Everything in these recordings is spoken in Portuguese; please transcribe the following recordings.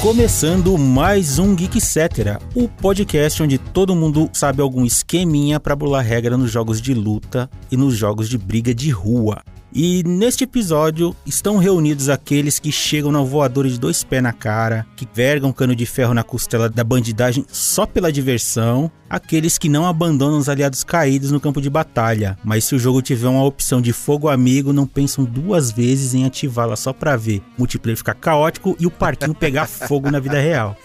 começando mais um Geek Cetera, o podcast onde todo mundo sabe algum esqueminha para burlar regra nos jogos de luta e nos jogos de briga de rua. E neste episódio estão reunidos aqueles que chegam na voadora de dois pés na cara, que vergam um cano de ferro na costela da bandidagem só pela diversão, aqueles que não abandonam os aliados caídos no campo de batalha, mas se o jogo tiver uma opção de fogo amigo, não pensam duas vezes em ativá-la só pra ver o multiplayer ficar caótico e o parquinho pegar fogo na vida real.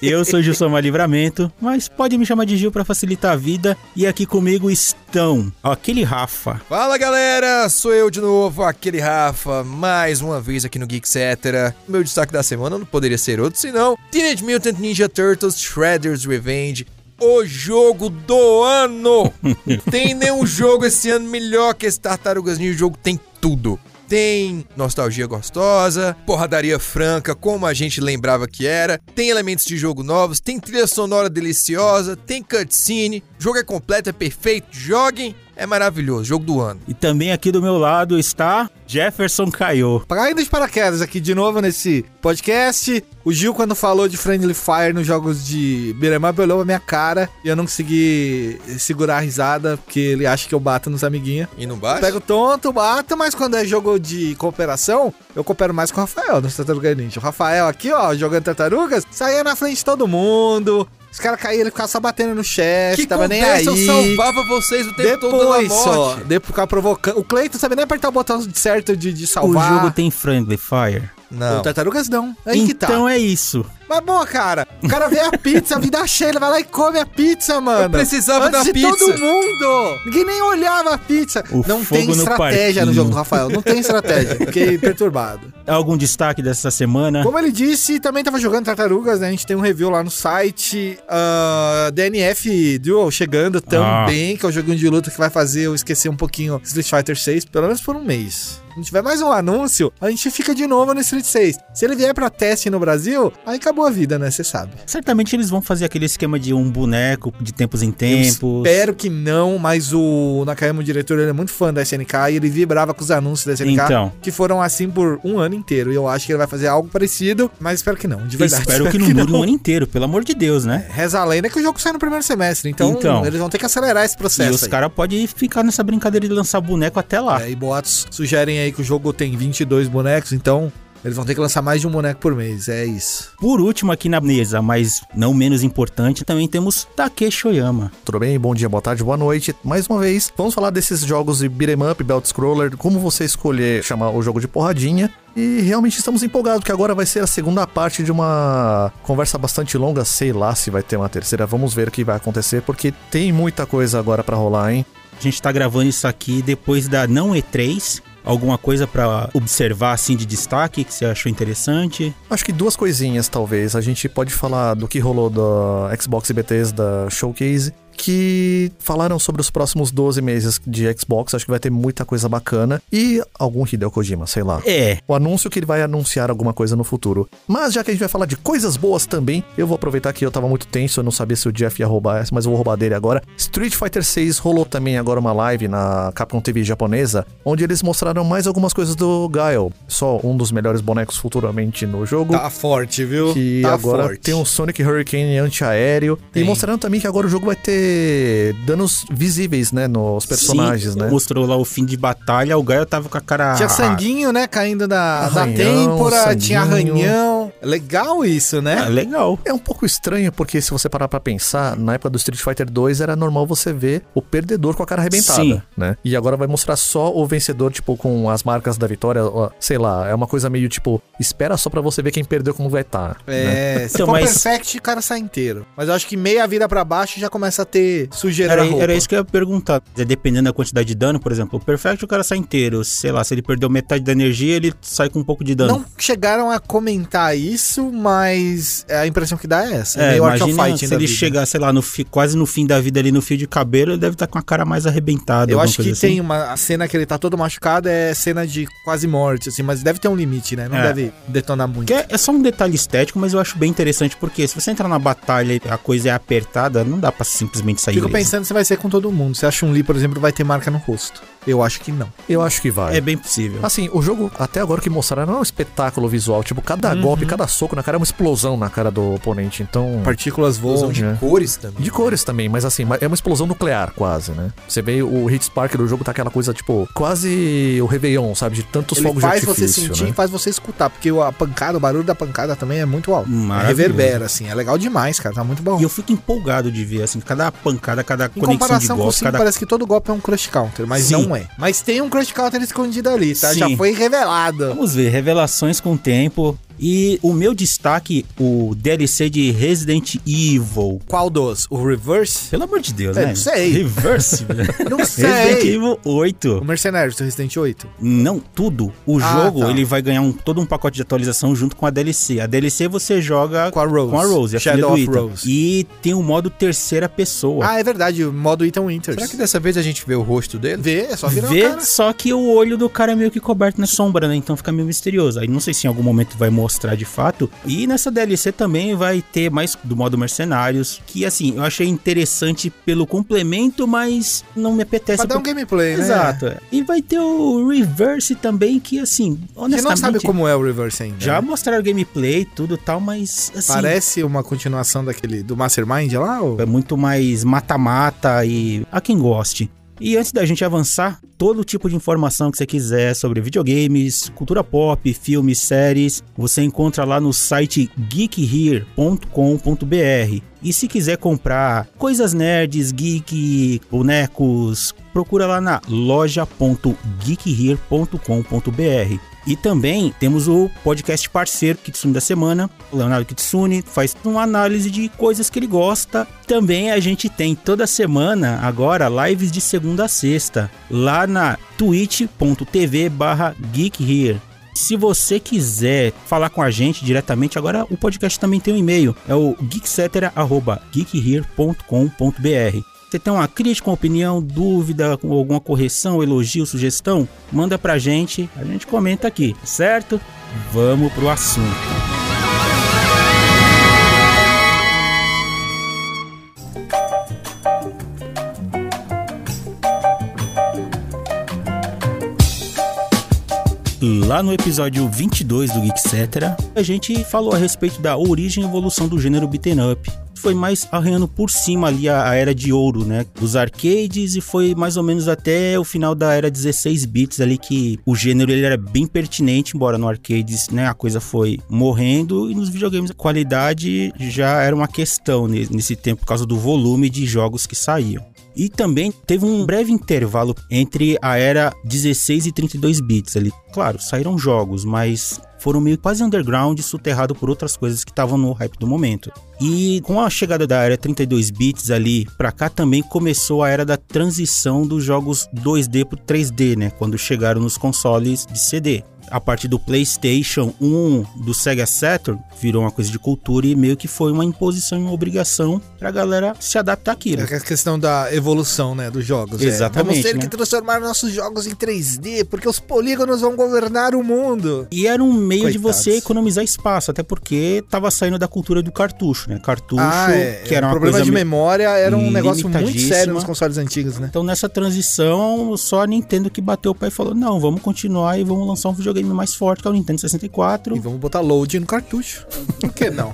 Eu sou Gilson Livramento, mas pode me chamar de Gil para facilitar a vida, e aqui comigo estão aquele Rafa. Fala galera, sou eu de novo, aquele Rafa, mais uma vez aqui no Geek Cetera. Meu destaque da semana não poderia ser outro senão Teenage Mutant Ninja Turtles Shredder's Revenge. O jogo do ano! Não tem nenhum jogo esse ano melhor que esse Tartarugas Ninja. O jogo tem tudo. Tem nostalgia gostosa, porradaria franca, como a gente lembrava que era, tem elementos de jogo novos, tem trilha sonora deliciosa, tem cutscene, o jogo é completo, é perfeito, joguem, é maravilhoso, jogo do ano. E também aqui do meu lado está Jefferson Caio. Caindo de paraquedas aqui de novo nesse podcast. O Gil, quando falou de Friendly Fire nos jogos de Biremap, olhou pra minha cara e eu não consegui segurar a risada, porque ele acha que eu bato nos amiguinhos. E não bate? Pego tonto, bato, mas quando é jogo de cooperação, eu coopero mais com o Rafael nos Tartarugas Ninja. O Rafael aqui, ó, jogando tartarugas, saía na frente de todo mundo. Os caras caíam, ele ficava só batendo no chefe, que tava nem aí. conversa, eu salvava vocês o tempo todo na Depois morte. só, depois ficar provocando. O Cleiton sabe nem apertar o botão certo de, de salvar. O jogo tem Friendly Fire. Não. O Tartarugas não. Aí que tá. então é isso. Mas bom, cara, o cara vê a pizza, a vida é cheia, ele vai lá e come a pizza, mano. Eu precisava Antes da de pizza. todo mundo. Ninguém nem olhava a pizza. O não fogo tem no estratégia no, parquinho. jogo do Rafael. Não tem estratégia. Fiquei perturbado. Algum destaque dessa semana? Como ele disse, também tava jogando tartarugas, né? A gente tem um review lá no site. ah, DNF Duel chegando Ah. também, que é o joguinho de luta que vai fazer eu esquecer um pouquinho Street Fighter 6, pelo menos por um mês. Se não tiver mais um anúncio, a gente fica de novo no Street 6. Se ele vier pra teste no Brasil, aí acabou a vida, né? Você sabe. Certamente eles vão fazer aquele esquema de um boneco de tempos em Eu tempos. Espero que não, mas o Nakayama, o diretor, ele é muito fã da SNK e ele vibrava com os anúncios da SNK. Então. Que foram assim por um ano inteiro. E eu acho que ele vai fazer algo parecido, mas espero que não, de verdade. Espero que não dure um ano inteiro, pelo amor de Deus, né? Reza a lenda que o jogo sai no primeiro semestre, então, Então. eles vão ter que acelerar esse E processo. os aí. caras podem ficar nessa brincadeira de lançar boneco até lá. É, e boatos sugerem aí que o jogo tem 22 bonecos, então eles vão ter que lançar mais de um boneco por mês, é isso. Por último aqui na mesa, mas não menos importante, também temos Takeshi Oyama. Tudo bem? Bom dia, boa tarde, boa noite. Mais uma vez, vamos falar desses jogos de beat'em up, belt scroller, como você escolher chamar o jogo de porradinha. E realmente estamos empolgados, porque agora vai ser a segunda parte de uma conversa bastante longa. Sei lá se vai ter uma terceira, vamos ver o que vai acontecer, porque tem muita coisa agora pra rolar, hein? A gente tá gravando isso aqui depois da não E3. Alguma coisa pra observar assim de destaque que você achou interessante? Acho que duas coisinhas, talvez. A gente pode falar do que rolou da Xbox e Bethesda Showcase, que falaram sobre os próximos 12 meses de Xbox. Acho que vai ter muita coisa bacana. E algum Hideo Kojima, sei lá. É, o anúncio que ele vai anunciar alguma coisa no futuro. Mas já que a gente vai falar de coisas boas também, eu vou aproveitar que eu tava muito tenso, eu não sabia se o Jeff ia roubar essa, mas eu vou roubar dele agora. Street Fighter 6 rolou também agora uma live na Capcom TV japonesa, onde eles mostraram mais algumas coisas do Guile, só um dos melhores bonecos futuramente no jogo. Tá forte, viu? Que tá agora tem um Sonic Hurricane antiaéreo. Tem. E mostraram também que agora o jogo vai ter danos visíveis, né? Nos personagens, sim, né? mostrou lá o fim de batalha, o Gaio tava com a cara... Tinha sanguinho, né, caindo da, da Ah. Arranhão, têmpora, tinha sanguinho. arranhão. É Legal isso, Ah, né? legal. É um pouco estranho, porque se você parar pra pensar, na época do Street Fighter 2 era normal você ver o perdedor com a cara arrebentada, Sim. né? E agora vai mostrar só o vencedor, tipo, com as marcas da vitória, ó, sei lá, é uma coisa meio tipo, espera só pra você ver quem perdeu como vai tá. estar. É, se Então, for mas- perfect, o cara sai inteiro. Mas eu acho que meia vida pra baixo já começa a ter sujeira Era, na roupa. era isso que eu ia perguntar. É, Dependendo da quantidade de dano, por exemplo, o Perfect o cara sai inteiro. Sei lá, se ele perdeu metade da energia, ele sai com um pouco de dano. Não chegaram a comentar isso, mas a impressão que dá é essa. É, Meio Arkham imagina Fighting se né, da ele vida. chegar, sei lá, no fi- quase no fim da vida ali no fio de cabelo, ele deve estar com a cara mais arrebentada. Eu alguma acho que coisa assim. tem uma a cena que ele tá todo machucado, é cena de quase morte, assim, mas deve ter um limite, né? Não É. deve detonar muito. Que é, é só um detalhe estético, mas eu acho bem interessante, porque se você entrar na batalha e a coisa é apertada, não dá pra simplesmente sair Fico ileso. pensando se vai ser com todo mundo. Você acha um Lee, por exemplo, vai ter marca no rosto? Eu acho que não. Eu acho que vai. É bem possível. Assim, o jogo, até agora o que mostraram, não é um espetáculo visual. Tipo, cada Uhum. golpe, cada soco na cara é uma explosão na cara do oponente. Então. Partículas voam. Explosão de né? cores também. De cores também, mas assim, ma- é uma explosão nuclear quase, né? Você vê o hit spark do jogo tá aquela coisa, tipo, quase o Réveillon, sabe? De tantos Ele fogos faz de você artifício, sentir e né? faz você escutar, porque o- a pancada, o barulho da pancada também é muito alto. Maravilhoso. Reverbera, assim. É legal demais, cara. Tá muito bom. E eu fico empolgado de ver, assim, cada pancada, cada Em conexão de comparação com o golpe, 5, cada parece que todo golpe é um crush counter, mas Sim. não é. Mas tem um crush counter escondido ali, tá? Já Sim. foi revelado. Vamos ver, revelações com o tempo. E o meu destaque, o DLC de Resident Evil. Qual dos? O Reverse? Pelo amor de Deus, É, né? não sei. Reverse. velho. Não Resident sei. Evil o 8. Mercenários do Resident 8? Não, tudo. O Ah, jogo, tá. ele vai ganhar um, todo um pacote de atualização junto com a DLC. A DLC você joga Com a Rose. com a Rose, a Shadow filha do of Ethan. Rose. E tem o modo terceira pessoa. Ah, é verdade, o modo Ethan Winters. Será que dessa vez a gente vê o rosto dele? Vê, é só virar o Vê, cara. só que o olho do cara é meio que coberto na sombra, né? Então fica meio misterioso. Aí não sei se em algum momento vai mostrar de fato. E nessa DLC também vai ter mais do modo mercenários, que assim, eu achei interessante pelo complemento, mas não me apetece. Pra dar um porque- gameplay, né? Exato. E vai ter o reverse também, que assim, Você honestamente... não sabe como é o Reverse ainda. Já né? mostraram gameplay e tudo tal, mas assim... Parece uma continuação daquele do Mastermind lá? Ou... É muito mais mata-mata e a quem goste. E antes da gente avançar, todo tipo de informação que você quiser sobre videogames, cultura pop, filmes, séries, você encontra lá no site geekhere.com.br. E se quiser comprar coisas nerds, geek, bonecos, procura lá na loja.geekhere.com.br. E também temos o podcast parceiro Kitsune da Semana. O Leonardo Kitsune faz uma análise de coisas que ele gosta. Também a gente tem toda semana, agora, lives de segunda a sexta, lá na twitch.tv barra geekhere. Se você quiser falar com a gente diretamente, agora o podcast também tem um e-mail. É o geeksetera.geekhere.com.br. Você tem uma crítica, uma opinião, dúvida, com alguma correção, elogio, sugestão? Manda pra gente, a gente comenta aqui, certo? Vamos pro assunto. Lá no episódio 22 do Geek Cetera, a gente falou a respeito da origem e evolução do gênero beaten up. Foi mais arranhando por cima ali a, a era de ouro, né? Dos arcades e foi mais ou menos até o final da era 16 bits ali que o gênero ele era bem pertinente, embora no arcades, né, a coisa foi morrendo e nos videogames a qualidade já era uma questão ne- nesse tempo por causa do volume de jogos que saíam. E também teve um breve intervalo entre a era 16 e 32 bits ali. Claro, saíram jogos, mas foram meio quase underground, soterrado por outras coisas que estavam no hype do momento. E com a chegada da era 32 bits ali pra cá também começou a era da transição dos jogos 2D pro 3D, né? Quando chegaram nos consoles de CD a partir do PlayStation 1 do Sega Saturn virou uma coisa de cultura e meio que foi uma imposição e uma obrigação pra galera se adaptar àquilo. É que a questão da evolução, né, dos jogos. é. Exatamente, Vamos ter né? que transformar nossos jogos em 3D, porque os polígonos vão governar o mundo. E era um meio de Coitados. você economizar espaço, até porque tava saindo da cultura do cartucho, né? Cartucho, Ah, que era uma o é, um problema coisa... de meio- memória era um negócio muito limitadíssima. sério nos consoles antigos, né? Então nessa transição, só a Nintendo que bateu o pé e falou, não, vamos continuar e vamos lançar um videogame mais forte, que é o Nintendo 64. E vamos botar load no cartucho. Por que não?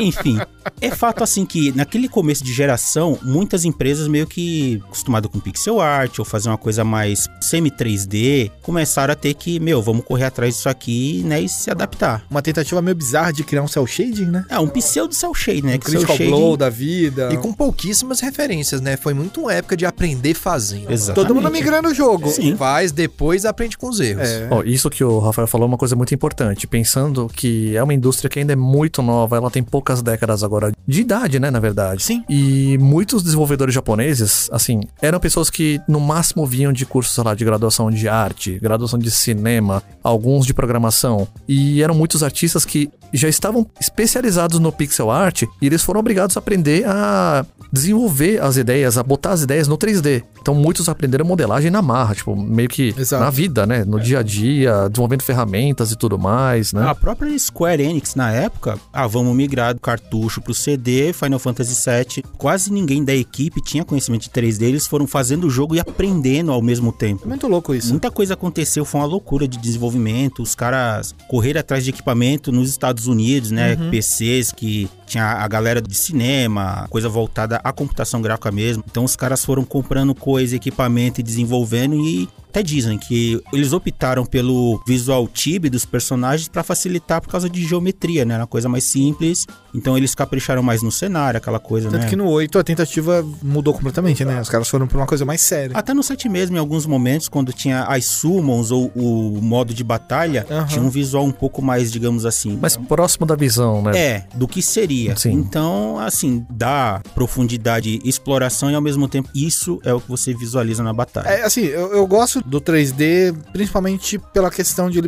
Enfim, é fato assim que naquele começo de geração, muitas empresas meio que acostumado com pixel art ou fazer uma coisa mais semi 3D, começaram a ter que, meu, vamos correr atrás disso aqui, né, e se adaptar. Uma tentativa meio bizarra de criar um cel shading, né? É, um pseudo cel shade, né? Um que cel critical shading- blow da vida. um- E com pouquíssimas referências, né? Foi muito uma época de aprender fazendo. Exatamente. todo mundo migrando o jogo. Sim. Faz, depois aprende com os erros. É. Ó, isso que o Rafael falou é uma coisa muito importante, pensando que é uma indústria que ainda é muito nova, ela tem poucas décadas agora de idade, né, na verdade. Sim. E muitos desenvolvedores japoneses, assim, eram pessoas que no máximo vinham de cursos, sei lá, de graduação de arte, graduação de cinema, alguns de programação, e eram muitos artistas que já estavam especializados no pixel art e eles foram obrigados a aprender a desenvolver as ideias, a botar as ideias no 3D. Então muitos aprenderam modelagem na marra, tipo, meio que Exato. na vida, né? No dia a dia, desenvolvendo ferramentas e tudo mais, né? A própria Square Enix na época, ah, vamos migrar do cartucho pro CD, Final Fantasy VII, quase ninguém da equipe tinha conhecimento de 3D, eles foram fazendo o jogo e aprendendo ao mesmo tempo. É muito louco isso. Muita coisa aconteceu, foi uma loucura de desenvolvimento. Os caras correram atrás de equipamento nos Estados Unidos, né? Uhum. PCs que tinha a galera de cinema, coisa voltada à computação gráfica mesmo. Então os caras foram comprando coisa, equipamento e desenvolvendo e até dizem que eles optaram pelo visual tibi dos personagens para facilitar por causa de geometria, né? Era uma coisa mais simples. Então eles capricharam mais no cenário, aquela coisa, Tanto né? que no 8 a tentativa mudou completamente, né? Os caras foram pra uma coisa mais séria. Até no set mesmo, em alguns momentos, quando tinha as summons ou o modo de batalha, Aham. tinha um visual um pouco mais, digamos assim. Mas próximo da visão, né? É, do que seria. Sim. Então, assim, dá profundidade, exploração e ao mesmo tempo isso é o que você visualiza na batalha. É, assim, eu, eu gosto do 3D principalmente pela questão de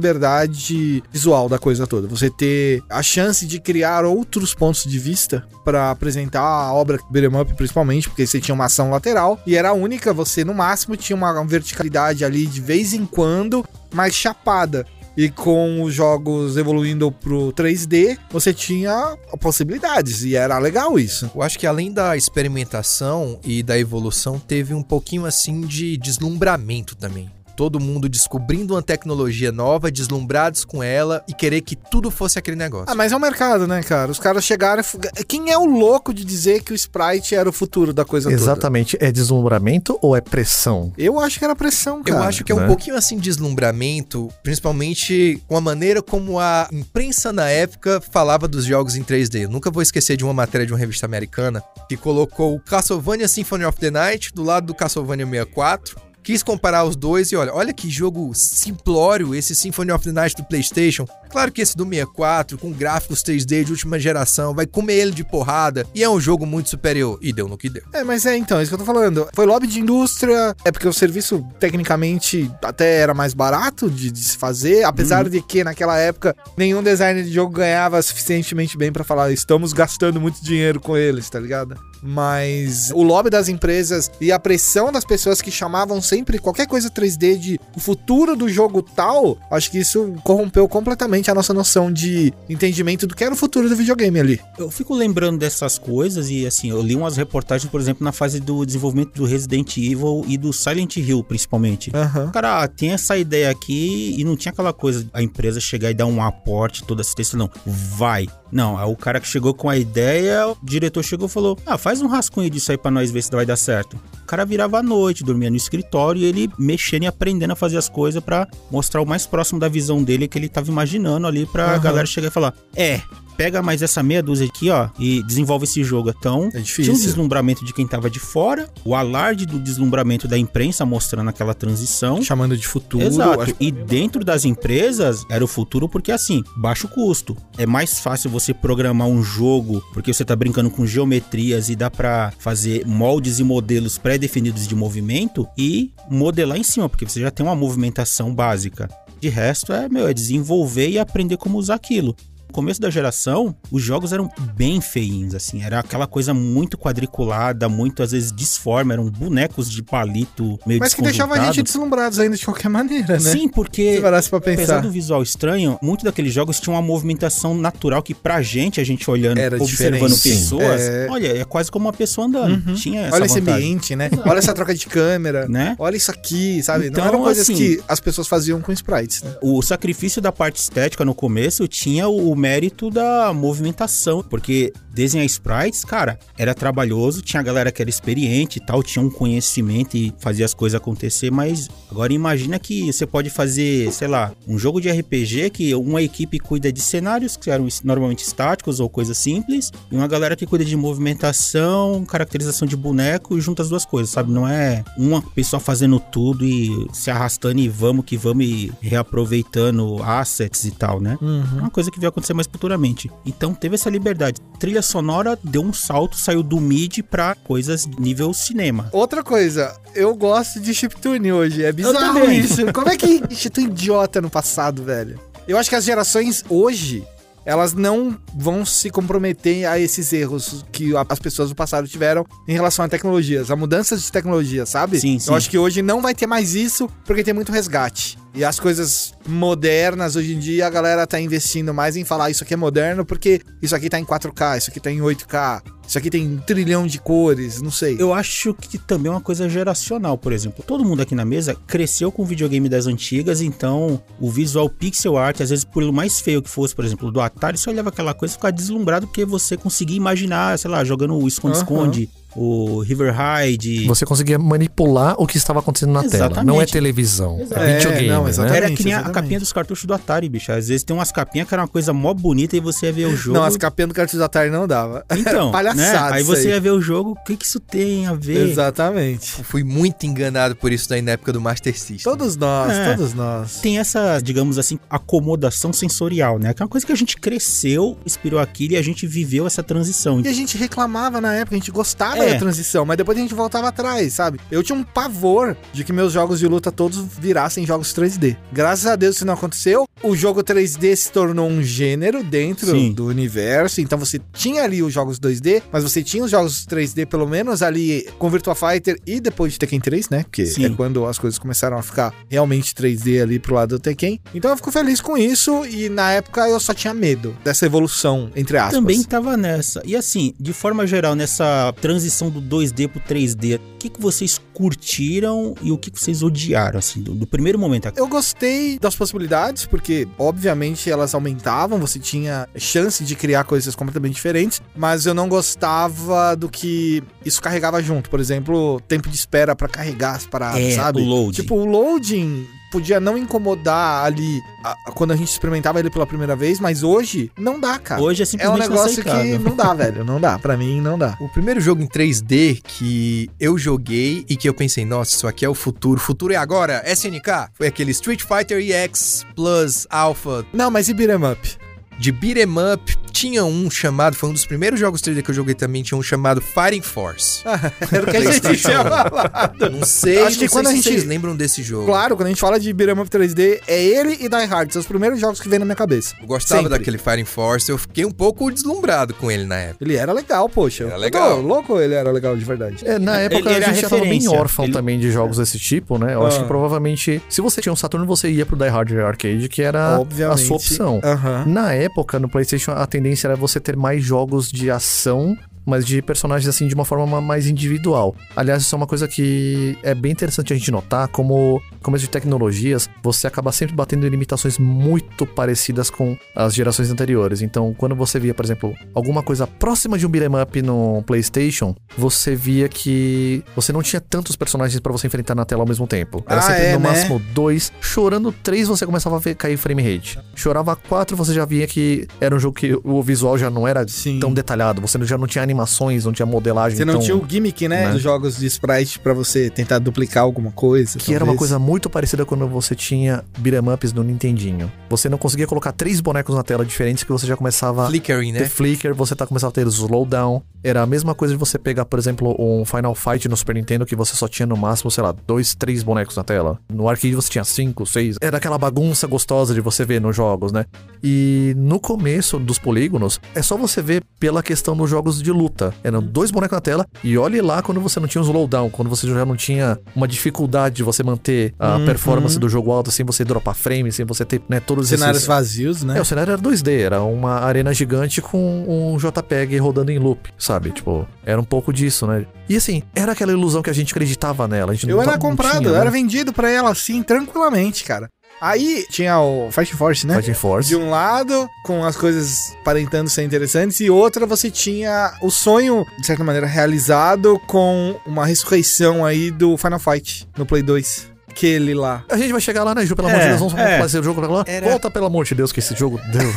liberdade visual da coisa toda. Você ter a chance de criar outros pontos de vista pra apresentar a obra Beat'em Up, principalmente, porque você tinha uma ação lateral e era única, você no máximo tinha uma verticalidade ali de vez em quando, mas chapada. E com os jogos evoluindo pro 3D, você tinha possibilidades, e era legal isso. Eu acho que além da experimentação e da evolução, teve um pouquinho assim de deslumbramento também. Todo mundo descobrindo uma tecnologia nova, deslumbrados com ela e querer que tudo fosse aquele negócio. Ah, mas é o mercado, né, cara? Os caras chegaram. e fu- Quem é o louco de dizer que o sprite era o futuro da coisa toda? Exatamente. É deslumbramento ou é pressão? Eu acho que era pressão, Eu cara. acho que é um né? pouquinho assim de deslumbramento, principalmente com a maneira como a imprensa na época falava dos jogos em 3D. Eu nunca vou esquecer de uma matéria de uma revista americana que colocou o Castlevania Symphony of the Night do lado do Castlevania 64. Quis comparar os dois e olha, olha que jogo simplório esse Symphony of the Night do PlayStation. Claro que esse do 64, com gráficos 3D de última geração, vai comer ele de porrada e é um jogo muito superior. E deu no que deu. É, mas é então, é isso que eu tô falando. Foi lobby de indústria, é porque o serviço tecnicamente até era mais barato de, de se fazer, apesar de que naquela época nenhum designer de jogo ganhava suficientemente bem pra falar, estamos gastando muito dinheiro com eles, tá ligado? Mas o lobby das empresas e a pressão das pessoas que chamavam sempre qualquer coisa 3D de o futuro do jogo tal, acho que isso corrompeu completamente a nossa noção de entendimento do que era o futuro do videogame ali. Eu fico lembrando dessas coisas e assim, eu li umas reportagens, por exemplo, na fase do desenvolvimento do Resident Evil e do Silent Hill, principalmente. Aham. Cara, ah, tem essa ideia aqui e não tinha aquela coisa de a empresa chegar e dar um aporte, toda assistência, não. Vai. Não, é o cara que chegou com a ideia, o diretor chegou e falou: Ah, faz um rascunho disso aí pra nós ver se vai dar certo. O cara virava à noite, dormia no escritório e ele mexendo e aprendendo a fazer as coisas pra mostrar o mais próximo da visão dele que ele tava imaginando ali pra Aham. galera chegar e falar: É, pega mais essa meia dúzia aqui, ó, e desenvolve esse jogo. Então, É tinha difícil. um deslumbramento de quem tava de fora, o alarde do deslumbramento da imprensa mostrando aquela transição. Chamando de futuro. Exato. acho- E dentro das empresas era o futuro porque assim, baixo custo. É mais fácil você programar um jogo porque você tá brincando com geometrias e dá pra fazer moldes e modelos pré-definidos de movimento e modelar em cima, porque você já tem uma movimentação básica. De resto é, meu, é desenvolver e aprender como usar aquilo. No começo da geração, os jogos eram bem feinhos, assim. Era aquela coisa muito quadriculada, muito às vezes disforme, eram bonecos de palito meio Mas que deixava a desconjuntado. gente deslumbrados ainda de qualquer maneira, né? Sim, porque Se parasse pra Apesar pensar. do visual estranho, muitos daqueles jogos tinham uma movimentação natural que pra gente, a gente olhando, Era observando diferente, sim. pessoas, É. olha, é quase como uma pessoa andando. Uhum. Tinha essa Olha esse vantagem, ambiente, né? Olha essa troca de câmera. né? Olha isso aqui, sabe? Então, Não eram coisas assim- que as pessoas faziam com sprites, né? O sacrifício da parte estética no começo tinha o o mérito da movimentação, porque desenhar sprites, cara, era trabalhoso, tinha galera que era experiente e tal, tinha um conhecimento e fazia as coisas acontecer, mas agora imagina que você pode fazer, sei lá, um jogo de RPG que uma equipe cuida de cenários que eram es- normalmente estáticos ou coisas simples, e uma galera que cuida de movimentação, caracterização de boneco e junta as duas coisas, sabe? Não é uma pessoa fazendo tudo e se arrastando e vamos que vamos e reaproveitando assets e tal, né? É uma coisa que vai acontecer mais futuramente. Então teve essa liberdade. Trilha sonora deu um salto, saiu do mid pra coisas nível cinema. Outra coisa, eu gosto de chiptune hoje. É bizarro também. isso. Como é que institui idiota no passado, velho? Eu acho que as gerações hoje, elas não vão se comprometer a esses erros que a- as pessoas do passado tiveram em relação a tecnologias, a mudanças de tecnologia, sabe? Sim, sim. Eu acho que hoje não vai ter mais isso porque tem muito resgate. E as coisas modernas hoje em dia, a galera tá investindo mais em falar isso aqui é moderno porque isso aqui tá em 4K, isso aqui tá em 8K, isso aqui tem um trilhão de cores, não sei. Eu acho que também é uma coisa geracional, por exemplo. Todo mundo aqui na mesa cresceu com videogame das antigas, então o visual pixel art, às vezes por mais feio que fosse, por exemplo, do Atari, você olhava aquela coisa e ficava deslumbrado porque você conseguia imaginar, sei lá, jogando o esconde-esconde, o River Ride. Você conseguia manipular o que estava acontecendo na tela. Não é Exatamente. televisão, Exato. é É, videogame, não, né? exatamente. Era que nem a- a exatamente. capinha dos cartuchos do Atari, bicho. Às vezes tem umas capinhas que era uma coisa mó bonita e você ia ver o jogo. Não, as capinhas do cartucho da Atari não dava. Então, né? palhaçada Aí isso você aí. ia ver o jogo, o que que isso tem a ver? Exatamente. Fui muito enganado por isso daí na época do Master System. Todos nós, É. todos nós. Tem essa, digamos assim, acomodação sensorial, né? Que é uma coisa que a gente cresceu, inspirou aquilo e a gente viveu essa transição. E a gente reclamava na época, a gente gostava É. da transição, mas depois a gente voltava atrás, sabe? Eu tinha um pavor de que meus jogos de luta todos virassem jogos 3D. Graças a Deus isso não aconteceu. O jogo 3D se tornou um gênero dentro Sim. do universo, então você tinha ali os jogos 2D, mas você tinha os jogos 3D pelo menos ali com Virtua Fighter e depois de Tekken 3, né? Porque Sim. é quando as coisas começaram a ficar realmente 3D ali pro lado do Tekken. Então eu fico feliz com isso e na época eu só tinha medo dessa evolução, entre aspas. Também tava nessa. E assim, de forma geral, nessa transição do 2D pro 3D, o que, que vocês curtiram e o que, que vocês odiaram, assim, do, do primeiro momento? Eu gostei das possibilidades, porque obviamente elas aumentavam, você tinha chance de criar coisas completamente diferentes, mas eu não gostava do que isso carregava junto. Por exemplo, tempo de espera pra carregar as paradas, é, sabe? o load. Tipo, o loading podia não incomodar ali a- a- quando a gente experimentava ele pela primeira vez, mas hoje não dá, cara. Hoje é é um simplesmente negócio que inaceitável. não dá, velho. Não dá. Pra mim, não dá. O primeiro jogo em 3D que eu joguei e que eu pensei, nossa, isso aqui é o futuro, o futuro é agora, SNK, foi aquele Street Fighter EX Plus Alpha Não, mas e beat 'em up? de beat'em up. Tinha um chamado, foi um dos primeiros jogos 3D que eu joguei também, tinha um chamado Fighting Force. Era É o que a gente PlayStation. tinha lá. Não sei, Ah, Acho que não sei quando se a gente- vocês lembram desse jogo. Claro, quando a gente fala de beat'em up 3D, é ele e Die Hard. São os primeiros jogos que vem na minha cabeça. Eu gostava Sempre. daquele Fighting Force, eu fiquei um pouco deslumbrado com ele na época. Ele era legal, poxa. Era Eu tô legal. louco ele era legal de verdade. É, na época ele era a gente já tava bem referência. órfão Ele- também de jogos desse tipo, né? Eu acho Ah. que provavelmente, se você tinha um Saturno, você ia pro Die Hard Arcade, que era Ah, a sua opção. Aham. Na época, no PlayStation, a tendência era você ter mais jogos de ação, mas de personagens assim de uma forma ma- mais individual. Aliás, isso é uma coisa que é bem interessante a gente notar, como começo de tecnologias, você acaba sempre batendo em limitações muito parecidas com as gerações anteriores. Então, quando você via, por exemplo, alguma coisa próxima de um beat'em up no PlayStation, você via que você não tinha tantos personagens pra você enfrentar na tela ao mesmo tempo. Era Ah, sempre é, no né? máximo dois. Chorando três, você começava a ver cair frame rate. Chorava quatro, você já via que era um jogo que o visual já não era Sim. tão detalhado. Você já não tinha animações, não tinha modelagem Você não tão... tinha o gimmick, né? né? Dos jogos de sprite pra você tentar duplicar alguma coisa. Que era uma talvez. coisa muito parecida quando você tinha beat'em ups no Nintendinho. Você não conseguia colocar três bonecos na tela diferentes que você já Ah. começava Flickering, ter né? flicker, você tá começando a ter slowdown. Era a mesma coisa de você pegar, por exemplo, um Final Fight no Super Nintendo que você só tinha no máximo, sei lá, dois, três bonecos na tela. No arcade você tinha cinco, seis. Era aquela bagunça gostosa de você ver nos jogos, né? E no começo dos polígonos, é só você ver pela questão dos jogos de luta. Eram dois bonecos na tela e olhe lá quando você não tinha um slowdown, quando você já não tinha uma dificuldade de você manter a Uhum. performance do jogo alta sem você dropar frame, sem você ter, né, todos esses... Cenários vazios, né? É, o cenário era 2D, era uma arena gigante com um JPEG rodando em loop, sabe? Tipo, era um pouco disso, né? E assim, era aquela ilusão que a gente acreditava nela. A gente Eu não era tava- não comprado, tinha, eu né? era vendido pra ela assim, tranquilamente, cara. Aí tinha o Fight Force, né? Fighting Force. De um lado, com as coisas aparentando ser interessantes, e outra, você tinha o sonho, de certa maneira, realizado com uma ressurreição aí do Final Fight no Play 2. Aquele lá. A gente vai chegar lá, né, Ju? Pelo amor É, de Deus, vamos é. fazer o jogo pra lá. Era- Volta, pelo amor de Deus, que esse jogo deu.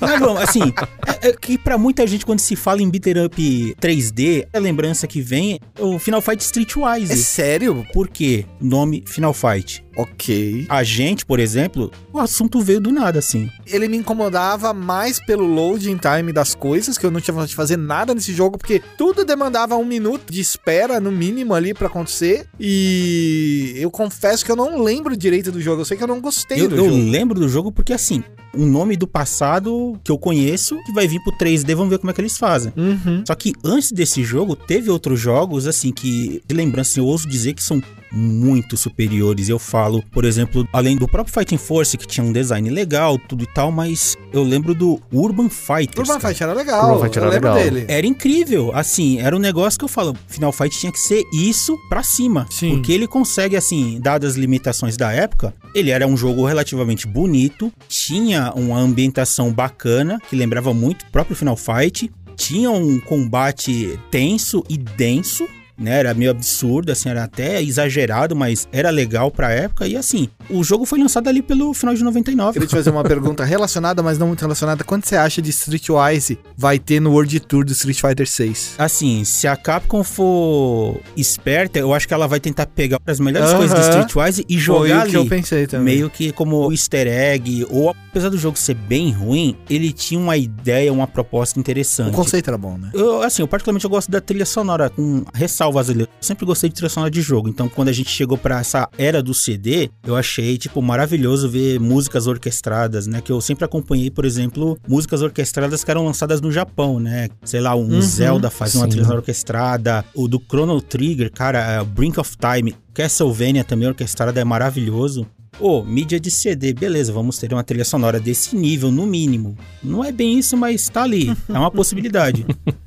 Mas bom, assim, é, é que pra muita gente, quando se fala em beater up 3D, a lembrança que vem é o Final Fight Streetwise. sério? Por quê? Nome Final Fight. Ok. A gente, por exemplo, o assunto veio do nada, assim. Ele me incomodava mais pelo loading time das coisas, que eu não tinha vontade de fazer nada nesse jogo, porque tudo demandava um minuto de espera, no mínimo, ali pra acontecer. E eu confesso que eu não lembro direito do jogo. Eu sei que eu não gostei Eu, do eu jogo. lembro do jogo porque, assim, um nome do passado que eu conheço, que vai vir pro 3D, vamos ver como é que eles fazem. Uhum. Só que antes desse jogo, teve outros jogos, assim, que, de lembrança, eu ouso dizer que são muito superiores. Eu falo, por exemplo, além do próprio Fighting Force, que tinha um design legal, tudo e tal, mas eu lembro do Urban Fighters. Urban cara. Fight era legal. Urban Fight eu era lembro legal. dele. Era incrível, assim, era um negócio que eu falo, Final Fight tinha que ser isso pra cima. Sim. Porque ele consegue, assim, dadas as limitações da época, ele era um jogo relativamente bonito, tinha uma ambientação bacana, que lembrava muito o próprio Final Fight, tinha um combate tenso e denso, né? Era meio absurdo, assim, era até exagerado, mas era legal pra época. E assim, o jogo foi lançado ali pelo final de 99. Queria te fazer uma pergunta relacionada, mas não muito relacionada. Quanto você acha de Streetwise vai ter no World Tour do Street Fighter 6? Assim, se a Capcom for esperta, eu acho que ela vai tentar pegar as melhores Aham. coisas do Streetwise e jogar Foi o que eu ali. pensei também. Meio que como easter egg, ou apesar do jogo ser bem ruim, ele tinha uma ideia, uma proposta O interessante. conceito era bom, né? Eu, assim, eu particularmente eu gosto da trilha sonora, com ressalvas ali. Eu sempre gostei de trilha sonora de jogo, então quando a gente chegou pra essa era do CD, eu achei, tipo, maravilhoso ver músicas orquestradas, né? Que eu sempre acompanhei, por exemplo, músicas orquestradas que eram lançadas no Japão, né? Sei lá, um Uhum, Zelda fazia uma sim. trilha sonora orquestrada, o do Chrono Trigger, cara, é, Brink of Time, Castlevania também orquestrada é maravilhoso. Ô, mídia de CD, beleza, vamos ter uma trilha sonora desse nível, no mínimo. Não é bem isso, mas tá ali. É uma possibilidade.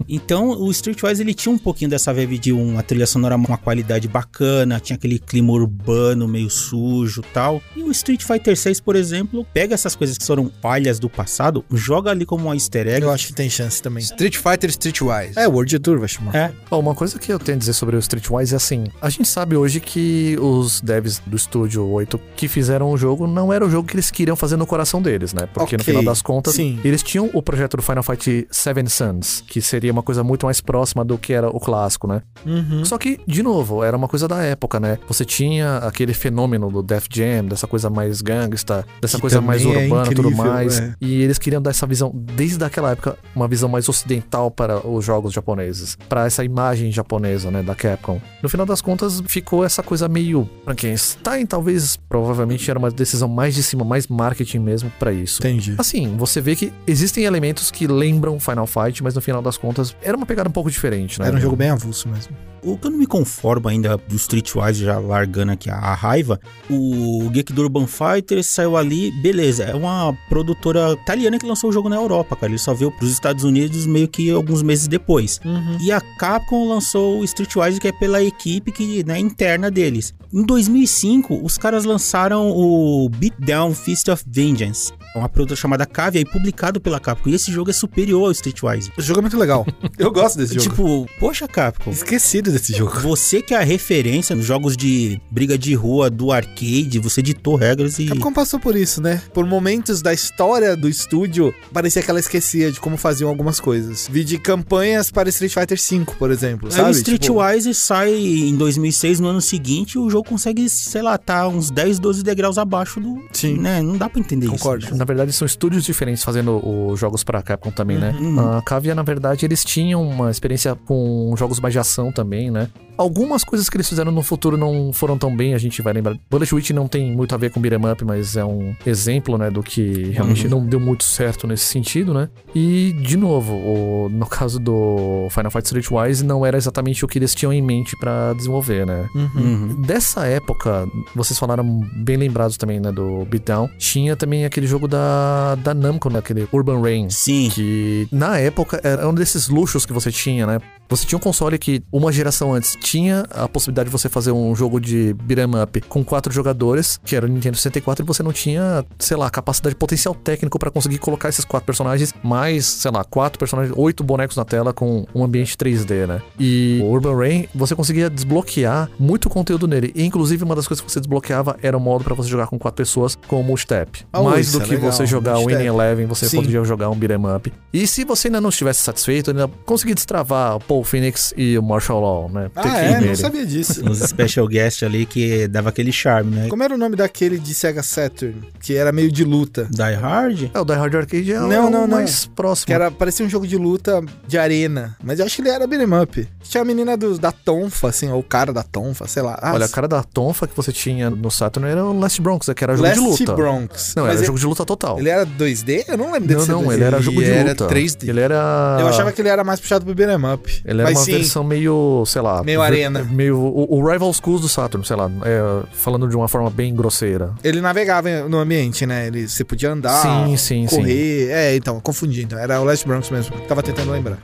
Então, o Streetwise, ele tinha um pouquinho dessa vibe de uma trilha sonora, uma qualidade bacana, tinha aquele clima urbano meio sujo tal. E o Street Fighter 6, por exemplo, pega essas coisas que foram falhas do passado, joga ali como uma easter egg. É, Eu acho que tem chance também. Street Fighter Streetwise. É, World Tour vai chamar. É, Ó, uma coisa que eu tenho a dizer sobre o Streetwise é assim: a gente sabe hoje que os devs do estúdio 8 que fizeram o jogo não era o jogo que eles queriam fazer no coração deles, né? Porque no Ok, final das contas, sim. eles tinham o projeto do Final Fight Seven Sons, que seria uma coisa muito mais próxima do que era o clássico, né? Uhum. Só que, de novo, era uma coisa da época, né? Você tinha aquele fenômeno do Def Jam, dessa coisa mais gangsta, dessa Que coisa mais também é urbana e tudo incrível, mais. é. E eles queriam dar essa visão, desde aquela época, uma visão mais ocidental para os jogos japoneses. Para essa imagem japonesa, né, da Capcom. No final das contas, ficou essa coisa meio Frankenstein, talvez, provavelmente era uma decisão mais de cima, mais marketing mesmo pra isso. Entendi. Assim, você vê que existem elementos que lembram Final Fight, mas no final das contas era uma pegada um pouco diferente, né? Era um jogo bem avulso mesmo. O que eu não me conformo ainda do Streetwise, já largando aqui a, a raiva, o Geek do Urban Fighter saiu ali, beleza, é uma produtora italiana que lançou o jogo na Europa, cara. Ele só veio pros Estados Unidos meio que alguns meses depois. E a Capcom lançou o Streetwise, que é pela equipe que, né, interna deles. Em 2005, os caras lançaram o Beatdown Fist of Vengeance, uma produtora chamada Cavia e publicado pela Capcom. E esse jogo é superior ao Streetwise. O jogo é muito legal. Eu gosto desse jogo. Tipo, poxa, Capcom. Esquecido desse jogo. Você que é a referência nos jogos de briga de rua do arcade, você ditou regras e. Capcom passou por isso, né? Por momentos da história do estúdio, parecia que ela esquecia de como faziam algumas coisas. Vi de campanhas para Street Fighter V, por exemplo, Aí o sabe? Tipo, é Streetwise sai em 2006, no ano seguinte, e o jogo consegue, sei lá, tá uns 10, 12 degraus abaixo do. Sim. Né? Não dá pra entender Concordo. isso. Na verdade, são estúdios diferentes fazendo os jogos pra Capcom também, né? Uhum. A Cavia, na verdade, eles tinham uma experiência com jogos mais de ação também, né? Algumas coisas que eles fizeram no futuro não foram tão bem, a gente vai lembrar. Bullet Witch não tem muito a ver com beat'em up, mas é um exemplo, né, do que realmente não deu muito certo nesse sentido, né? E, de novo, o- no caso do Final Fight Streetwise, não era exatamente o que eles tinham em mente pra desenvolver, né? uhum. Uhum. Dessa época, vocês falaram bem lembrados também, né, do Beatdown. Tinha também aquele jogo da, da Namco, né, aquele Urban Rain. Sim. Que na época era um desses luxos que você tinha, né? Você tinha um console que uma geração antes tinha a possibilidade de você fazer um jogo de beat'em up com quatro jogadores, que era o Nintendo 64, e você não tinha, sei lá, capacidade potencial técnico pra conseguir colocar esses quatro personagens, mais, sei lá, quatro personagens, oito bonecos na tela com um ambiente 3D, né? E o Urban Rain, você conseguia desbloquear muito conteúdo nele. E, inclusive, uma das coisas que você desbloqueava era um modo pra você jogar com quatro pessoas com o multitap. Ah, mais isso do é que legal, você jogar o multitap. Winning Eleven, você Sim. poderia jogar um beat'em up. E se você ainda não estivesse satisfeito, ainda conseguia destravar o Paul Phoenix e o Marshall Law, né? Ter Ah, que ir é? Não nele. sabia disso. Os special guests ali que dava aquele charme, né? Como era o nome daquele de Sega Saturn, que era meio de luta? Die Hard? É, o Die Hard Arcade é Não, o não, não. mais próximo. Que era, parecia um jogo de luta de arena. Mas eu acho que ele era beat'em up. Tinha a menina do, da tonfa, assim, ou o cara da tonfa, sei lá. Ah, Olha, a cara da tonfa que você tinha no Saturn era o Last Bronx, né, que era jogo Last de luta. Bronx. Não, Mas era ele, jogo de luta total. ele é um era 2D? Eu não lembro dele Não, ser não, 2D. ele era jogo de era luta. 3D. Ele era... Eu achava que ele era mais puxado pro beat'em up. Ele era Mas uma sim. versão meio, sei lá. Meio ver- arena. Meio. O, o Rival Schools do Saturn, sei lá. é, falando de uma forma bem grosseira. Ele navegava em- no ambiente, né? Ele, você podia andar, Sim, sim, correr. É, então, confundi. Então. Era o Last Bronx mesmo. Tava tentando lembrar.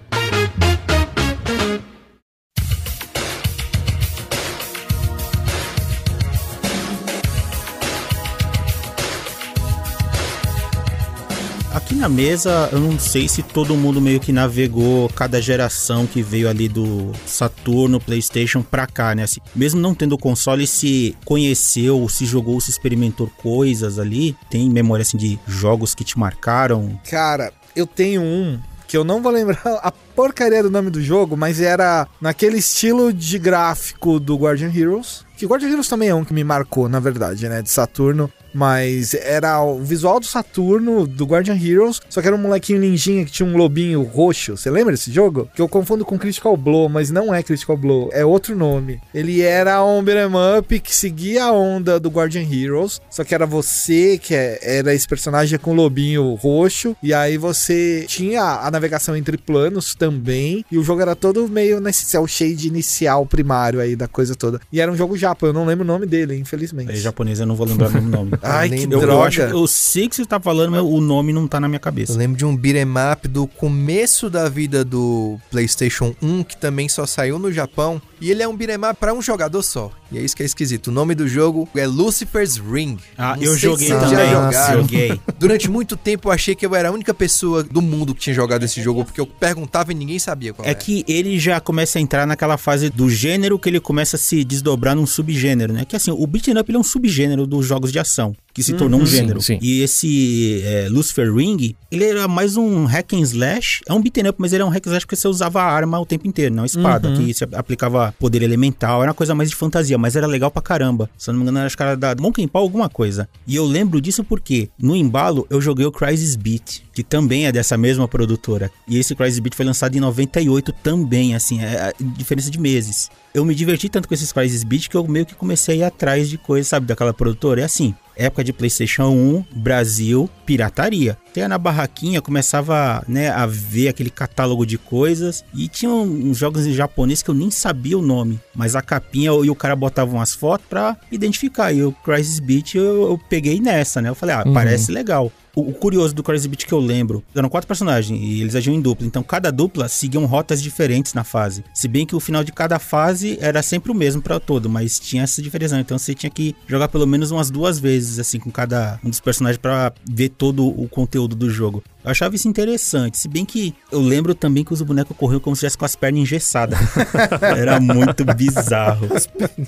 Aqui na mesa, eu não sei se todo mundo meio que navegou cada geração que veio ali do Saturno, PlayStation pra cá, né? Assim, mesmo não tendo console, se conheceu, se jogou, se experimentou coisas ali. Tem memória assim de jogos que te marcaram. Cara, eu tenho um que eu não vou lembrar a porcaria do nome do jogo, mas era naquele estilo de gráfico do Guardian Heroes. Que Guardian Heroes também é um que me marcou, na verdade, né? De Saturno. Mas era o visual do Saturno, do Guardian Heroes, só que era um molequinho ninjinha que tinha um lobinho roxo. Você lembra desse jogo? Que eu confundo com Critical Blow, mas não é Critical Blow, é outro nome. Ele era um beat'em up que seguia a onda do Guardian Heroes, só que era você que é- era esse personagem com o lobinho roxo, e aí você tinha a navegação entre planos também, e o jogo era todo meio nesse cel shade inicial primário aí da coisa toda. E era um jogo japa, eu não lembro o nome dele, infelizmente. É japonês, eu não vou lembrar o nome. Ai, que Eu, eu, droga. acho, eu sei que você tá falando, mas o nome não tá na minha Eu cabeça. lembro de um beat'em up do começo da vida do PlayStation 1, que também só saiu no Japão, e ele é um beat'em up pra um jogador só. E é isso que é esquisito. O nome do jogo é Lucifer's Ring. Ah, Não eu sei joguei se vocês também. Ah, Já jogaram. Joguei. Durante muito tempo eu achei que eu era a única pessoa do mundo que tinha jogado esse jogo, porque eu perguntava e ninguém sabia qual É era. que ele já começa a entrar naquela fase do gênero que ele começa a se desdobrar num subgênero, né? Que assim, o beat'em up ele é um subgênero dos jogos de ação, que se tornou um Sim, gênero. sim. E esse é, Lucifer Ring, ele era mais um hack and slash. É um beat'em up, mas ele é um hack and slash porque você usava a arma o tempo inteiro, não a espada, Uhum. que se aplicava poder elemental. Era uma coisa mais de fantasia, mas era legal pra caramba. Se eu não me engano, era, acho que era da Monkey Paw alguma coisa. E eu lembro disso porque, no embalo, eu joguei o Crisis Beat, que também é dessa mesma produtora. E esse Crisis Beat foi lançado em 98 também, assim, é é diferença de meses. Eu me diverti tanto com esses Crisis Beat que eu meio que comecei a ir atrás de coisa, sabe, daquela produtora. É assim, época de PlayStation 1, Brasil, pirataria. Até na barraquinha começava né, a ver aquele catálogo de coisas e tinha um, uns jogos em japonês que eu nem sabia o nome, mas a capinha e o cara botava umas fotos pra identificar. E o Crisis Beat eu, eu peguei nessa, né? Eu falei, ah, Uhum. parece legal. O, o curioso do Crisis Beat é que eu lembro, eram quatro personagens e eles agiam em dupla, então cada dupla seguiam rotas diferentes na fase. Se bem que o final de cada fase era sempre o mesmo pra todo, mas tinha essa diferença, então você tinha que jogar pelo menos umas duas vezes assim com cada um dos personagens pra ver todo o conteúdo do jogo. Eu achava isso interessante, se bem que eu lembro também que os bonecos corriam como se tivesse com as pernas engessadas. era muito bizarro.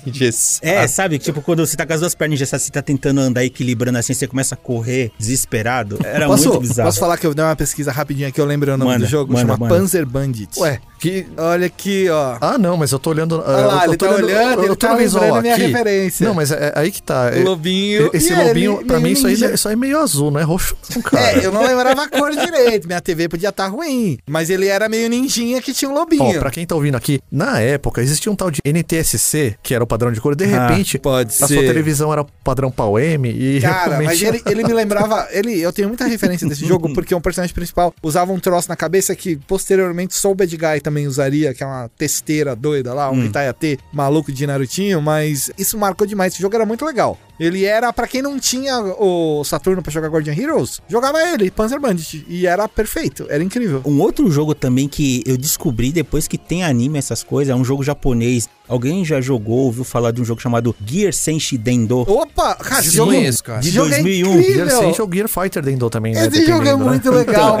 Yes. É, sabe? Tipo, quando você tá com as duas pernas engessadas, você tá tentando andar equilibrando assim, você começa a correr desesperado. Era posso, muito bizarro. posso falar que eu dei uma pesquisa rapidinha aqui, eu lembro o nome Manda, do jogo? manda, chama manda. Panzer Bandit. Ué, que. Olha aqui, ó. Ah, não, mas eu tô olhando. Olha lá, eu ele tô tá olhando, ele eu tô tá no visual lembrando a minha aqui. referência. Não, mas é, é aí que tá. O lobinho. Esse E é, lobinho, ele- pra mim, meio isso aí, ninja. isso aí é meio azul, não é roxo, não, cara. É, eu não lembrava a cor direito. Minha TV podia estar ruim. Mas ele era meio ninjinha que tinha um Ó, lobinho. pra quem tá ouvindo aqui, na época existia um tal de NTSC, que era o padrão de cor, e de repente Ah, Pode a sua televisão era padrão pau M e Cara, mas realmente- ele, é ele me lembrava. Ele, eu tenho muita referência desse jogo, porque um personagem principal usava um troço na cabeça que posteriormente Soul Bad Guy também usaria, que é uma testeira doida lá, Hum. um Itaia T maluco de Narutinho, mas isso marcou demais. Esse jogo era muito legal. Ele era, pra quem não tinha o Saturno pra jogar Guardian Heroes, jogava ele, Panzer Bandit. E era perfeito, era incrível. Um outro jogo também que eu descobri depois que tem anime essas coisas, é um jogo japonês. Alguém já jogou, ouviu falar de um jogo chamado Gear Senshi Dendo? Opa, cara, esse jogo, Desconheço, cara. esse De jogo é 2001, Gear incrível. Sense ou Gear Fighter Dendô também, né? Esse jogo é dependendo, né? muito legal,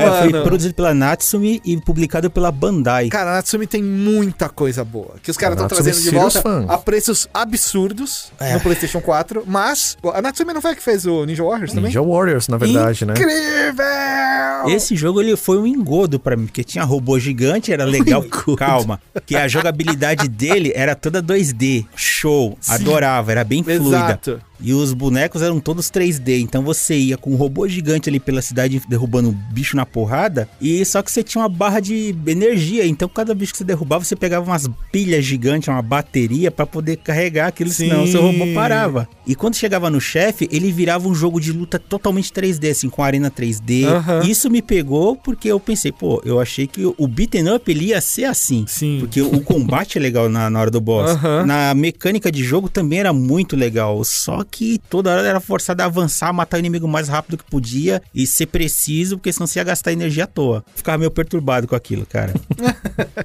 Então, é, foi mano. produzido pela Natsumi e publicado pela Bandai. Cara, a Natsumi tem muita coisa boa. Que os caras A estão Natsumi trazendo de serious volta fan. a preços absurdos no PlayStation 4. Mas a Natsumi não foi a que fez o Ninja Warriors também? Ninja Warriors, na verdade, né? Incrível! Esse jogo ele foi um engodo pra mim, porque tinha robô gigante, era um legal. Calma, que a jogabilidade dele era toda 2D, show, adorava, era bem é fluida. Exato. E os bonecos eram todos 3D, então você ia com um robô gigante ali pela cidade derrubando um bicho na porrada, e só que você tinha uma barra de energia, então cada bicho que você derrubava, você pegava umas pilhas gigantes, uma bateria pra poder carregar aquilo, Sim. senão o seu robô parava. E quando chegava no chefe, ele virava um jogo de luta totalmente 3D, assim, com arena 3D. Aham. Isso me pegou porque eu pensei, pô, eu achei que o beaten up ele ia ser assim. Sim. Porque o combate é legal na, na hora do boss. Aham. Na mecânica de jogo também era muito legal. Só que toda hora era forçado a avançar, matar o inimigo o mais rápido que podia e ser preciso, porque senão você ia gastar energia à toa. Ficava meio perturbado com aquilo, cara.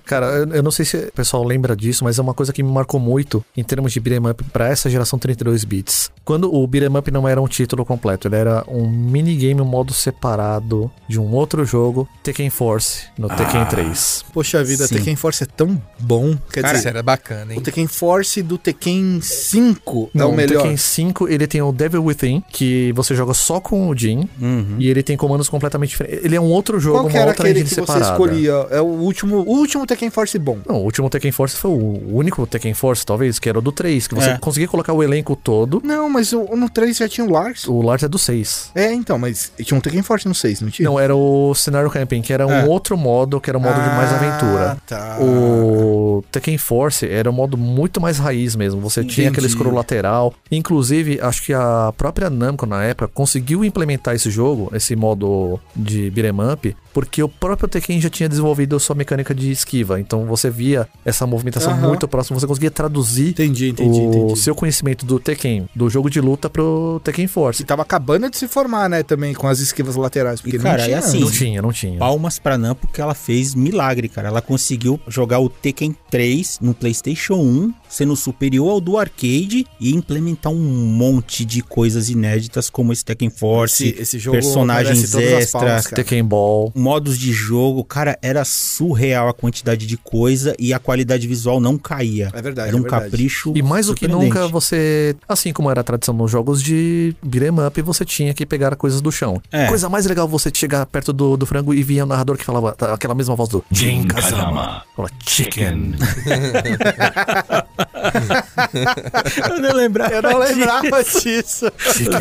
Cara, eu, eu não sei se o pessoal lembra disso, mas é uma coisa que me marcou muito em termos de beat'em up pra essa geração 32 bits. Quando o beat'em up não era um título completo, ele era um minigame, um modo separado de um outro jogo, Tekken Force, no Tekken 3. Poxa vida, Sim. Tekken Force é tão bom. Quer Cara, isso dizer, era bacana, o hein? Tekken Force do Tekken 5 é Não, o melhor. Tekken 5, ele tem o Devil Within, que você joga só com o Jin, Uhum. e ele tem comandos completamente diferentes. Ele é um outro jogo, Qual que uma era outra aquele engine que separada. você escolhia? É o último, o último Tekken Force bom. Não, o último Tekken Force foi o único Tekken Force, talvez, que era o do 3, que você É. conseguia colocar o elenco todo. Não, mas o, no 3 já tinha o Lars. O Lars é do 6. É, então, mas tinha um Tekken Force no 6, não tinha? Não, era o cenário camping, que era um É. outro modo, que era um modo de mais aventura. Ah, Tá. O Tekken Force era um modo muito mais raiz mesmo. Você tinha aquele Entendi. scroll lateral. Inclusive, acho que a própria Namco na época conseguiu implementar esse jogo, esse modo de beat'em up, porque o próprio Tekken já tinha desenvolvido a sua mecânica de esquiva. Então você via essa movimentação Aham. muito próxima, você conseguia traduzir Entendi, entendi, o entendi. seu conhecimento do Tekken, do jogo de luta pro Tekken Force. Que tava acabando de se formar, né, também, com as esquivas laterais. Porque E, cara, não tinha é assim, Não antes. tinha, não tinha. Palmas pra Namco que ela fez milagre, cara. Ela conseguiu jogar o Tekken 3 no PlayStation 1, sendo superior ao do arcade e implementar um monte de coisas inéditas como esse Tekken Force, esse personagens merece todas as extras, palmas, cara. Tekken Ball. modos de jogo, cara, era surreal a quantidade de coisa e a qualidade visual não caía. É verdade, Era um é verdade. capricho. E mais do que surpreendente. nunca, você. Assim como era a tradição nos jogos de beat'em up, você tinha que pegar coisas do chão. É. Coisa mais legal você chegar perto do, do frango e via um narrador que falava tá, aquela mesma voz do Jin Kazama. Fala, chicken. Eu não lembrava. Eu não lembrava disso.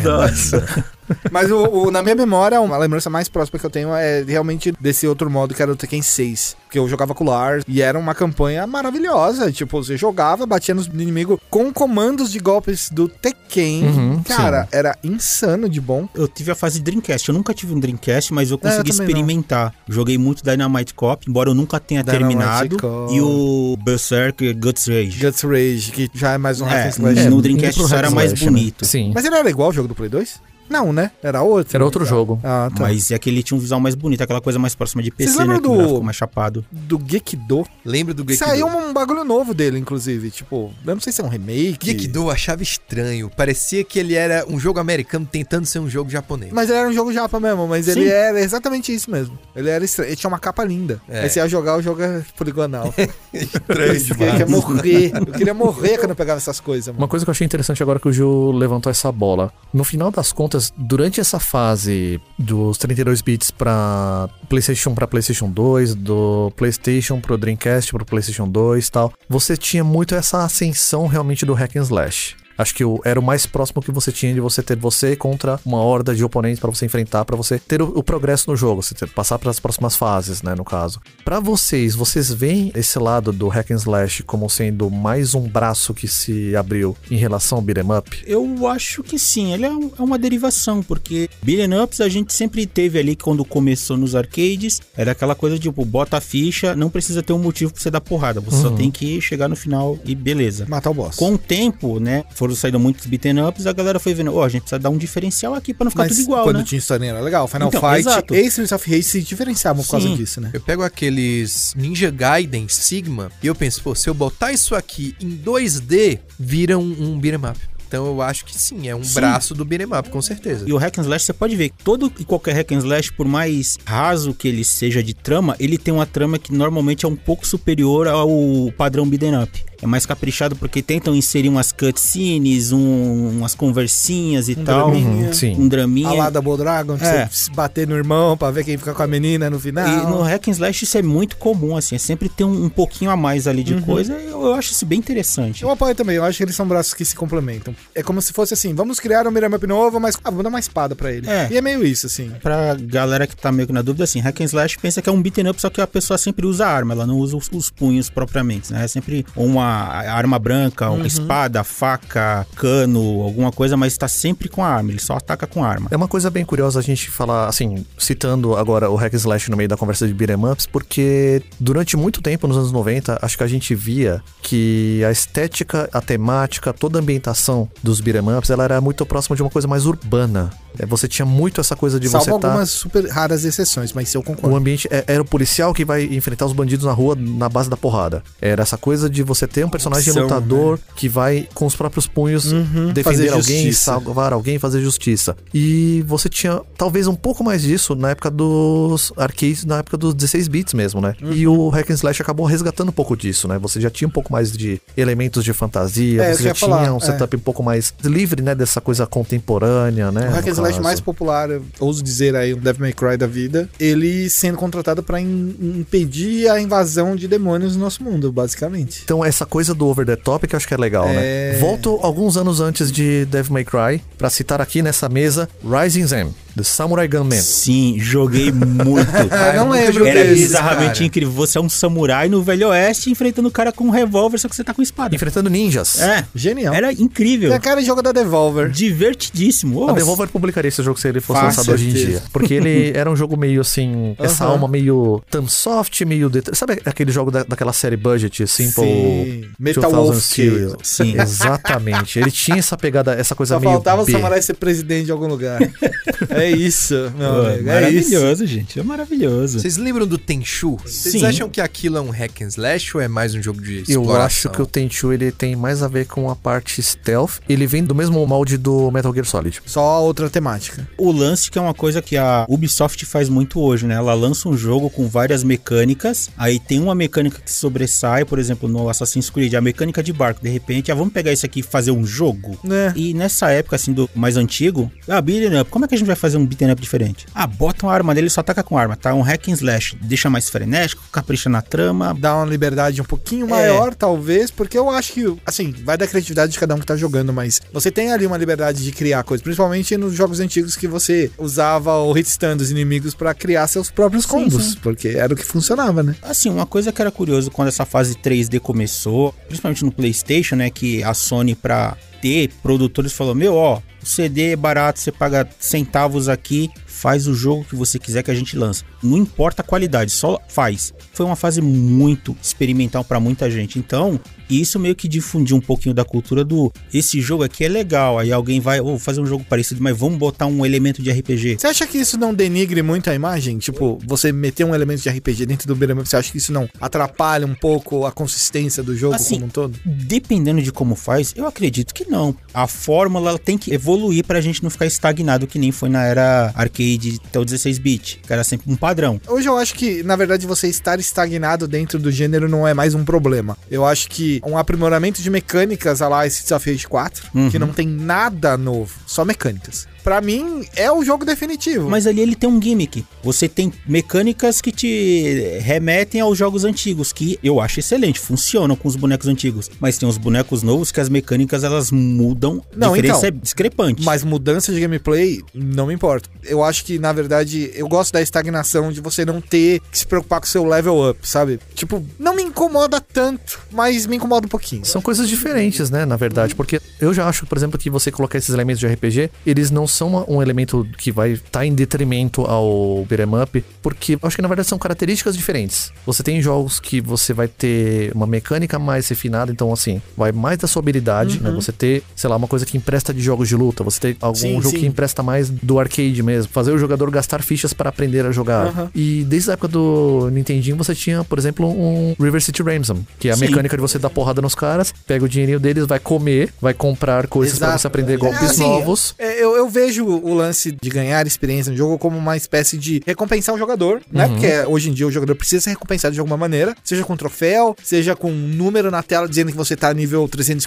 Nossa. Mas o, o- na minha memória, uma lembrança mais próxima que eu tenho é realmente desse outro modo que era o Tekken 6. Que eu jogava com o Lars e era uma campanha maravilhosa. Tipo, você jogava, batia nos inimigos com comandos de golpes do Tekken. Uhum, Cara, era insano de bom. Eu tive a fase Dreamcast. Eu nunca tive um Dreamcast, mas eu É, eu consegui também experimentar. Joguei muito Dynamite Cop, embora eu nunca tenha Dynamite terminado. Cop. E o Berserk Guts Rage. Guts Rage, que já é mais um hack and É, slash. no É, Dreamcast indo pro isso era hack and mais slash, né? bonito. Sim. Mas ele era igual ao jogo do Play 2? Não, né? Era outro. Era outro jogo. Ah, tá. Mas é que ele tinha um visual mais bonito, aquela coisa mais próxima de PC, né? lembram Com o do- gráfico mais chapado. Do Gekido. Lembra do Gekido? Saiu um bagulho novo dele, inclusive. Tipo, eu não sei se é um remake. Gekido eu achava estranho. Parecia que ele era um jogo americano tentando ser um jogo japonês. Mas ele era um jogo japa mesmo, mas ele Sim. era exatamente isso mesmo. Ele era estranho. Ele tinha uma capa linda. É. Aí você ia jogar, o jogo era poligonal. Estranho eu queria morrer. Eu queria morrer quando eu pegava essas coisas, mano. Uma coisa que eu achei interessante agora que o Gil levantou essa bola. No final das contas, durante essa fase dos 32 bits pra PlayStation pra PlayStation 2, do PlayStation pro Dreamcast pro PlayStation 2 e tal, você tinha muito essa ascensão realmente do hack and slash. Acho que o- era o mais próximo que você tinha de você ter você contra uma horda de oponentes pra você enfrentar, pra você ter o, o progresso no jogo, você ter, passar para as próximas fases, né, no caso. Pra vocês, vocês veem esse lado do hack and slash como sendo mais um braço que se abriu em relação ao beat'em up? Eu acho que sim, ele é, um- é uma derivação, porque Billion Ups a gente sempre teve ali quando começou nos arcades, era aquela coisa tipo, bota a ficha, não precisa ter um motivo pra você dar porrada, você Uhum. só tem que chegar no final e beleza. Matar o boss. Com o tempo, né, foram saindo muitos beaten ups, a galera foi vendo, ó, a gente precisa dar um diferencial aqui pra não ficar Mas tudo igual, quando né? tinha historinha era legal. Final Então, Fight exato. e Streets of Rage se diferenciavam por causa Sim. disso, né? Eu pego aqueles Ninja Gaiden Sigma e eu penso, pô, se eu botar isso aqui em 2D, vira um, um beat'em up. Então eu acho que sim, é um Sim. braço do beat'em up, com certeza. E o hack and slash, você pode ver, que todo e qualquer hack and slash, por mais raso que ele seja de trama, ele tem uma trama que normalmente é um pouco superior ao padrão beaten up. é mais caprichado porque tentam inserir umas cutscenes, um, umas conversinhas e Um tal. draminha. Uhum, Sim. Um draminha. A lá da Dragon, que É. você se bater no irmão pra ver quem fica com a menina no final. E no hack and slash isso é muito comum, assim, é sempre ter um, um pouquinho a mais ali de coisa, eu, eu acho isso bem interessante. Eu apoio também, eu acho que eles são braços que se complementam. É como se fosse assim, vamos criar um Miramap novo, mas ah, vamos dar uma espada pra ele. É. E é meio isso, assim. Pra galera que tá meio que na dúvida, assim, hack and slash pensa que é um beaten up, só que a pessoa sempre usa a arma, ela não usa os, os punhos propriamente, né? É sempre uma arma branca, uma espada, faca, cano, alguma coisa, mas tá sempre com a arma, ele só ataca com a arma. É uma coisa bem curiosa a gente falar, assim, citando agora o hack and slash no meio da conversa de beat'em ups, porque durante muito tempo, nos anos 90, acho que a gente via que a estética, a temática, toda a ambientação dos beat'em ups, ela era muito próxima de uma coisa mais urbana. É, Você tinha muito essa coisa de Salvo você tá estar... algumas super raras exceções, mas eu concordo. O ambiente é- era o policial que vai enfrentar os bandidos na rua na base da porrada. Era essa coisa de você ter um personagem Opção, lutador que vai com os próprios punhos defender Uhum. fazer alguém, justiça. salvar alguém, fazer justiça. E você tinha talvez um pouco mais disso na época dos arcades, na época dos 16 bits mesmo, né? Uhum. E o hack and slash acabou resgatando um pouco disso, né? Você já tinha um pouco mais de elementos de fantasia, É, isso você que já eu ia tinha falar, um é. setup um pouco mais livre, né, dessa coisa contemporânea, né? o hack and no slash caso. mais popular, eu ouso dizer aí, o Devil May Cry da vida, ele sendo contratado pra im- impedir a invasão de demônios no nosso mundo, basicamente. Então, essa coisa do over the top que eu acho que é legal, É. né? Volto alguns anos antes de Devil May Cry pra citar aqui nessa mesa Rising Zen, The Samurai Gunman. Sim, joguei muito. Ah, eu não nunca lembro joguei Era desses, bizarramente cara. incrível. Você é um samurai no Velho Oeste enfrentando o cara com um revólver, só que você tá com espada. Enfrentando ninjas. É, Genial. era incrível. Tem a É, cara de jogo da Devolver. Divertidíssimo. A Nossa. Devolver publicaria esse jogo se ele fosse Fácil, lançado hoje em certeza. dia. Porque ele era um jogo meio assim, essa Aham. alma meio thumbsoft, meio. det- Sabe aquele jogo da- daquela série Budget, Simple Sim. Metal 2000 Wolf Series? Tale. Sim. Exatamente. Ele tinha essa pegada, essa coisa Só meio. faltava o B. samurai ser presidente de algum lugar. é isso, meu Pô, amigo. É isso. maravilhoso, gente. É maravilhoso. Vocês lembram do Tenchu? Vocês Sim. acham que aquilo é um hack and slash ou é mais um jogo de Eu exploração? acho que o Tenchu ele tem mais a ver com a parte stealth. Ele vem do mesmo molde do Metal Gear Solid. Só outra temática. O lance que é uma coisa que a Ubisoft faz muito hoje, né? Ela lança um jogo com várias mecânicas, aí tem uma mecânica que sobressai, por exemplo, no Assassin's Creed, a mecânica de barco. De repente, ah, vamos pegar isso aqui e fazer um jogo? Né? E nessa época, assim, do mais antigo, ah, beat'em up, como é que a gente vai fazer um beat'em up diferente? Ah, bota uma arma nele, só ataca com arma, tá? Um hack and slash, deixa mais frenético, capricha na trama. Dá uma liberdade um É. pouquinho maior, talvez, porque eu acho que, assim, vai da criatividade de cada um que tá jogando, mas você tem ali uma liberdade de criar coisas, principalmente nos jogos antigos que você usava o hitstun dos inimigos pra criar seus próprios combos, sim. porque era o que funcionava, né? Assim, uma coisa que era curioso quando essa fase 3D começou, principalmente no PlayStation, né, que a Sony pra ter produtores falou: "Meu, ó, o CD é barato, você paga centavos aqui, faz o jogo que você quiser que a gente lança. Não importa a qualidade, só faz". Foi uma fase muito experimental pra muita gente. Então, isso meio que difundiu um pouquinho da cultura do esse jogo aqui é legal, aí alguém vai, "Ô, vou fazer um jogo parecido, mas vamos botar um elemento de RPG. Você acha que isso não denigre muito a imagem? Tipo, você meter um elemento de RPG dentro do beat'em up, você acha que isso não atrapalha um pouco a consistência do jogo Assim, como um todo? Dependendo de como faz, eu acredito que não. A fórmula ela tem que evoluir pra gente não ficar estagnado que nem foi na era arcade até o 16-bit, que era sempre um padrão. Hoje eu acho que, na verdade, você estar estagnado dentro do gênero não é mais um problema. Eu acho que um aprimoramento de mecânicas, a lá esse desafio de 4, Uhum. que não tem nada novo, só mecânicas. Pra mim, é o jogo definitivo. Mas ali ele tem um gimmick. Você tem mecânicas que te remetem aos jogos antigos, que eu acho excelente, funcionam com os bonecos antigos. Mas tem os bonecos novos que as mecânicas elas mudam, a Não, diferença então, é discrepante. Mas mudança de gameplay, não me importa. Eu acho que, na verdade, eu gosto da estagnação de você não ter que se preocupar com o seu level up, sabe? Tipo, não me incomoda tanto, mas me incomoda um pouquinho. São coisas diferentes, né, na verdade. Porque eu já acho, por exemplo, que você colocar esses elementos de RPG, eles não são uma- um elemento que vai estar em detrimento ao beat'em up, porque eu acho que, na verdade, são características diferentes. Você tem jogos que você vai ter uma mecânica mais refinada, então, assim, vai mais da sua habilidade, Uhum. né? Você ter, sei lá, uma coisa que empresta de jogos de luta, você ter algum Sim, jogo sim. que empresta mais do arcade mesmo, fazer o jogador gastar fichas para aprender a jogar. Aham. E desde a época do Nintendinho, você tinha, por exemplo, um River City Ransom, que é a Sim. mecânica de você dar porrada nos caras, pega o dinheirinho deles, vai comer, vai comprar coisas pra Exato. você aprender golpes assim, novos. É, eu, eu vejo o lance de ganhar experiência no jogo como uma espécie de recompensar o jogador, Uhum. né? Porque hoje em dia o jogador precisa ser recompensado de alguma maneira, seja com um troféu, seja com um número na tela dizendo que você tá nível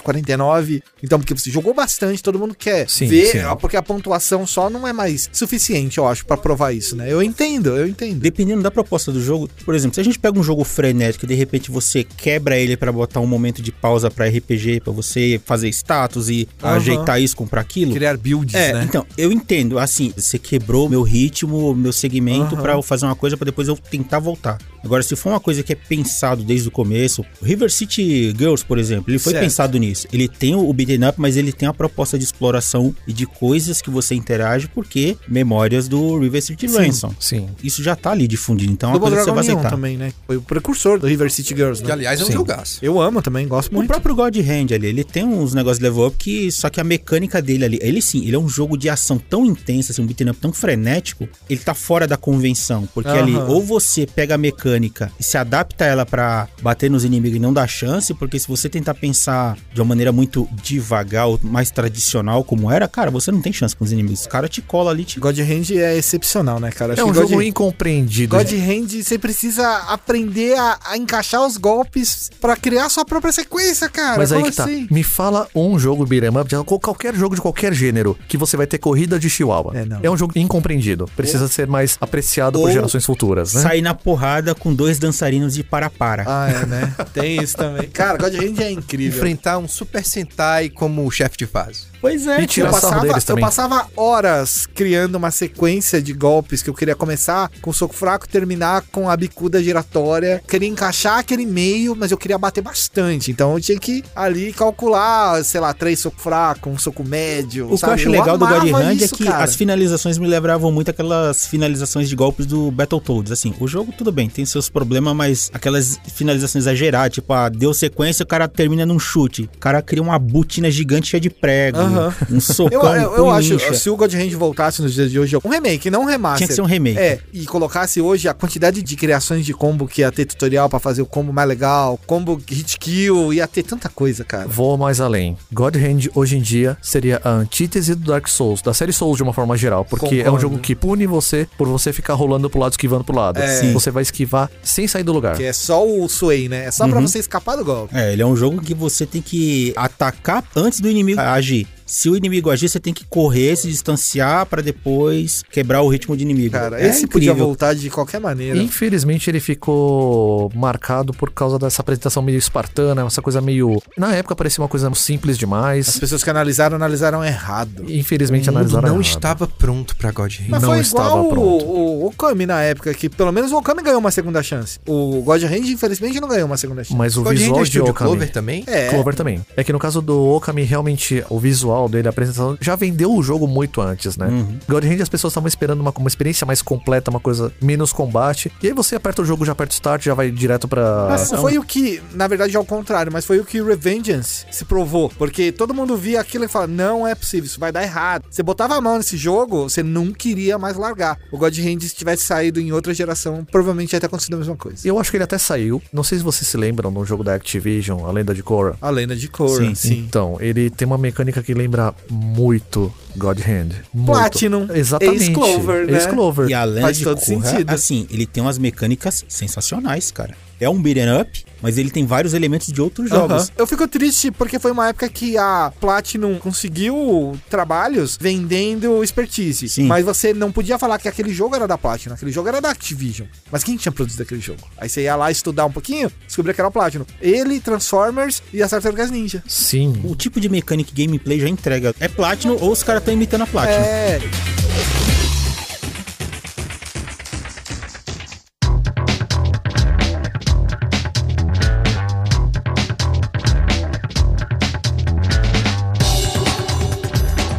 349. Então, porque você jogou bastante, todo mundo quer Sim, ver, sim. ó, porque a pontuação só não é mais suficiente, eu acho, pra provar isso, né? Eu entendo, eu entendo. Dependendo da proposta do jogo, por exemplo, se a gente pega um jogo frenético e de repente você quebra ele pra botar um momento de pausa pra RPG, pra você fazer status e Aham. ajeitar isso, comprar aquilo. Criar builds, É, né? então, eu entendo, assim, você quebrou meu ritmo, meu segmento Aham. pra eu fazer uma coisa pra depois eu tentar voltar. Agora, se for uma coisa que é pensado desde o começo, River City Girls, por exemplo, ele foi Certo. pensado nisso. Ele tem o beat'em up, mas ele tem a proposta de exploração e de coisas que você interage, porque memórias do River City Ransom. Sim. Isso já tá ali difundido, então é Do uma coisa que você Dragon vai Neon aceitar. também, né? Foi o precursor do River City Girls, Que, né? aliás, é um Sim. jogaço. Eu amo também, gosto O muito. próprio God Hand ali, ele tem uns negócios de level up que. Só que a mecânica dele ali, ele sim, ele é um jogo de ação tão intensa, assim, um beat'em up tão frenético, ele tá fora da convenção. Porque ali, Aham. ou você pega a mecânica e se adapta ela pra bater nos inimigos e não dá chance, porque se você tentar pensar de uma maneira muito devagar, ou mais tradicional como era, cara, você não tem chance com os inimigos. Os caras te colam ali, te. God Hand é excepcional, né, cara? Acho É um que God- jogo incompreendido. God Hand, você precisa aprender a, a encaixar os golpes pra criar sua própria sequência, cara. Mas aí Como que tá. assim? Me fala um jogo beat'em up, de qual- qualquer jogo de qualquer gênero, que você vai ter corrida de chihuahua. É, não. um jogo incompreendido. Precisa ser mais apreciado por Ou gerações futuras, né? Sair na porrada com dois dançarinos de para-para. Ah, é, né? Tem isso também. Cara, God Hand é incrível. Enfrentar um Super Sentai como chefe de fase. Pois é, E tirar eu sarro passava, deles eu também. passava horas criando uma sequência de golpes que eu queria começar com soco fraco, terminar com a bicuda giratória. Queria encaixar aquele meio, mas eu queria bater bastante. Então eu tinha que ali calcular, sei lá, três soco fraco, um soco médio. O que eu sabe? acho legal do God amava Hand é isso, que cara. as finalizações me lembravam muito aquelas finalizações de golpes do Battletoads. Assim, o jogo, tudo bem, tem seus problemas, mas aquelas finalizações exageradas, tipo, ah, deu sequência, o cara termina num chute. O cara cria uma botina gigante cheia de prego, Aham. um socão, Eu, eu, eu um acho, incha. se o God Hand voltasse nos dias de hoje, um remake, não um remaster. Tinha que ser um remake. É, e colocasse hoje a quantidade de criações de combo que ia ter tutorial pra fazer o combo mais legal, combo hit kill, ia ter tanta coisa, cara. Vou mais além. God Hand hoje em dia seria a antítese do Dark Souls, da série Souls de uma forma geral, porque é um Concordo. jogo que pune você por você ficar rolando pro lado, esquivando pro lado. É. Sim. Você vai esquivar sem sair do lugar. Que é só o Sway, né? É só Uhum. pra você escapar do golpe. É, ele é um jogo que você tem que atacar antes do inimigo agir. Se o inimigo agir, você tem que correr, se distanciar pra depois quebrar o ritmo do inimigo. Cara, É esse podia voltar de qualquer maneira. Infelizmente ele ficou marcado por causa dessa apresentação meio espartana, essa coisa meio. Na época parecia uma coisa simples As demais. pessoas que analisaram, analisaram errado. Infelizmente O mundo analisaram. não errado. estava pronto pra God Hand. Mas- Mas não foi estava igual pronto. o, o Okami na época, que pelo menos o Okami ganhou uma segunda chance. O God Hand, infelizmente, não ganhou uma segunda chance. Mas o God Hand visual é de Studio Okami. Clover também? É, Clover também. É que no caso do Okami, realmente o visual dele, a apresentação, já vendeu o jogo muito antes, né? Uhum. God Hand as pessoas estavam esperando uma, uma experiência mais completa, uma coisa menos combate. E aí você aperta o jogo, já aperta o start, já vai direto pra. Mas foi o que, na verdade, é o contrário, mas foi o que Revengeance se provou. Porque todo mundo via aquilo e falava: não é possível, isso vai dar errado. Você botava a mão nesse jogo, você não queria mais largar. O God Hand, se tivesse saído em outra geração, provavelmente ia ter acontecido a mesma coisa. Eu acho que ele até saiu. Não sei se vocês se lembram no jogo da Activision, a lenda de Korra. A lenda de Korra, Sim, sim. Então, ele tem uma mecânica que lembra muito God Hand. Muito. Platinum. Exatamente. Ex-Clover, né? Ex-Clover. E a lenda Faz de todo Korra, sentido. assim, ele tem umas mecânicas sensacionais, cara. É um beat'em up, mas ele tem vários elementos de outros jogos. Aham. Eu fico triste porque foi uma época que a Platinum conseguiu trabalhos vendendo expertise. Sim. Mas você não podia falar que aquele jogo era da Platinum, aquele jogo era da Activision. Mas quem tinha produzido aquele jogo? Aí você ia lá estudar um pouquinho, descobria que era a Platinum. Ele, Transformers e as Tartarugas Ninja. Sim. O tipo de mecânica e gameplay já entrega. É Platinum ou os caras estão imitando a Platinum. É,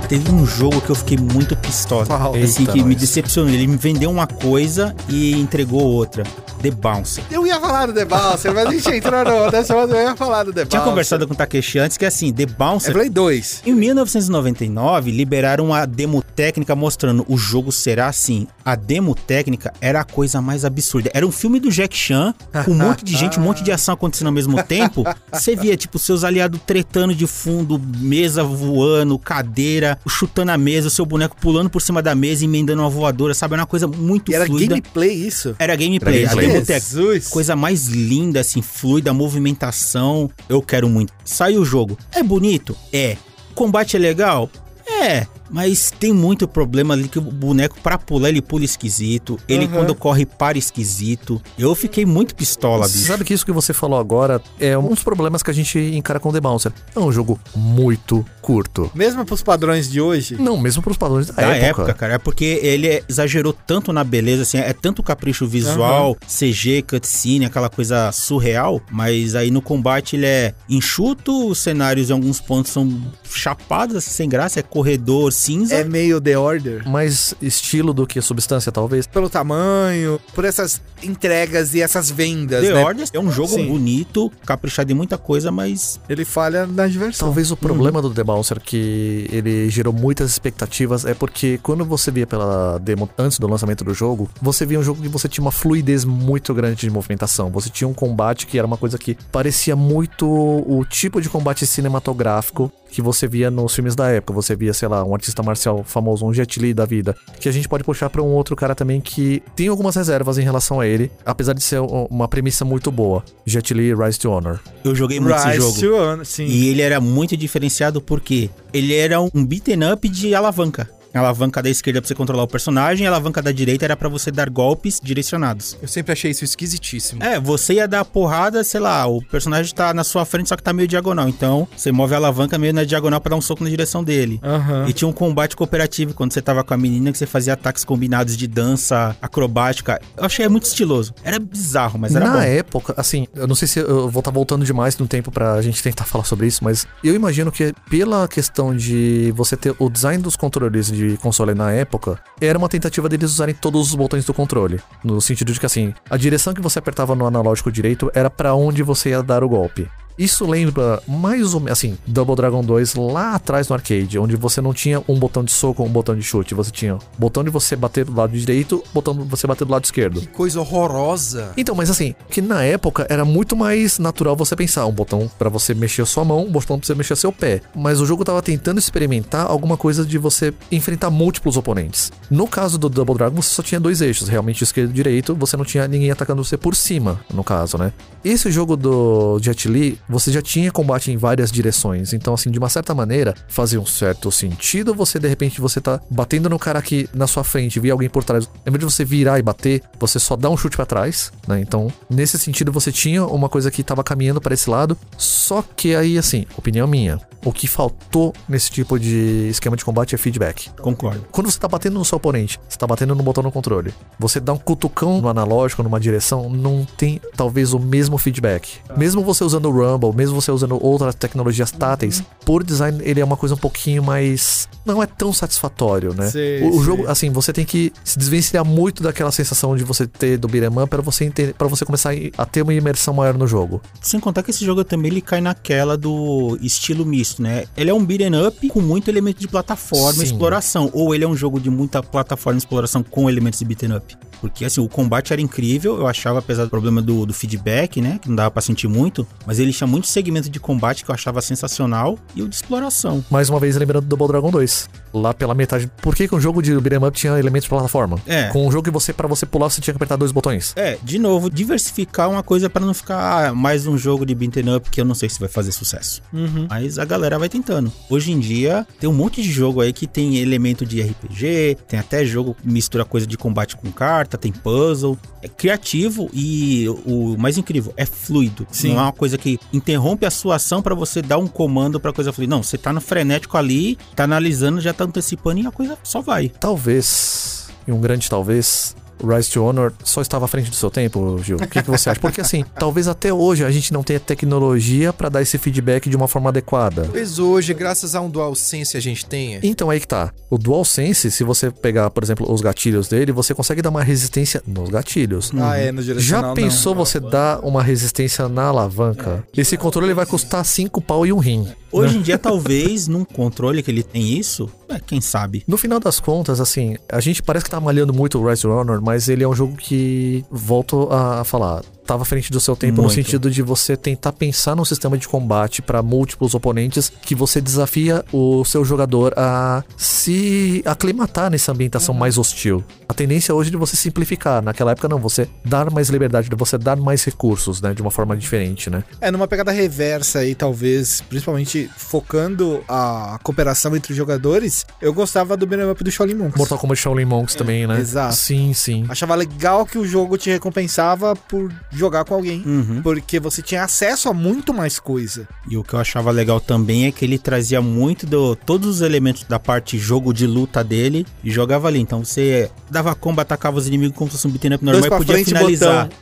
Teve um jogo que eu fiquei muito pistola. Qual? Assim, Eita, que me nós. decepcionou. Ele me vendeu uma coisa e entregou outra. The Bounce. Eu ia falar do The Bouncer, mas a gente entrou no, dessa vez eu ia falar do The Tinha Bouncer. conversado com o Takeshi antes que assim, The É Bouncer. Play 2. Em 1999, liberaram a demo técnica mostrando o jogo será assim. A demo técnica era a coisa mais absurda. Era um filme do Jack Chan, com um monte de gente, um monte de ação acontecendo ao mesmo tempo. Você via, tipo, seus aliados tretando de fundo, mesa voando, cadeira, chutando a mesa, seu boneco pulando por cima da mesa, emendando uma voadora, sabe? Era uma coisa muito E era fluida. gameplay isso? Era gameplay. Era A gameplay. demo técnica Jesus. coisa mais linda, assim, fluida, movimentação. Eu quero muito. Saiu o jogo. É bonito? É. O combate é legal? É. Mas tem muito problema ali que o boneco, pra pular, ele pula esquisito. Ele, Aham. quando corre, para esquisito. Eu fiquei muito pistola, bicho. Sabe que isso que você falou agora é um dos problemas que a gente encara com The Bouncer. É um jogo muito curto. Mesmo pros padrões de hoje, Não, mesmo pros padrões da, Da época. época. cara, é porque ele exagerou tanto na beleza, assim, é tanto capricho visual, CG, cutscene, aquela coisa surreal, mas aí no combate ele é enxuto, os cenários em alguns pontos são chapados, assim, sem graça, é corredor cinza. é meio The Order. Mais estilo do que substância, talvez. Pelo tamanho, por essas entregas e essas vendas, The né? Order é um jogo Sim. bonito, caprichado em muita coisa, mas Ele falha na diversão. Talvez o problema do The Bouncer, que ele gerou muitas expectativas, é porque quando você via pela demo antes do lançamento do jogo, você via um jogo que você tinha uma fluidez muito grande de movimentação. Você tinha um combate que era uma coisa que parecia muito o tipo de combate cinematográfico que você via nos filmes da época. Você via, sei lá, um artista marcial famoso, um Jet Li da vida, que a gente pode puxar pra um outro cara também que tem algumas reservas em relação a ele, apesar de ser um- uma premissa muito boa. Jet Li Rise to Honor. eu joguei muito esse jogo. to Honor, sim. E ele era muito diferenciado porque ele era um beaten up de alavanca. A alavanca da esquerda pra você controlar o personagem, a alavanca da direita era pra você dar golpes direcionados. Eu sempre achei isso esquisitíssimo. É, você ia dar a porrada, sei lá, o personagem tá na sua frente, só que tá meio diagonal. Então, você move a alavanca meio na diagonal pra dar um soco na direção dele. Aham. E tinha um combate cooperativo quando você tava com a menina que você fazia ataques combinados de dança acrobática. Eu achei muito estiloso. Era bizarro, mas era Na bom. época, assim, eu não sei se eu vou estar voltando demais no tempo pra gente tentar falar sobre isso, mas eu imagino que pela questão de você ter o design dos controles de console na época, era uma tentativa deles usarem todos os botões do controle, no sentido de que assim, a direção que você apertava no analógico direito era pra onde você ia dar o golpe. Isso lembra mais ou menos assim, Double Dragon 2 lá atrás no arcade, onde você não tinha um botão de soco ou um botão de chute, você tinha o botão de você bater do lado direito, botão de você bater do lado esquerdo. Que coisa horrorosa. Então, mas assim, que na época era muito mais natural você pensar um botão pra você mexer a sua mão, um botão pra você mexer seu pé. Mas o jogo tava tentando experimentar alguma coisa de você enfrentar múltiplos oponentes. No caso do Double Dragon, você só tinha dois eixos, realmente esquerdo e direito, você não tinha ninguém atacando você por cima, no caso, né? Esse jogo do Jet Li, você já tinha combate em várias direções, então assim, de uma certa maneira, fazia um certo sentido você de repente você tá batendo no cara aqui na sua frente, via alguém por trás, em vez de você virar e bater, você só dá um chute pra trás, né? Então, nesse sentido você tinha uma coisa que tava caminhando pra esse lado, só que aí assim, opinião minha, o que faltou nesse tipo de esquema de combate é feedback. Concordo. Quando você tá batendo no seu oponente, você tá batendo no botão no controle. Você dá um cutucão no analógico, numa direção, não tem talvez o mesmo feedback. Mesmo você usando o Rumble, mesmo você usando outras tecnologias táteis, por design ele é uma coisa um pouquinho mais. Não é tão satisfatório, né? Sei, o, o sei. jogo, assim, você tem que se desvencilhar muito daquela sensação de você ter do beat'em up pra você entender, para você começar a ter uma imersão maior no jogo. Sem contar que esse jogo também ele cai naquela do estilo misto, né? Ele é um beat'em up com muito elemento de plataforma Sim. e exploração. Ou ele é um jogo de muita plataforma e exploração com elementos de beat'em up. Porque assim, o combate era incrível, eu achava, apesar do problema do, do feedback, né? Que não dava pra sentir muito. Mas ele tinha muito segmento de combate que eu achava sensacional e o de exploração. Mais uma vez lembrando do Double Dragon 2, lá pela metade. Por que, que um jogo de beat'em up tinha elementos de plataforma? É. Com um jogo que você, para você pular, você tinha que apertar dois botões. É, de novo, diversificar é uma coisa pra não ficar ah, mais um jogo de beat'em up que eu não sei se vai fazer sucesso. Uhum. Mas a galera vai tentando. Hoje em dia, tem um monte de jogo aí que tem elemento de RPG, tem até jogo que mistura coisa de combate com carta, tem puzzle. É criativo e o mais incrível, é fluido. Sim. Não é uma coisa que interrompe a sua ação pra você dar um comando pra coisa fluir. Não, você tá no frenético ali, tá analisando, já tá antecipando e a coisa só vai. Talvez, e um grande talvez, Rise to Honor só estava à frente do seu tempo, Gil? O que, que você acha? Porque assim, talvez até hoje a gente não tenha tecnologia pra dar esse feedback de uma forma adequada. Pois hoje, graças a um DualSense a gente tenha. Então aí que tá. O DualSense, se você pegar, por exemplo, os gatilhos dele, você consegue dar uma resistência nos gatilhos. Ah, é, no direcional Já não. pensou você dar uma resistência na alavanca? É. Esse controle ele vai custar 5 pau e um rim. Hoje em dia, talvez, num controle que ele tem isso, é, quem sabe. No final das contas, assim, a gente parece que tá malhando muito o Rise of Honor, mas ele é um jogo que, volto a falar, tava à frente do seu tempo no Muito. sentido de você tentar pensar num sistema de combate pra múltiplos oponentes que você desafia o seu jogador a se aclimatar nessa ambientação mais hostil. A tendência hoje é de você simplificar, naquela época não, você dar mais liberdade, de você dar mais recursos, né, de uma forma diferente, né? É, numa pegada reversa aí, talvez, principalmente focando a cooperação entre os jogadores, eu gostava do beat'em up do Shaolin Monks. Mortal Kombat Shaolin Monks também, né? exato. Sim, sim. Achava legal que o jogo te recompensava por jogar com alguém. Uhum. Porque você tinha acesso a muito mais coisa. E o que eu achava legal também é que ele trazia muito do todos os elementos da parte jogo de luta dele e jogava ali. Então você dava combo, atacava os inimigos como se fosse um beat'em up normal e podia finalizar. botão.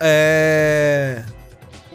É.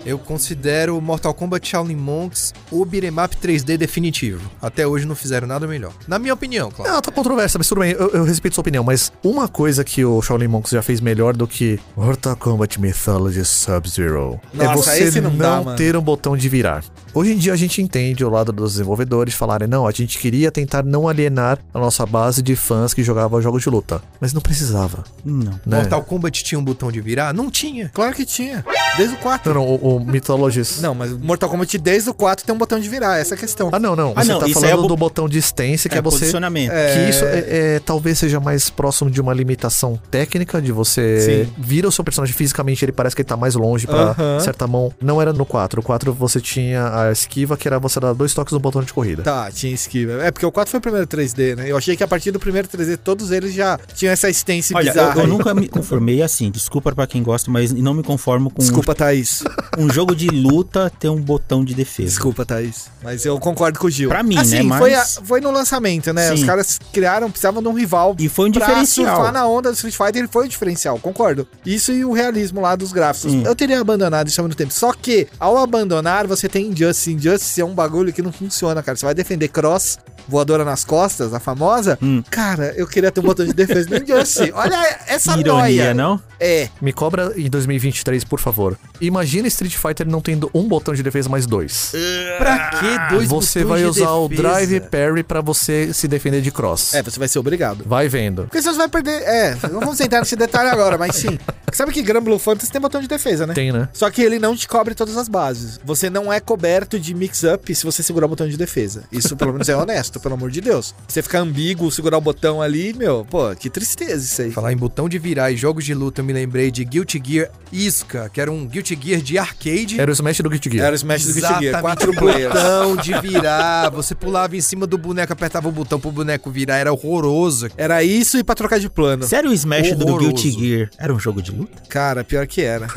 Eu considero o Mortal Kombat Shaolin Monks o beat'em up 3D definitivo. Até hoje não fizeram nada melhor. Na minha opinião, claro. Ah, tá controversa, mas tudo bem, eu, eu respeito sua opinião, mas uma coisa que o Shaolin Monks já fez melhor do que Mortal Kombat Mythology Sub-Zero é Nossa, você esse não, não dá, mano. ter um botão de virar. Hoje em dia a gente entende o lado dos desenvolvedores falarem, não, a gente queria tentar não alienar a nossa base de fãs que jogava jogos de luta, mas não precisava, É, Não. né? Mortal Kombat tinha um botão de virar? Não tinha. Claro que tinha. Desde o 4. Não, não, o, o Mythologies... Não, mas Mortal Kombat desde o 4 tem um botão de virar, essa é a questão. Ah, não, não. Ah, Você não, tá isso aí é falando bo- do botão de stance, que é, É, você posicionamento. Que isso é, é, talvez seja mais próximo de uma limitação técnica, de você Sim. vira o seu personagem fisicamente, ele parece que ele tá mais longe pra Aham. certa mão. Não era no 4. O 4 você tinha a esquiva, que era você dar dois toques no botão de corrida. Tá, tinha esquiva. É, porque o 4 foi o primeiro 3D, né? Eu achei que a partir do primeiro 3D todos eles já tinham essa stance Olha, eu- bizarra. eu, aí. nunca me conformei assim. Desculpa pra quem gosta, mas não me conformo com um, Desculpa, Thaís. um jogo de luta ter um botão de defesa. Desculpa, Thaís. Mas eu concordo com o Gil. Pra mim, assim, né? Mas... foi, a- foi no lançamento, né? Sim. Os caras criaram, precisavam de um rival E foi um pra diferencial. surfar na onda do Street Fighter, ele foi o diferencial, concordo. Isso e o realismo lá dos gráficos. Sim. Eu teria abandonado isso há muito tempo. Só que, ao abandonar, você tem Injustice. Injustice é um bagulho que não funciona, cara. Você vai defender Cross, voadora nas costas, a famosa. Hum. Cara, eu queria ter um botão de defesa no Injustice. Olha essa Ironia, né? noia. não? É, Me cobra em 2023, por favor. Imagina Street Fighter não tendo um botão de defesa mais dois. Pra que dois Ah, você botões vai de usar o defesa? drive e parry pra você se defender de cross. é, você vai ser obrigado. Vai vendo. Porque senão você vai perder. É, não vamos entrar nesse detalhe agora, mas sim. Sabe que Gran Blue Fantasy tem botão de defesa, né? Tem, né? Só que ele não te cobre todas as bases. Você não é coberto de mix-up se você segurar o botão de defesa. Isso, pelo menos, é honesto, pelo amor de Deus. Você ficar ambíguo, segurar o botão ali, meu, pô, que tristeza isso aí. Falar em botão de virar e jogos de luta, eu me lembrei de Guilty Gear Isca, que era um Guilty Gear de arcade. Era o Smash do Guilty Gear. Era o Smash do Guilty Gear, Exatamente, quatro o players. botão de virar. Você pulava em cima do boneco, apertava o botão pro boneco virar. Era horroroso. Era isso e pra trocar de plano. Sério, o Smash do Horroroso. Guilty Gear era um jogo de luta? Cara, pior que era.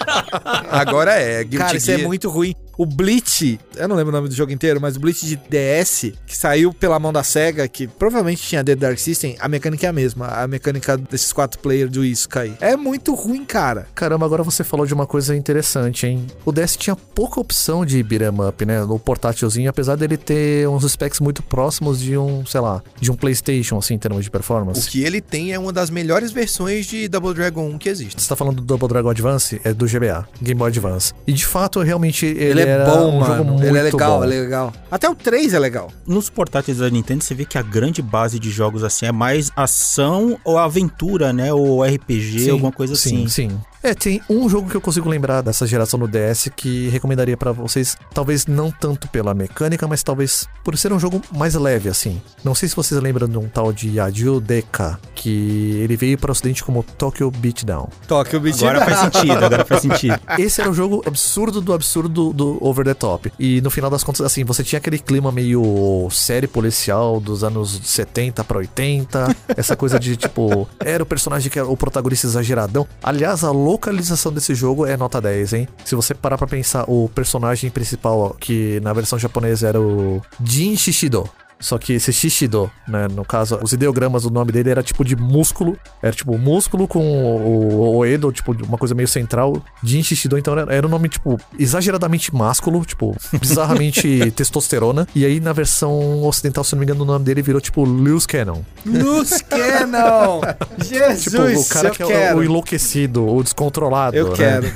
Agora é, Guilty Cara, isso é Gear. muito ruim. O Bleach, eu não lembro o nome do jogo inteiro, mas o Bleach de DS, que saiu pela mão da SEGA, que provavelmente tinha The Dark System, a mecânica é a mesma. A mecânica desses quatro players do Iska aí. É muito ruim, cara. Caramba, agora você falou de uma coisa interessante, hein? O DS tinha pouca opção de beat'em up, né? No portátilzinho, apesar dele ter uns specs muito próximos de um, sei lá, de um PlayStation, assim, em termos de O performance. que ele tem é uma das melhores versões de Double Dragon 1 que existe. Você tá falando do Double Dragon Advance? É do GBA, Game Boy Advance. E de fato, realmente, ele, Ele, é era bom, um jogo mano. muito Ele é legal, bom. ele é legal. Até o 3 é legal. Nos portáteis da Nintendo, você vê que a grande base de jogos assim é mais ação ou aventura, né? Ou RPG, Sim, alguma coisa sim, assim. Sim. É, tem um jogo que eu consigo lembrar dessa geração do DS que recomendaria pra vocês, talvez não tanto pela mecânica, mas talvez por ser um jogo mais leve, assim. Não sei se vocês lembram de um tal de Yajiro Deka, que ele veio para o ocidente como Tokyo Beatdown. Toque o beat. Agora faz sentido, agora faz sentido. Esse era o jogo absurdo do absurdo do over the top. E no final das contas, assim, você tinha aquele clima meio série policial dos anos 70 pra 80. Essa coisa de, tipo, era o personagem que era o protagonista exageradão. Aliás, a localização desse jogo é nota 10, hein? Se você parar pra pensar, o personagem principal, ó, que na versão japonesa era o Jin Shishido. Só que esse Shishido, né? No caso, os ideogramas do nome dele era tipo de músculo. Era tipo músculo com o, o Oedo, tipo, uma coisa meio central. Jin Shishido, então era, era um nome, tipo, exageradamente másculo, tipo, bizarramente testosterona. E aí, na versão ocidental, se não me engano, o nome dele virou tipo Lewis Cannon. Luz Cannon! Jesus, Tipo, o cara eu que é o- quero. o, enlouquecido, o descontrolado. eu né? quero.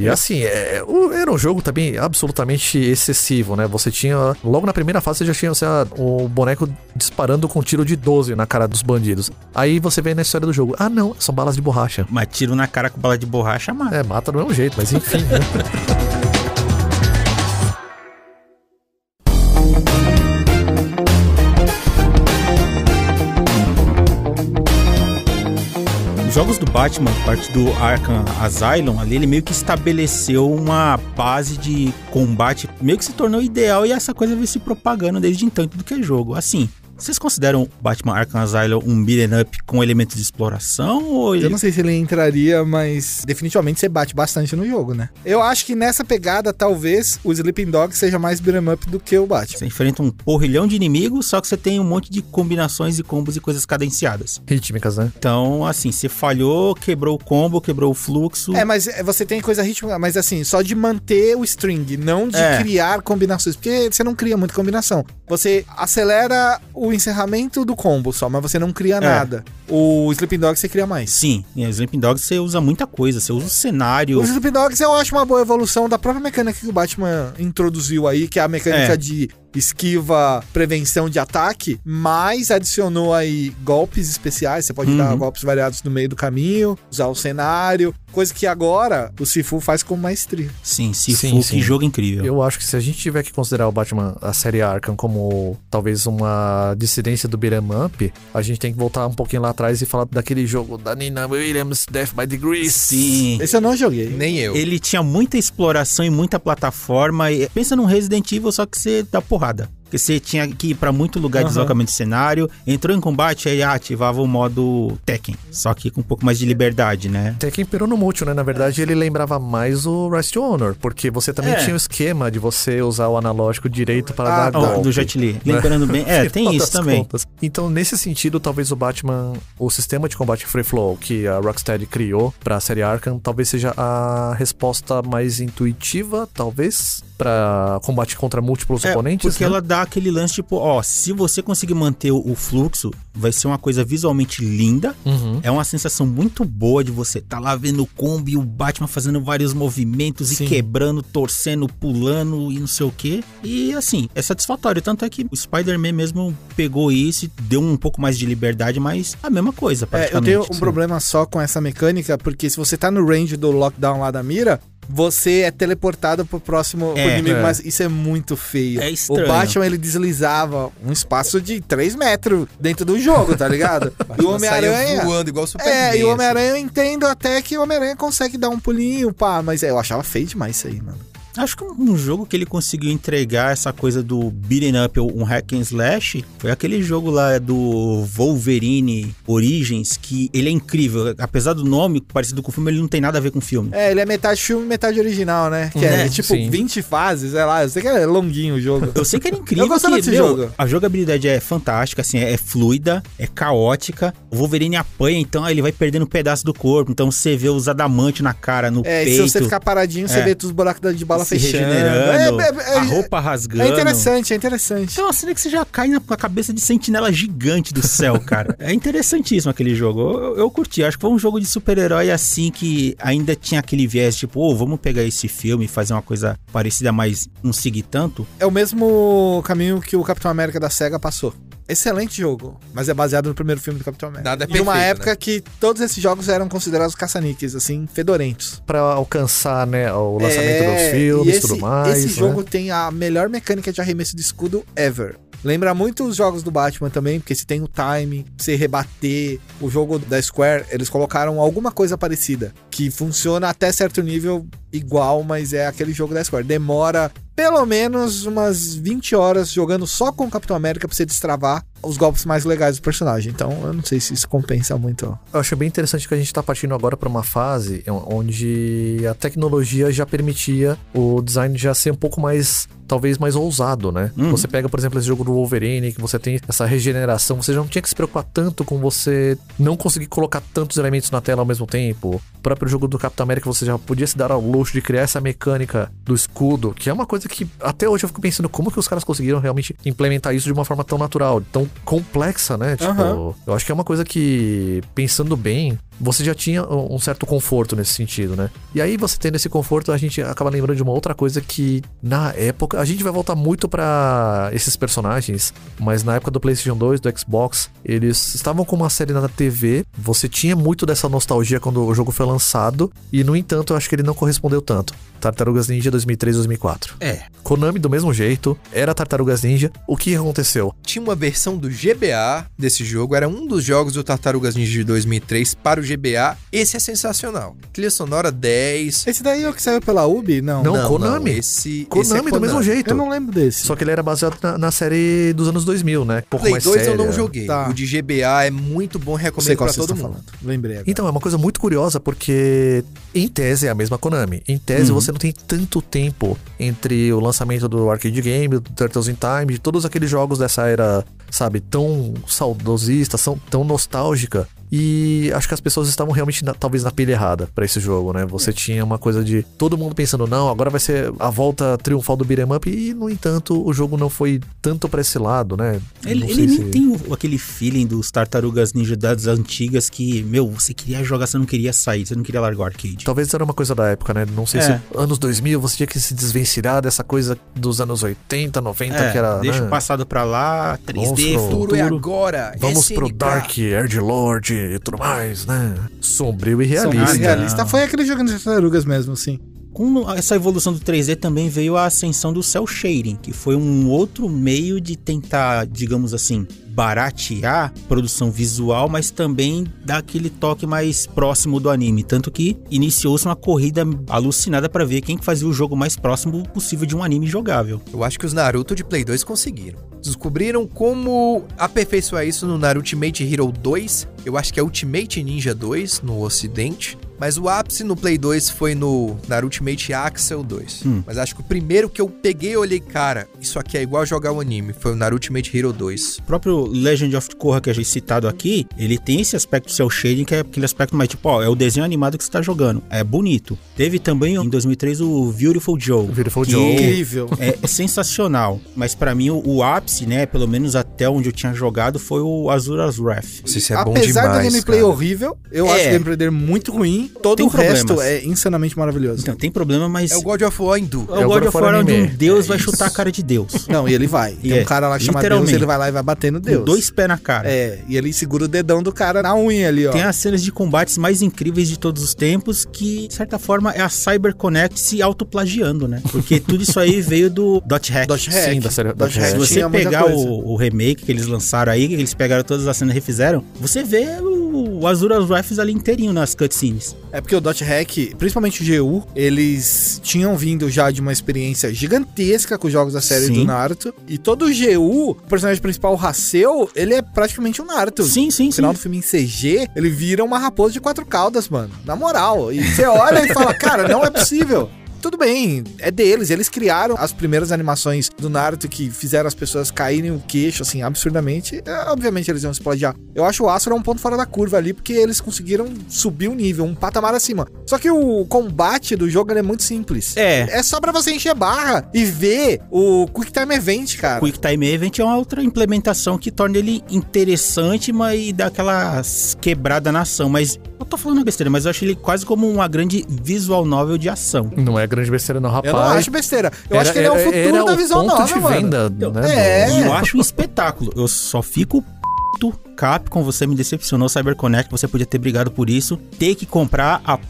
E assim, é, o- era um jogo também absolutamente excessivo, né? Você tinha. Logo na primeira fase você já tinha assim, a- o boneco disparando com um tiro de 12 na cara dos bandidos. Aí você vê na história do jogo: ah, não, são balas de borracha. Mas tiro na cara com bala de borracha, mata. É, mata do mesmo jeito, mas enfim. né? Os jogos do Batman, parte do Arkham Asylum, ali ele meio que estabeleceu uma base de combate, meio que se tornou ideal e essa coisa veio se propagando desde então em tudo que é jogo. Assim, vocês consideram Batman Arkham Asylum um beat'em up com elementos de exploração ou Eu ele não sei se ele entraria, mas definitivamente você bate bastante no jogo, né? Eu acho que nessa pegada, talvez, o Sleeping Dog seja mais beat'em up do que o Batman. Você enfrenta um porrilhão de inimigos, só que você tem um monte de combinações e combos e coisas cadenciadas. Rítmicas, né? Então, assim, você falhou, quebrou o combo, quebrou o fluxo. É, mas é, você tem coisa ritmo, mas assim, só de manter o string, não de É. criar combinações, porque você não cria muita combinação. Você acelera o encerramento do combo só, mas você não cria nada. É. O Sleeping Dogs você cria mais. Sim, em Sleeping Dogs você usa muita coisa, você usa o cenário. O Sleeping Dogs eu acho uma boa evolução da própria mecânica que o Batman introduziu aí, que é a mecânica É. de esquiva, prevenção de ataque, mas adicionou aí golpes especiais, você pode Uhum. dar golpes variados no meio do caminho, usar o cenário, coisa que agora o Sifu faz com maestria. Sim, se Sim, for, sim. que jogo incrível. Eu acho que se a gente tiver que considerar o Batman, a série Arkham, como talvez uma dissidência do Beat'em Up, a gente tem que voltar um pouquinho lá atrás e falar daquele jogo da Nina Williams, Death by Degrees. Sim. Esse eu não joguei. Nem eu. Ele tinha muita exploração e muita plataforma. E pensa num Resident Evil, só que você dá porrada. Porque você tinha que ir pra muito lugar de Aham. deslocamento de cenário. Entrou em combate, aí ah, ativava o modo Tekken. Só que com um pouco mais de liberdade, né? Até que imperou no Multi, né? Na verdade, ele lembrava mais o Rise to Honor, porque você também É. tinha o esquema de você usar o analógico direito para Ah, dar Ó, golpe. do Jet Li. Lembrando bem. É, No tem final isso das também. contas. Então, nesse sentido, talvez o Batman, o sistema de combate free flow que a Rocksteady criou pra série Arkham, talvez seja a resposta mais intuitiva, talvez, pra combate contra múltiplos É, oponentes. porque né? ela dá aquele lance tipo, ó, se você conseguir manter o- o fluxo, vai ser uma coisa visualmente linda. Uhum. É uma sensação muito boa de você tá lá vendo o combo e o Batman fazendo vários movimentos e Sim. quebrando, torcendo, pulando e não sei o que. E assim, é satisfatório. Tanto é que o Spider-Man mesmo pegou isso e deu um pouco mais de liberdade, mas a mesma coisa, É, eu praticamente. tenho um Sim. problema só com essa mecânica, porque se você tá no range do lockdown lá da mira, você é teleportado pro próximo pro É, inimigo, é. mas isso é muito feio. É estranho. O Batman, ele deslizava um espaço de 3 metros dentro do jogo, tá ligado? e o Ela saiu Homem-Aranha... voando igual Superman. É, e o assim. Homem-Aranha eu entendo até que o Homem-Aranha consegue dar um pulinho, pá, mas é, eu achava feio demais isso aí, mano. Acho que um um jogo que ele conseguiu entregar essa coisa do beating up ou um hack and slash foi aquele jogo lá do Wolverine Origins, que ele é incrível. Apesar do nome parecido com o filme, ele não tem nada a ver com o filme. É, ele é metade filme, metade original, né? Que é, É, tipo sim. 20 fases, sei lá, eu sei que é longuinho o jogo. Eu sei que era incrível. Eu gostava que, desse meu, jogo. A jogabilidade é fantástica, assim, é é fluida, é caótica. O Wolverine apanha, então aí ele vai perdendo um pedaço do corpo. Então você vê os adamante na cara, no É, e peito. se você ficar paradinho, você É. vê os buracos da- de bala se fechando. regenerando, É, é, é, a roupa rasgando. é interessante, é interessante. É Então- uma cena que você já cai na com a cabeça de sentinela gigante do céu, cara. é interessantíssimo aquele jogo. Eu, eu- eu curti. Acho que foi um jogo de super-herói assim que ainda tinha aquele viés, tipo, ô, vamos pegar esse filme e fazer uma coisa parecida, mas não seguir tanto. É o mesmo caminho que o Capitão América da SEGA passou. Excelente jogo, mas é baseado no primeiro filme do Capitão América. Nada é De uma perfeito, época que todos esses jogos eram considerados caça-níqueis, assim, fedorentos. Pra alcançar, né, o lançamento É, dos filmes e e tudo esse- mais. Esse né? jogo tem a melhor mecânica de arremesso de escudo ever. Lembra muito os jogos do Batman também, porque você tem o time, você rebater. O jogo da Square, eles colocaram alguma coisa parecida, que funciona até certo nível igual, mas é aquele jogo da Square. Demora pelo menos umas 20 horas jogando só com o Capitão América pra você destravar os golpes mais legais do personagem. Então eu não sei se isso compensa muito. Eu acho bem interessante que a gente tá partindo agora para uma fase é um, onde a tecnologia já permitia o design já ser um pouco mais, talvez mais ousado, né? Uhum. Você pega, por exemplo, esse jogo do Wolverine, que você tem essa regeneração, você já não tinha que se preocupar tanto com você não conseguir colocar tantos elementos na tela ao mesmo tempo. O próprio jogo do Capitão América, você já podia se dar ao luxo de criar essa mecânica do escudo, que é uma coisa que até hoje eu fico pensando como que os caras conseguiram realmente implementar isso de uma forma tão natural, tão complexa, né? Tipo, Aham. eu acho que é uma coisa que, pensando bem, você já tinha um certo conforto nesse sentido, né? E aí você tendo esse conforto, a gente acaba lembrando de uma outra coisa que na época a gente vai voltar muito pra esses personagens, mas na época do PlayStation 2, do Xbox, eles estavam com uma série na TV, você tinha muito dessa nostalgia quando o jogo foi lançado e no entanto, eu acho que ele não correspondeu tanto. Tartarugas Ninja 2003, 2004. É. Konami do mesmo jeito, era Tartarugas Ninja. O que aconteceu? Tinha uma versão do GBA desse jogo, era um dos jogos do Tartarugas Ninja de 2003 para o GBA. Esse é sensacional. Trilha sonora 10. Esse daí é o que saiu pela Ubi? Não. Não. Konami. esse, Konami, esse é do mesmo jeito. Eu não lembro desse. Só que ele era baseado na, na série dos anos 2000, né? Um pouco Play mais 2 eu séria. não joguei. Tá. O de GBA é muito bom, recomendo pra todo mundo. Lembrei agora. Então, é uma coisa muito curiosa porque, em tese, é a mesma Konami. Em tese, Uhum. você não tem tanto tempo entre o lançamento do arcade game, do Turtles in Time, de todos aqueles jogos dessa era, sabe, tão saudosista, são- tão nostálgica. E acho que as pessoas estavam realmente, na- talvez, na pilha errada pra esse jogo, né? É. Você tinha uma coisa de todo mundo pensando, não, agora vai ser a volta triunfal do Beat'em Up. E, no entanto, o jogo não foi tanto pra esse lado, né? Ele, Não ele sei nem se- tem o- aquele feeling dos tartarugas ninja das antigas que, meu, você queria jogar, você não queria sair, você não queria largar o arcade. Talvez era uma coisa da época, né? Não sei É. se anos 2000 você tinha que se desvencilhar dessa coisa dos anos 80, 90, que era. É, deixa né? o passado pra lá, 3D, Monstro. futuro. Futuro é agora. Vamos SNK. pro Dark Erd Lord e tudo mais, né? Sombrio e São realista. mais realista foi aquele jogando de tartarugas mesmo, assim. Com essa evolução do 3D também veio a ascensão do cel shading, que foi um outro meio de tentar, digamos assim, baratear a produção visual, mas também dar aquele toque mais próximo do anime, tanto que iniciou-se uma corrida alucinada pra ver quem que fazia o jogo mais próximo possível de um anime jogável. Eu acho que os Naruto de Play 2 conseguiram. Descobriram como aperfeiçoar isso no Naruto Ultimate Hero 2. Eu acho que é Ultimate Ninja 2 no ocidente. Mas o ápice no Play 2 foi no Naruto Ultimate Axel 2. Hum. Mas acho que o primeiro que eu peguei e olhei, cara, isso aqui é igual jogar o anime, foi o Naruto Ultimate Hero 2. O próprio Legend of Korra que a gente citado aqui, ele tem esse aspecto cel shading que é aquele aspecto mais tipo, ó, é o desenho animado que você tá jogando, é bonito. Teve também em 2003 o Beautiful Joe. Beautiful que Joe. Incrível. É, é sensacional, mas pra mim o, o ápice, né, pelo menos até onde eu tinha jogado, foi o Azura's Wrath. Não sei se é bom demais, Apesar da gameplay cara. horrível, eu É. acho o gameplay dele muito ruim. Todo Tem o resto problemas. é insanamente maravilhoso. Então, tem problema, mas É o God of War hindu. é é o o God of War onde anime. um deus É vai isso. chutar a cara de deus. Não, e ele vai. E Tem é, um cara lá que chama Deus, literalmente. ele vai lá e vai bater no Deus. Com dois pés na cara. É, e ele segura o dedão do cara na unha ali, ó. Tem as cenas de combates mais incríveis de todos os tempos, que, de certa forma, é a CyberConnect se autoplagiando, né? Porque tudo isso aí veio do Dot Hack. Dot Hack. Sim, da série. Da Dodge Hack. Se série. você Tinha muita pegar coisa. o, o remake que eles lançaram aí, que eles pegaram todas as cenas e refizeram, você vê o, o Azura's Rifles ali inteirinho nas cutscenes. É porque o Dot Hack, principalmente o GU, eles tinham vindo já de uma experiência gigantesca com os jogos da série Sim. do Naruto. E todo o GU, o personagem principal, o Haseu, ele é praticamente um Naruto. Sim, sim, sim. No final do filme em CG, ele vira uma raposa de quatro caudas, mano. Na moral. E você olha e fala, cara, não é possível. Tudo bem, é deles. Eles criaram as primeiras animações do Naruto que fizeram as pessoas caírem o queixo, assim, absurdamente. É, obviamente eles iam se plagiar. Eu acho o Asura um ponto fora da curva ali, porque eles conseguiram subir um nível, um patamar acima. Só que o combate do jogo ele é muito simples. É. É só pra você encher barra e ver o Quick Time Event, cara. Quick Time Event é uma outra implementação que torna ele interessante, mas e dá aquela quebrada na ação. Mas eu tô falando besteira, mas eu acho ele quase como uma grande visual novel de ação. Não é grande besteira, não, rapaz. Eu não acho besteira. Eu acho Era- que ele é o era- futuro era da o visão ponto nova, de mano. venda, Então, né? é. E eu acho um espetáculo. Eu só fico p****, Capcom, você me decepcionou, CyberConnect, você podia ter brigado por isso. Ter que comprar a p***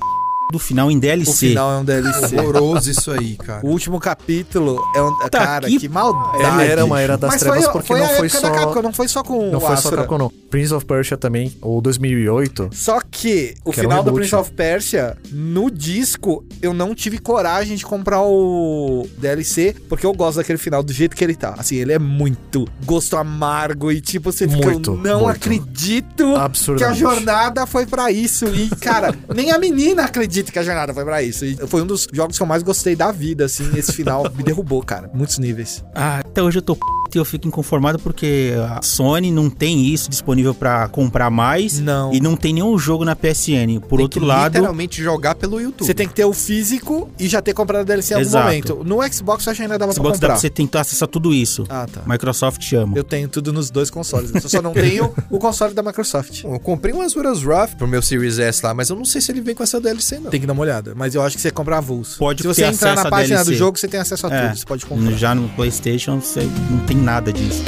do final em DLC. O final é um DLC. Horroroso isso aí, cara. O último capítulo é um. Puta cara, que que maldade. Tá Ela era uma era das Mas trevas foi, porque foi não a foi época da só- Capcom, não foi só com Não o foi só Asura. Capcom, não. Prince of Persia também, ou 2008. Só que o Que era um final do reboot, Prince né? of Persia, no disco, eu não tive coragem de comprar o DLC, porque eu gosto daquele final do jeito que ele tá. Assim, ele é muito gosto amargo e tipo, você fica, Muito, eu não muito. Ah, acredito que a Absurdamente. jornada foi pra isso. E, cara, nem a menina acredita que a jornada foi pra isso. E foi um dos jogos que eu mais gostei da vida, assim, esse final me derrubou, cara. Muitos níveis. Ah, até hoje eu tô p... e eu fico inconformado porque a Sony não tem isso disponível pra comprar mais Não. e não tem nenhum jogo na PSN. Por Tem que outro lado, Literalmente jogar pelo YouTube. Você tem que ter o físico e já ter comprado o DLC em algum Exato. momento. No Xbox eu acho que ainda dava Xbox dá pra pra comprar. você tentar acessar tudo isso. Ah, tá. Microsoft chama. Eu tenho tudo nos dois consoles. Eu só não tenho o console da Microsoft. Eu comprei um Azura's Wrath pro meu Series S lá, mas eu não sei se ele vem com essa DLC, não. Tem que dar uma olhada. Mas eu acho que você compra avulso. Pode Se você ter entrar acesso na a página DLC. do jogo, você tem acesso a É. tudo. Você pode comprar. Já no PlayStation você não tem nada disso.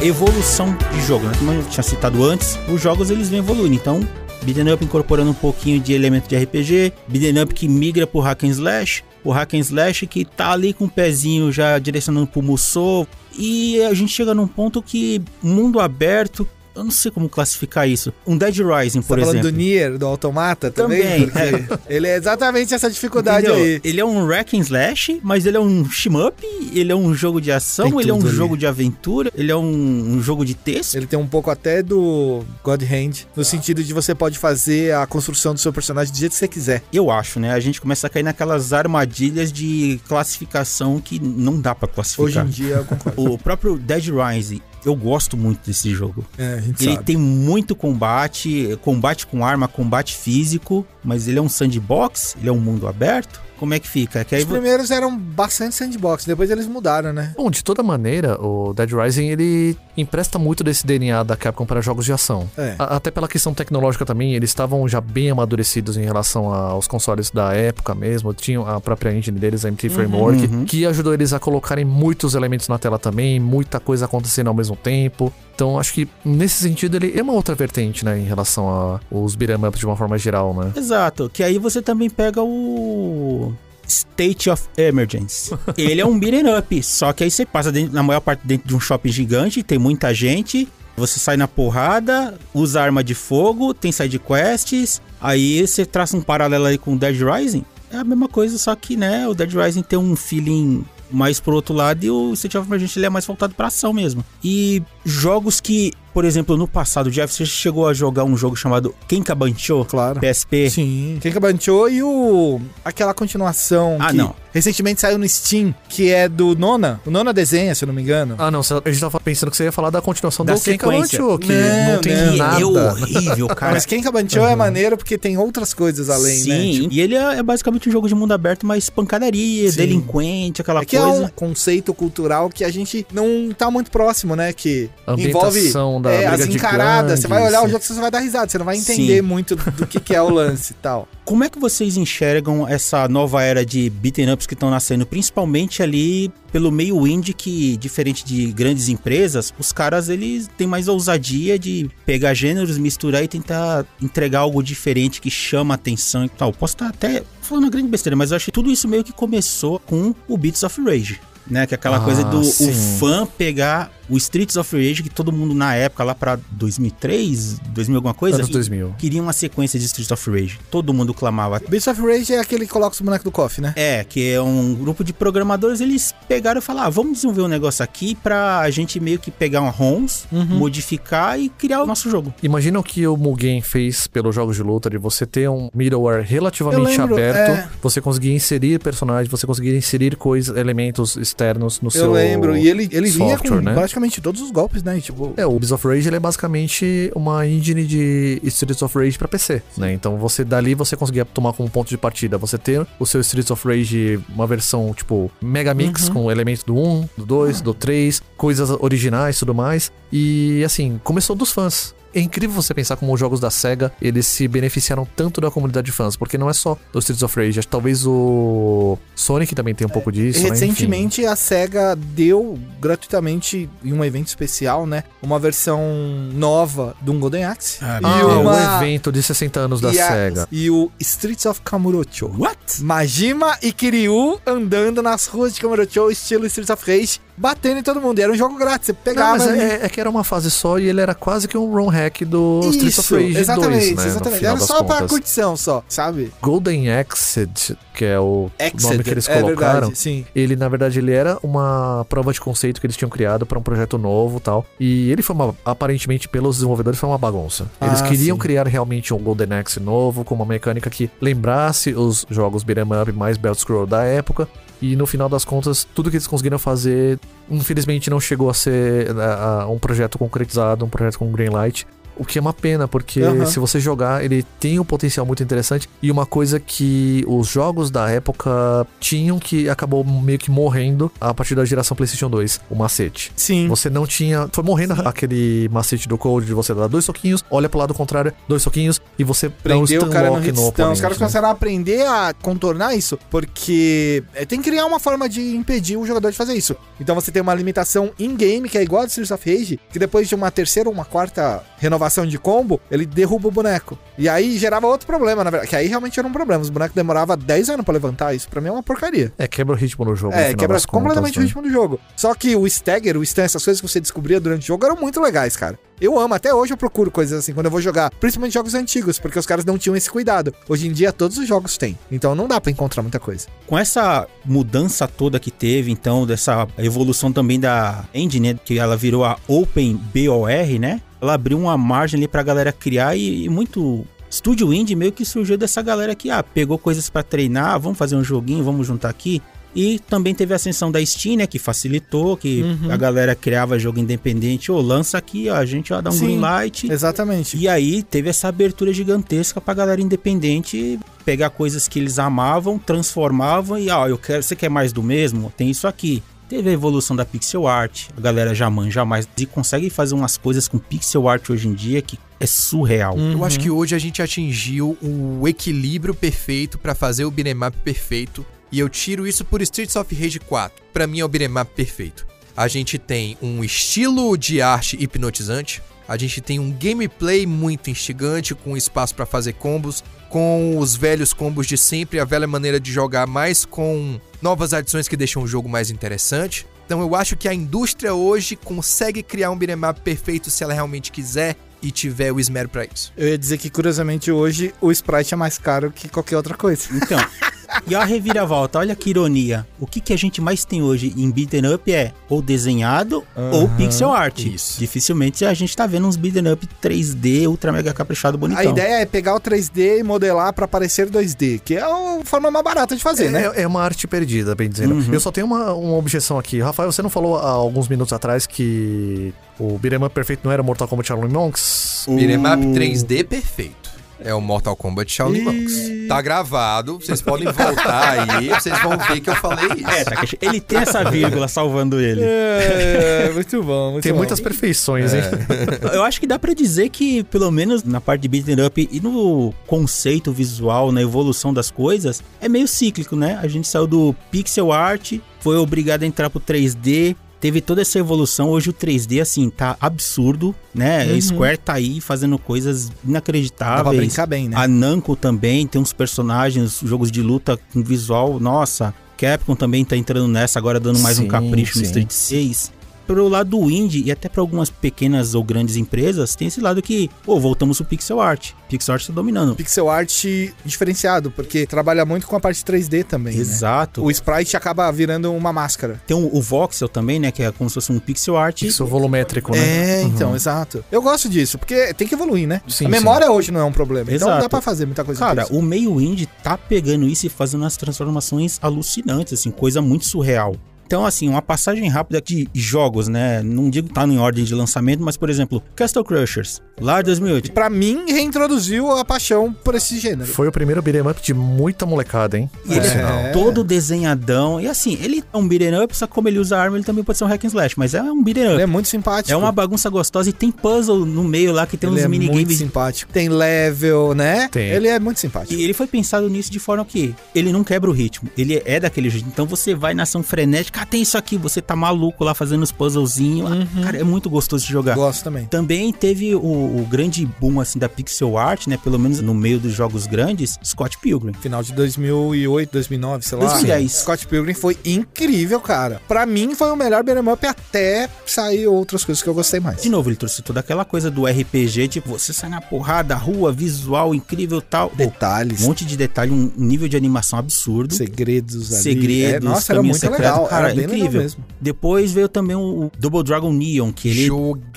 Evolução de jogo, né? Como eu tinha citado antes, os jogos eles vêm evoluindo. Então, Beat'em Up incorporando um pouquinho de elemento de RPG, Beat'em Up que migra pro Hack and Slash, o Hack and Slash que tá ali com o pezinho já direcionando pro Musou, e a gente chega num ponto que mundo aberto, eu não sei como classificar isso. Um Dead Rising, Você por tá falando exemplo. do Nier, do Automata também? Também, Porque ele é exatamente essa dificuldade Entendeu? aí. Ele é um hack and slash, mas ele é um shmup, ele é um jogo de ação, Tem ele é um tudo ali. jogo de aventura, ele é um, um jogo de texto. Ele tem um pouco até do God Hand, no sentido de você pode fazer a construção do seu personagem do jeito que você quiser. Eu acho, né? A gente começa a cair naquelas armadilhas de classificação que não dá pra Hoje classificar. em dia, eu concordo. O próprio Dead Rising, eu gosto muito desse jogo. É, a gente Ele tem muito combate, combate com arma, combate físico, mas ele é um sandbox, ele é um mundo aberto. Como é que fica? Que aí Os vo- primeiros eram bastante sandbox, depois eles mudaram, né? Bom, de toda maneira, o Dead Rising ele empresta muito desse DNA da Capcom para jogos de ação. É. A- até pela questão tecnológica também, eles estavam já bem amadurecidos em relação a- aos consoles da época mesmo. Tinham a própria engine deles, a MT Framework, uhum. que ajudou eles a colocarem muitos elementos na tela também, muita coisa acontecendo ao mesmo tempo. Então, acho que nesse sentido ele é uma outra vertente, né, em relação a- aos beat'em ups de uma forma geral, né? Exato, que aí você também pega o State of Emergence. Ele é um beat'em up, só que aí você passa dentro- na maior parte dentro de um shopping gigante, tem muita gente, você sai na porrada, usa arma de fogo, tem side quests, aí você traça um paralelo aí com o Dead Rising. É a mesma coisa, só que, né, o Dead Rising tem um feeling mais pro outro lado e o State of Emergence ele é mais voltado pra ação mesmo. E jogos que, por exemplo, no passado, Jeff, você chegou a jogar um jogo chamado Kenkabancho? Claro. PSP? Sim. Quem cabanchou e o. aquela continuação. Ah, que não. Recentemente saiu no Steam, que é do Nona. O Nona desenha, se eu não me engano. Ah, não, a gente tava pensando que você ia falar da continuação Da do é sequência. Kenkamanchu, que não, um Não, tem não. nada. É horrível, cara. Mas quem cabanchou é maneiro porque tem outras coisas além, né? Sim, Tipo, e ele é, é basicamente um jogo de mundo aberto, mas pancadaria, Sim. delinquente, aquela é que é coisa. um conceito cultural que a gente não tá muito próximo, né? Que A envolve ambientação da é, briga as de encaradas. Você vai gangues. olhar o jogo você só vai dar risada. Você não vai entender Sim. muito do, do que, que é o lance e tal. Como é que vocês enxergam essa nova era de beaten ups que estão nascendo, principalmente ali pelo meio indie que, diferente de grandes empresas, os caras eles têm mais ousadia de pegar gêneros, misturar e tentar entregar algo diferente que chama a atenção e tal. Posso estar até falando uma grande besteira, mas eu acho que tudo isso meio que começou com o Beats of Rage. Né, que é aquela Ah, coisa do o sim. fã pegar o Streets of Rage, que todo mundo na época, lá pra 2003, 2000 alguma coisa, Anos e- 2000. queria uma sequência de Streets of Rage. Todo mundo clamava. Beast of Rage é aquele que coloca os bonecos do coffee, né? É, que é um grupo de programadores, eles pegaram e falaram, ah, vamos desenvolver um negócio aqui pra a gente meio que pegar um ROMs, modificar e criar o nosso jogo. Imagina o que o Mugen fez pelos jogos de luta, de você ter um middleware relativamente Eu lembro, aberto, é. você conseguir inserir personagens, você conseguir inserir coisas, elementos externos no seu eu lembro. E ele, ele vinha software, com né? praticamente todos os golpes, né? E, tipo, É, o Ubisoft of Rage ele é basicamente uma engine de Streets of Rage pra PC, né? Então você dali você conseguia tomar como ponto de partida, você ter o seu Streets of Rage uma versão tipo mega mix com elementos do 1, do 2, do 3, coisas originais, e tudo mais. E assim, começou dos fãs. É incrível você pensar como os jogos da SEGA, eles se beneficiaram tanto da comunidade de fãs, porque não é só do Streets of Rage, acho que talvez o Sonic também tem um pouco disso, né? Enfim. Recentemente a SEGA deu gratuitamente, em um evento especial, né? Uma versão nova do Golden Axe. Ah, Ah, E uma- o evento de 60 anos da e, a- SEGA. e o Streets of Kamurocho. What? Majima e Kiryu andando nas ruas de Kamurocho, estilo Streets of Rage, batendo em todo mundo. E era um jogo grátis, você Não, pegava. mas e- é, é que era uma fase só e ele era quase que um ROM hack do Streets of Rage 2, né? No exatamente. final Era das só pra contas. curtição, só, sabe? Golden Exit, que é o nome que eles é colocaram. verdade, sim. ele, na verdade, ele era uma prova de conceito que eles tinham criado pra um projeto novo e tal. E ele foi uma, aparentemente, pelos desenvolvedores, foi uma bagunça. Eles Ah, queriam sim. criar realmente um Golden Axe novo, com uma mecânica que lembrasse os jogos beat'em up mais belt scroll da época. E no final das contas, tudo que eles conseguiram fazer, infelizmente, não chegou a ser a- a- um projeto concretizado, um projeto com green light. O que é uma pena, porque Aham. se você jogar, ele tem um potencial muito interessante. E uma coisa que os jogos da época tinham que acabou meio que morrendo a partir da geração PlayStation 2, o macete. Sim. Você não tinha. Foi morrendo aquele macete do Cold de você dar dois soquinhos, olha pro lado contrário, dois soquinhos, e você Prender dá o um cara no stunlock hitstun. oponente, Os caras né? começaram a aprender a contornar isso, porque é, tem que criar uma forma de impedir o jogador de fazer isso. Então você tem uma limitação in-game, que é igual a do Series of Rage, que depois de uma terceira ou uma quarta renovação de combo, ele derruba o boneco. E aí gerava outro problema, na verdade. Que aí realmente era um problema. Os bonecos demoravam 10 anos pra levantar, isso pra mim é uma porcaria. É, quebra o ritmo no jogo. no É, final quebra das contas, completamente né? o ritmo do jogo. Só que o stagger, o stun, essas coisas que você descobria durante o jogo eram muito legais, cara. Eu amo, até hoje eu procuro coisas assim quando eu vou jogar, principalmente jogos antigos, porque os caras não tinham esse cuidado. Hoje em dia todos os jogos têm, então não dá pra encontrar muita coisa. Com essa mudança toda que teve, então, dessa evolução também da engine, né, que ela virou a OpenBOR, né? Ela abriu uma margem ali pra galera criar e, e muito estúdio indie meio que surgiu dessa galera que ah, pegou coisas pra treinar, "Ah, vamos fazer um joguinho, vamos juntar aqui. E também teve a ascensão da Steam, né, que facilitou, que Uhum. a galera criava jogo independente, ou lança aqui, ó, a gente ó, dá um Sim. green light, Exatamente. e aí teve essa abertura gigantesca pra galera independente pegar coisas que eles amavam, transformavam e ó, eu quero, você quer mais do mesmo? Tem isso aqui. Teve a evolução da pixel art, a galera já manja mais e consegue fazer umas coisas com pixel art hoje em dia que é surreal. Eu acho que hoje a gente atingiu o equilíbrio perfeito pra fazer o beat'em up perfeito. E eu tiro isso por Streets of Rage 4. Pra mim é o beat'em up perfeito. A gente tem um estilo de arte hipnotizante. A gente tem um gameplay muito instigante, com espaço pra fazer combos, com os velhos combos de sempre, a velha maneira de jogar, mas com novas adições que deixam o jogo mais interessante. Então eu acho que a indústria hoje consegue criar um beat'em up perfeito se ela realmente quiser e tiver o esmero pra isso. Eu ia dizer que curiosamente hoje o Sprite é mais caro que qualquer outra coisa. Então, e a reviravolta, olha que ironia. O que, que a gente mais tem hoje em beaten up é ou desenhado ou pixel art. isso. Dificilmente a gente tá vendo uns beaten up 3D ultra mega caprichado bonitão. A ideia é pegar o 3D e modelar pra parecer 2D, que é a forma mais barata de fazer, É, né? é uma arte perdida, bem dizendo. Uhum. Eu só tenho uma, uma objeção aqui. Rafael, você não falou há alguns minutos atrás que o Beat'em Up Perfeito não era Mortal Kombat Shaolin Monks? Beat'em Up 3D perfeito. É o Mortal Kombat Shaolin Monks. Tá gravado, vocês podem voltar aí, vocês vão ver que eu falei É, isso. Takeshi, ele tem essa vírgula salvando ele. É, muito bom, muito Tem muitas perfeições, É. hein? Eu acho que dá pra dizer que, pelo menos na parte de beat'em up e no conceito visual, na evolução das coisas, é meio cíclico, né? A gente saiu do pixel art, foi obrigado a entrar pro 3D, teve toda essa evolução. Hoje o 3D, assim, tá absurdo, né? A Square tá aí fazendo coisas Dá pra inacreditáveis. brincar bem, né? A Namco também tem uns personagens, jogos de luta com visual, nossa. Capcom também tá entrando nessa, agora dando mais um Sim, capricho no sim. Street 6. Pro lado indie e até pra algumas pequenas ou grandes empresas, tem esse lado que, pô, voltamos pro pixel art. Pixel art tá dominando. pixel art diferenciado, porque trabalha muito com a parte 3D também, né? Exato. O sprite acaba virando uma máscara. Tem o, o voxel também, né, que é como se fosse um pixel art. Isso volumétrico, né? É, Uhum. então, exato. Eu gosto disso, porque tem que evoluir, né? Sim, a memória hoje não é um problema, então Exato. dá pra fazer muita coisa. tipo. Cara, com isso. o meio indie tá pegando isso e fazendo as transformações alucinantes, assim, coisa muito surreal. Então, assim, uma passagem rápida de jogos, né? Não digo que tá em ordem de lançamento, mas, por exemplo, Castle Crushers, lá em 2008. Pra mim, reintroduziu a paixão por esse gênero. Foi o primeiro beat'em up de muita molecada, hein? É. E ele é todo desenhadão. E assim, ele é um beat'em up, só que como ele usa arma, ele também pode ser um hack and slash. Mas é um beat'em Ele up. é muito simpático. É uma bagunça gostosa e tem puzzle no meio lá que tem Ele uns é muito minigames. simpático. Tem level, né? Tem. Ele é muito simpático. E ele foi pensado nisso de forma que ele não quebra o ritmo. Ele é daquele jeito. Então você vai na ação frenética, ah, tem isso aqui, você tá maluco lá fazendo os puzzlezinhos. Ah, Uhum. Cara, é muito gostoso de jogar. Gosto também. Também teve o, o grande boom assim da pixel art, né? Pelo menos no meio dos jogos grandes, Scott Pilgrim. Final de 2008, 2009, sei lá. 2010. Scott Pilgrim foi incrível, cara. Pra mim, foi o melhor beat'em up até sair outras coisas que eu gostei mais. De novo, ele trouxe toda aquela coisa do RPG, tipo, você sai na porrada, rua, visual incrível tal. Pô, Detalhes, um monte de detalhe, um nível de animação absurdo. segredos ali. Segredos, É, nossa, era caminho muito secreto, legal. cara, era bem legal incrível. mesmo. Depois veio também o Double Dragon Neon, que ele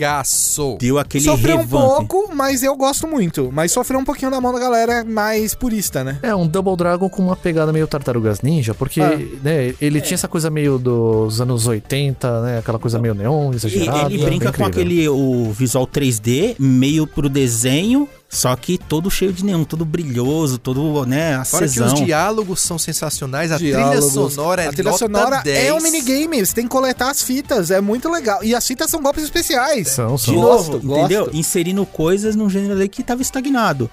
Jogaço. deu aquele sofreu um revamp. pouco, mas eu gosto muito. Mas sofreu um pouquinho na mão da galera mais purista, né? É um Double Dragon com uma pegada meio Tartarugas Ninja, porque Ah. né, ele tinha essa coisa meio dos anos 80, né? Aquela coisa meio neon, E exagerada. ele brinca bem com né? Tá incrível. aquele o visual 3D, meio pro desenho, só que todo cheio de neon, todo brilhoso, todo, né, Fora que os acesão. diálogos são sensacionais, a Diálogos. trilha sonora é A trilha nota sonora 10. é um minigame, você tem que coletar as fitas, é muito legal. E as fitas são golpes especiais. São, De são. novo, Gosto, entendeu? gosto. Inserindo coisas num gênero ali que tava estagnado.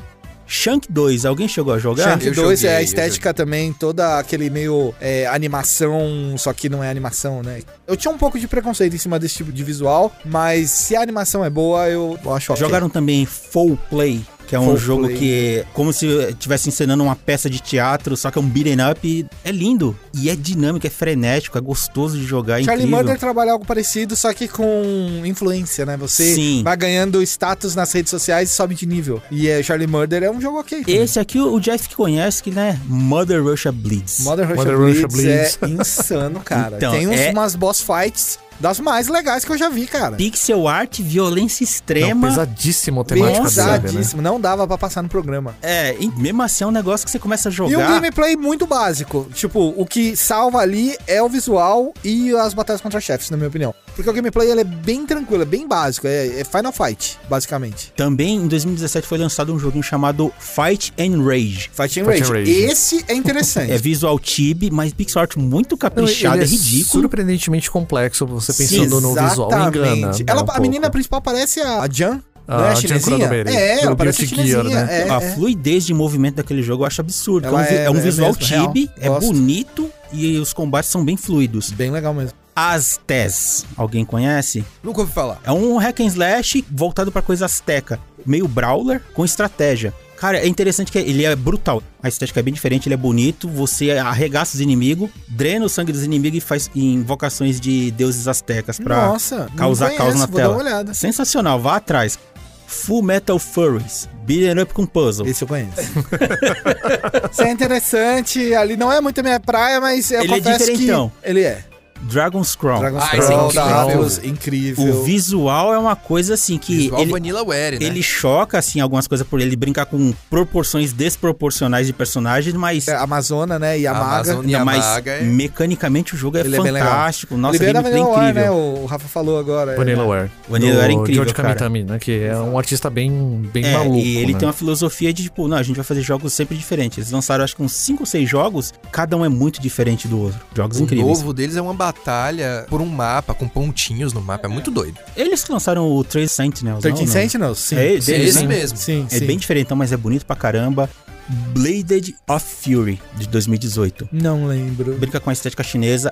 Shank 2, alguém chegou a jogar? Shank eu 2 é joguei, a eu estética também, toda aquele meio é, animação, só que não é animação, né? Eu tinha um pouco de preconceito em cima desse tipo de visual, mas se a animação é boa, eu eu acho ok. Jogaram também Full Play, que é um Full jogo Play. que é como se estivesse encenando uma peça de teatro, só que é um beat'em up. e É lindo. E é dinâmico, é frenético, é gostoso de jogar, é Charlie incrível. Murder trabalha algo parecido, só que com influência, né? Você Sim. vai ganhando status nas redes sociais e sobe de nível. E é, Charlie Murder é um jogo ok. também. Esse aqui o Jeff que conhece, que né? Mother Russia Bleeds. Modern Russia, Modern Russia Blitz, é insano, cara. Então, Tem uns- é- umas boss fights das mais legais que eu já vi, cara. Pixel art, violência Não, extrema. pesadíssimo a temática dele, né? Pesadíssimo, não dava pra passar no programa. é, e mesmo assim é um negócio que você começa a E um jogar. gameplay muito básico. Tipo, o que salva ali é o visual e as batalhas contra chefes, na minha opinião. Porque o gameplay ele é bem tranquilo, é bem básico. É, é Final Fight, basicamente. Também em 2017 foi lançado um joguinho chamado Fight and Rage. Fight and Fight Rage. and Rage. Esse é interessante. É visual chibi, mas pixel art muito Não, ele caprichado, é, ridículo. Surpreendentemente complexo, você pensando no visual. Exatamente. Engana. né, Ela, um a menina pouco. principal parece a, a Jan, Ah, né? a A Jan chinesinha. Kurodomeri, é, do ela parece Guilty chinesinha. Gear, né? é, a é. fluidez de movimento daquele jogo eu acho absurdo. É um, Ela vi- é- é um é visual mesmo, real. chibi, é Gosto. bonito e os combates são bem fluidos. Bem legal mesmo. Aztes, alguém conhece? Nunca ouvi falar. É um hack and slash voltado pra coisa azteca, meio brawler com estratégia. Cara, é interessante que ele é brutal. A estética é bem diferente, ele é bonito, você arregaça os inimigos, drena o sangue dos inimigos e faz invocações de deuses aztecas pra Nossa, não causar conheço, caos na vou tela. Dar uma olhada. Sensacional, vá atrás. Full Metal Furries, beat'em up com puzzle. Esse eu conheço. Isso é interessante. Ali não é muito a minha praia, mas eu Ele é confesso que diferentão. ele é. Dragon's Crown. Dragon's Ah, Crown, esse é da incrível. Atlus, incrível. O visual é uma coisa assim que Visual ele, Vanilla Ware, né? ele choca assim algumas coisas por ele brincar com proporções desproporcionais de personagens, mas É, Amazona, né? E a Maga. Amazon- ainda mais Yamaga é- mecanicamente o jogo é Ele é bem legal. fantástico. Nossa, Ele ele veio da gameplay é Vanilla War, incrível. né? O Rafa falou agora. é. Vanilla Ware. Vanilla do Ware é incrível, George cara. Kamitami, né? Que é um artista bem, bem É, maluco. e ele né? tem uma filosofia de tipo, não, a gente vai fazer jogos sempre diferentes. Eles lançaram acho que uns 5 ou 6 jogos, cada um é muito diferente do outro. Jogos O incríveis. novo deles é uma batalha por um mapa, com pontinhos no mapa. É muito doido. Eles que lançaram o Trace Sentinels, 13 não, Sentinels? Sim. É ele- é deles, esse né? mesmo. Sim, É sim. bem diferentão, mas é bonito pra caramba. Bladed of Fury, de 2018. Não lembro. Brinca com a estética chinesa,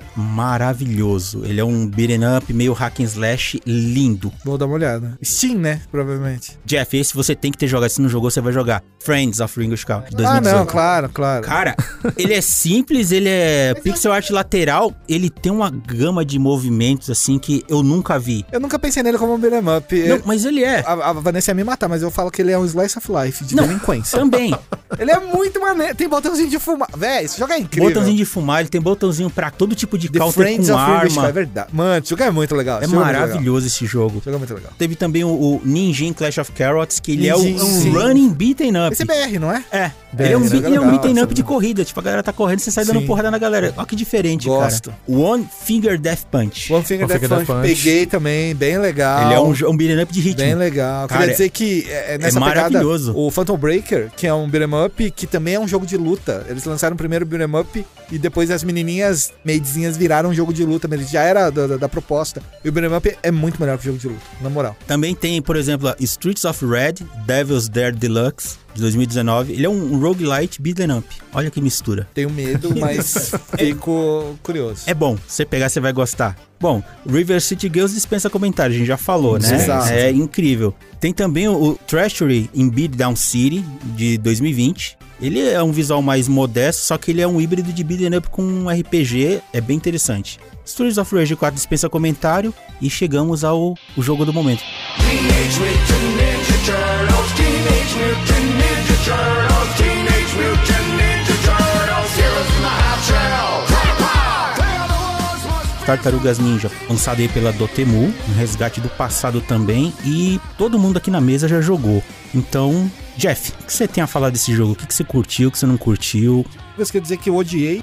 maravilhoso. Ele é um beat'em up, meio hack and slash, lindo. Vou dar uma olhada. Steam, né? Provavelmente. Jeff, esse você tem que ter jogado. Se não jogou, você vai jogar. Friends of Ringo Star, de 2018. Ah, não, claro, claro. Cara, ele é simples, ele é pixel art lateral, ele tem uma gama de movimentos assim que eu nunca vi. Eu nunca pensei nele como um beat'em up. Não, mas ele é. A, a Vanessa ia me matar, mas eu falo que ele é um slice of life de Não. delinquência. Também. Ele Ele é muito maneiro. Tem botãozinho de fumar. Véi, esse jogo é incrível. Botãozinho de fumar, ele tem botãozinho pra todo tipo de The counter Friends com of Rubik's, é arma. verdade. Mano, esse jogo é muito legal. É esse jogo muito legal. maravilhoso esse jogo. Esse jogo é muito legal. Teve também o, o Ninjin Clash of Carrots, que ele é um, Ninjin, um sim. running beaten up. Esse é BR, não é? É, Bem, ele é um, isso beat- é ele é um legal, beaten up isso é de corrida. Tipo, a galera tá correndo, você sai dando Sim. porrada na galera. Olha que diferente, Gosto. cara. One Finger Death Punch. One Finger One Death Finger Death Punch. Punch. Peguei também, bem legal. Ele é um, jo- um beaten up de ritmo. Bem legal. Cara, Queria dizer que é, é nessa maravilhoso. pegada, o Phantom Breaker, que é um beat'em up, que também é um jogo de luta. Eles lançaram primeiro o beat'em up e depois as menininhas maidzinhas viraram um jogo de luta, mas ele já era da, da- da proposta. E o beat'em up é muito melhor que o jogo de luta, na moral. Também tem, por exemplo, a Streets of Red, Devil's Dare Deluxe, de 2019. Ele é um roguelite beaten up. Olha que mistura. Tenho medo, mas fico curioso. É bom, você pegar, você vai gostar. Bom, River City Girls dispensa comentário, a gente já falou, né? Exato. É incrível. Tem também o Treasury in Beatdown City, de 2020. Ele é um visual mais modesto, só que ele é um híbrido de beat'em up com um RPG, é bem interessante. Stories of Rage 4 dispensa comentário e chegamos ao o jogo do momento. Teenage Mutant Ninja Turtles, Teenage Mutant Ninja Turtles, Teenage Mutant Ninja Turtles, heroes from the half shell. They are the ones once Tartarugas Ninja, lançado aí pela Dotemu, um resgate do passado também, e todo mundo aqui na mesa já jogou. Então, Jeff, o que você tem a falar desse jogo? O que que você curtiu, o que você não curtiu? Isso quer dizer que eu odiei.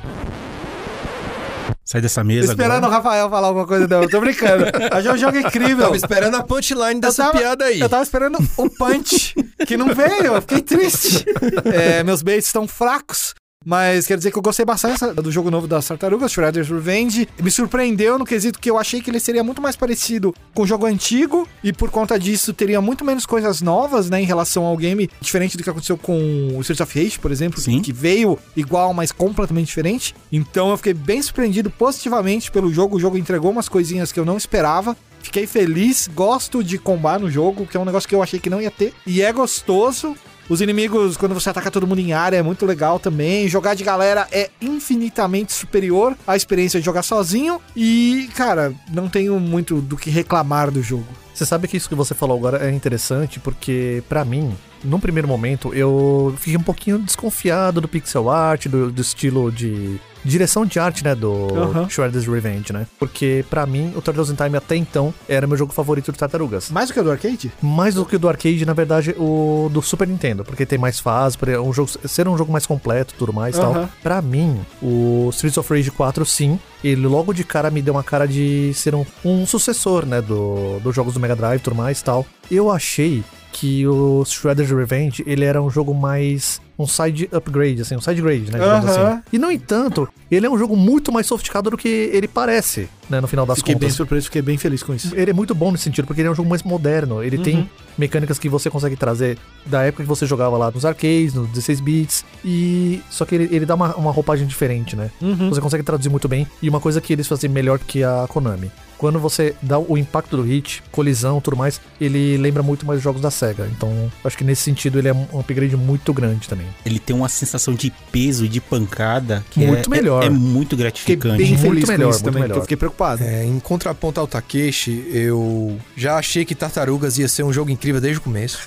Sai dessa mesa Esperando o agora. Rafael falar alguma coisa, não. Eu tô brincando. Mas é um jogo incrível. Tava esperando a punchline Eu dessa tava- piada aí. Eu tava esperando o punch, que não veio. Eu fiquei triste. É, meus baits estão fracos. Mas quero dizer que eu gostei bastante dessa- do jogo novo das tartarugas, Shredder's Revenge. Me surpreendeu no quesito que eu achei que ele seria muito mais parecido com o jogo antigo. E por conta disso, teria muito menos coisas novas, né? Em relação ao game. Diferente do que aconteceu com o Street of Rage, por exemplo. Sim. Que veio igual, mas completamente diferente. Então eu fiquei bem surpreendido positivamente pelo jogo. O jogo entregou umas coisinhas que eu não esperava. Fiquei feliz, gosto de combar no jogo, que é um negócio que eu achei que não ia ter. E é gostoso. Os inimigos, quando você ataca todo mundo em área, é muito legal também. Jogar de galera é infinitamente superior à experiência de jogar sozinho. E, cara, não tenho muito do que reclamar do jogo. Você sabe que isso que você falou agora é interessante, porque pra mim, num primeiro momento, eu fiquei um pouquinho desconfiado do pixel art, do, do estilo de direção de arte, né, do Aham. Shredder's Revenge, né? Porque pra mim, o Turtles in Time até então era meu jogo favorito de tartarugas. Mais do que o do arcade? Mais do que o do arcade, na verdade, o do Super Nintendo, porque tem mais fases, por um jogo ser um jogo mais completo, tudo mais, e Aham. tal. Pra mim, o Streets of Rage 4, sim, ele logo de cara me deu uma cara de ser um, um sucessor, né, do, dos jogos do Mega Drive, tudo mais, e tal. Eu achei que o Shredder's Revenge, ele era um jogo mais um side upgrade, assim, um side grade, né, digamos Aham. assim. E no entanto, ele é um jogo muito mais sofisticado do que ele parece, né, no final das Fiquei bem contas. surpreso, fiquei bem feliz com isso. Ele é muito bom nesse sentido, porque ele é um jogo mais moderno. Ele Uhum. tem mecânicas que você consegue trazer da época que você jogava lá nos arcades, nos 16 bits. E. Só que ele, ele dá uma, uma roupagem diferente, né? Uhum. Você consegue traduzir muito bem. E uma coisa que eles fazem melhor que a Konami. Quando você dá o impacto do hit, colisão tudo mais, ele lembra muito mais os jogos da SEGA. Então, acho que nesse sentido ele é um upgrade muito grande também. Ele tem uma sensação de peso e de pancada que Muito é, melhor. é, é muito Fiquei gratificante. bem Muito feliz melhor, com isso muito também, melhor. porque eu fiquei preocupado. É, em contraponto ao Takeshi, eu já achei que Tartarugas ia ser um jogo incrível desde o começo.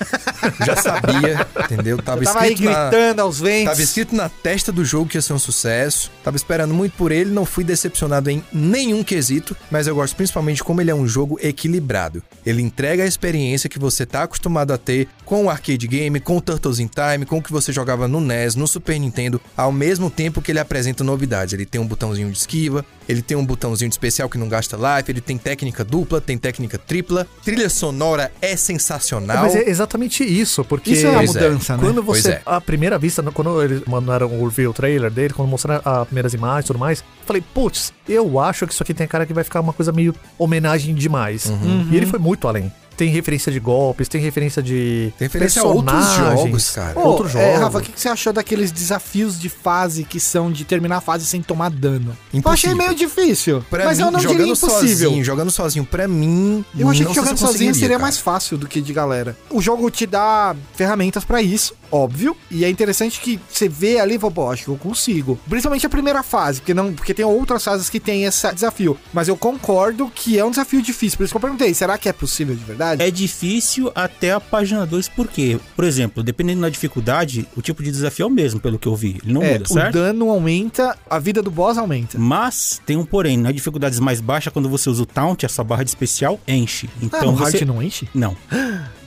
já sabia, entendeu? Tava, Eu tava aí escrito na, gritando aos ventos. tava escrito na testa do jogo que ia ser um sucesso. Tava esperando muito por ele, não fui decepcionado em nenhum quesito, mas eu gosto principalmente como ele é um jogo equilibrado. Ele entrega a experiência que você tá acostumado a ter com o arcade game, com o Turtles in Time, com o que você jogava no NES, no Super Nintendo, ao mesmo tempo que ele apresenta novidades. Ele tem um botãozinho de esquiva, ele tem um botãozinho de especial que não gasta life, ele tem técnica dupla, tem técnica tripla. Trilha sonora é sensacional. Mas é exatamente isso, porque. Isso é uma Pois é. mudança, né? Quando Pois você, é. à primeira vista, no- quando eles mandaram o review trailer dele, quando mostraram as primeiras imagens e tudo mais, falei, putz, eu acho que isso aqui tem cara que vai ficar uma coisa meio homenagem demais. Uhum. E ele foi muito além. Tem referência de golpes, tem referência de. Tem referência a outros personagens. jogos, cara. Pô, outros é, jogos. Rafa, o que, que você achou daqueles desafios de fase que são de terminar a fase sem tomar dano? Eu Impossível. achei meio difícil, Pra mas mim, eu não jogando diria impossível. Sozinho, jogando sozinho, pra mim. Eu achei não sei que se jogando sozinho conseguiria, seria cara. mais fácil do que de galera. O jogo te dá ferramentas pra isso. óbvio. E é interessante que você vê ali e fala, pô, acho que eu consigo. Principalmente a primeira fase, porque não, porque tem outras fases que tem esse desafio. Mas eu concordo que é um desafio difícil. Por isso que eu perguntei, será que é possível de verdade? É difícil até a página 2, por quê? Por exemplo, dependendo da dificuldade, o tipo de desafio é o mesmo, pelo que eu vi. Ele não É, muda, o certo? dano aumenta, a vida do boss aumenta. Mas tem um porém, nas dificuldades mais baixas, quando você usa o taunt, essa barra de especial enche. Ah, Então no você. hard não enche? Não.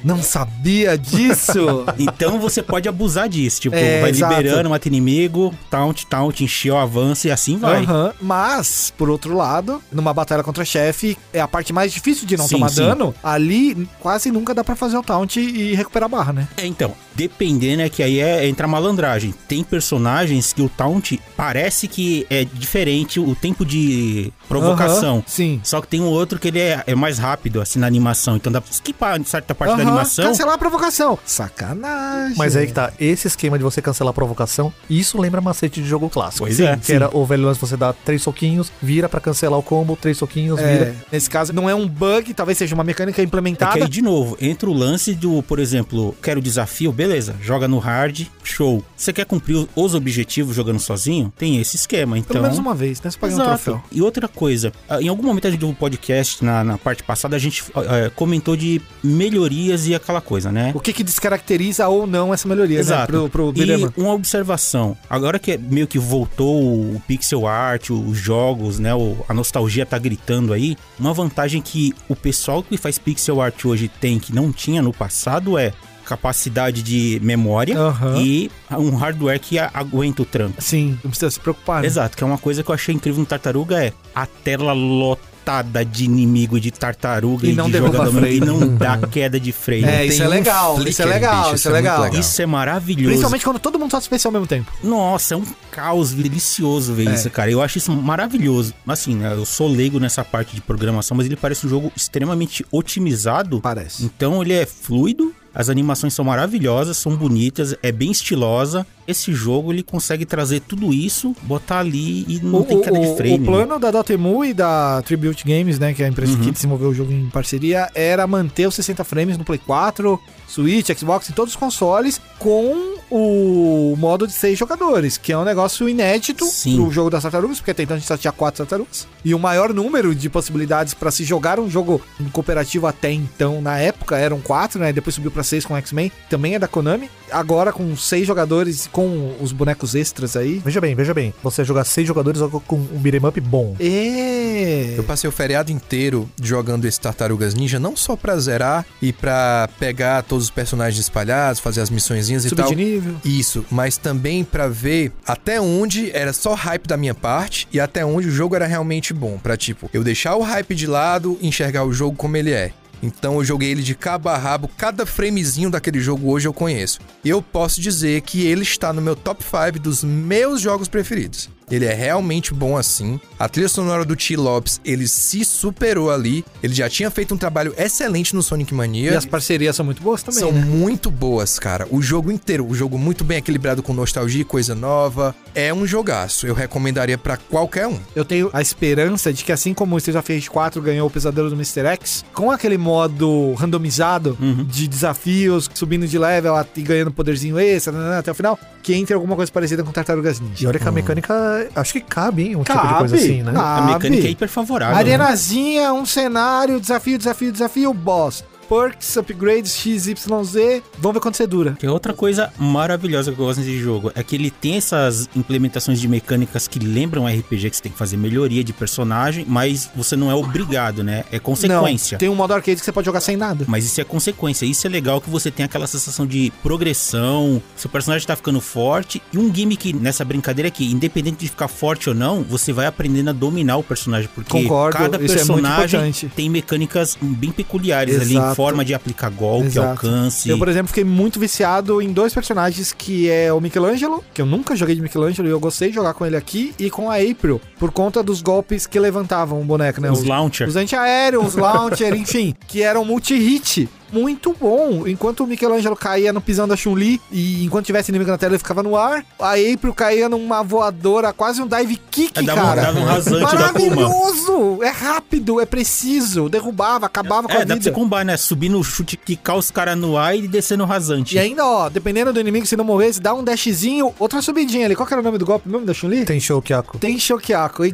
Não sabia disso! Então você pode abusar disso. Tipo, É, vai exato. liberando, mata inimigo, taunt, taunt, encheu, avança e assim vai. Aham, Mas, por outro lado, numa batalha contra chefe, é a parte mais difícil de não Sim, tomar sim. dano. Ali, quase nunca dá pra fazer o taunt e recuperar a barra, né? É, então, dependendo é que aí é, entra a malandragem. Tem personagens que o taunt parece que é diferente o tempo de provocação. Aham, Sim. Só que tem um outro que ele é, é mais rápido, assim, na animação. Então dá pra skipar certa parte da Aham, animação. Cancelar a provocação. Sacanagem. Mas aí que tá, esse esquema de você cancelar a provocação, isso lembra macete de jogo clássico. Pois é. Que Sim. era o velho lance, você dá três soquinhos, vira pra cancelar o combo, três soquinhos, É, vira. nesse caso, não é um bug, talvez seja uma mecânica É que implementada. aí, de novo, entra o lance do, por exemplo, quero desafio, beleza, joga no hard, show. Você quer cumprir o- os objetivos jogando sozinho? Tem esse esquema, então... Pelo menos uma vez, né? Você paga um Exato. troféu. E outra coisa, ah, em algum momento a gente do podcast, na, na parte passada, a gente ah, ah, comentou de melhorias e aquela coisa, né? O que que descaracteriza ou não essa melhoria, né? Exato. Pro, pro Beat'em Up. e uma observação. Agora que é meio que voltou o pixel art, os jogos, né? o- a nostalgia tá gritando aí. Uma vantagem que o pessoal que faz pixel art hoje tem que não tinha no passado é capacidade de memória Aham. e um hardware que a- aguenta o tranco. Sim, não precisa se preocupar. né? Exato, que é uma coisa que eu achei incrível no Tartaruga é a tela lotada de inimigo de tartaruga E não de derruba jogador frame. e não dá queda de frame. É, isso tem é um legal, flicker, isso é legal, bicho, isso isso é é muito legal. legal. Isso é maravilhoso. Principalmente quando todo mundo faz especial ao mesmo tempo. Nossa, é um caos delicioso ver É. isso, cara. Eu acho isso maravilhoso. Assim, né, eu sou leigo nessa parte de programação, mas ele parece um jogo extremamente otimizado. Parece. Então ele é fluido, as animações são maravilhosas, são bonitas, é bem estilosa. Esse jogo ele consegue trazer tudo isso, botar ali e não tem queda de né? frame. o plano da Dotemu e da Tribute Games, né, que é a empresa Uhum. que desenvolveu o jogo em parceria, era manter os 60 frames no Play 4, Switch, Xbox, em todos os consoles, com o modo de 6 jogadores, que é um negócio inédito Sim. pro jogo das tartarugas, porque até então a gente só tinha 4 tartarugas. E o maior número de possibilidades pra se jogar um jogo em cooperativo até então, na época, eram 4, né, depois subiu pra 6 com X-Men, também é da Konami. Agora com 6 jogadores, com os bonecos extras aí... Veja bem, veja bem, você jogar seis jogadores com um beat'em up bom. É... Eu passei o feriado inteiro jogando esse Tartarugas Ninja, não só pra zerar e pra pegar todos os personagens espalhados, fazer as missõezinhas e Subir tal. de nível. Isso, mas também pra ver até onde era só hype da minha parte e até onde o jogo era realmente bom, Pra tipo eu deixar o hype de lado, enxergar o jogo como ele é. Então eu joguei ele de cabo a rabo, cada framezinho daquele jogo hoje eu conheço. E eu posso dizer que ele está no meu top 5 dos meus jogos preferidos. Ele é realmente bom assim. A trilha sonora do T. Lopes, ele se superou ali. Ele já tinha feito um trabalho excelente no Sonic Mania. E as parcerias são muito boas também. São né? muito boas, cara. O jogo inteiro, o jogo muito bem equilibrado com nostalgia e coisa nova. É um jogaço. Eu recomendaria pra qualquer um. Eu tenho a esperança de que, assim como o Street of Rage 4 ganhou o pesadelo do Mr. X, com aquele modo randomizado Uhum. de desafios, subindo de level at- e ganhando poderzinho extra né, né, até o final, que entre alguma coisa parecida com Tartarugas E Ninja. olha que a mecânica, acho que cabe, hein, um tipo Cabe, de coisa assim, né? A cabe. mecânica é hiper tá, favorável. né? Arenazinha, um cenário, desafio, desafio, desafio, boss. Perks, upgrades, XYZ. Vamos ver quanto você dura. Que é outra coisa maravilhosa que eu gosto desse jogo é que ele tem essas implementações de mecânicas que lembram RPG, que você tem que fazer melhoria de personagem, mas você não é obrigado, né? É consequência. Não, tem um modo arcade que você pode jogar sem nada. Mas isso é consequência. Isso é legal que você tem aquela sensação de progressão, seu personagem tá ficando forte. E um gimmick nessa brincadeira é que, independente de ficar forte ou não, você vai aprendendo a dominar o personagem. Porque Concordo, cada isso é muito personagem importante. tem mecânicas bem peculiares ali, Exato. em forma de aplicar golpe, Exato. alcance. Eu, por exemplo, fiquei muito viciado em dois personagens que é o Michelangelo, que eu nunca joguei de Michelangelo e eu gostei de jogar com ele aqui, e com a April, por conta dos golpes que levantavam o boneco, né? Os launchers. Os antiaéreos, os launcher, enfim, que eram multi-hit. muito bom. Enquanto o Michelangelo caía no pisão da Chun-Li e enquanto tivesse inimigo na tela ele ficava no ar, a April caía numa voadora, quase um dive kick, É, dava, um- cara. dava um rasante da Puma. Maravilhoso! É rápido, é preciso, derrubava, acabava com É, a dá pra você vida. combinar, né? Subir no chute, quicar os caras no ar e descer no rasante. E ainda, ó, dependendo do inimigo, se não morrer, se dá um dashzinho, outra subidinha ali. Qual que era o nome do golpe mesmo da Chun-Li? Tem show, é Kiako. Tem Shokiako,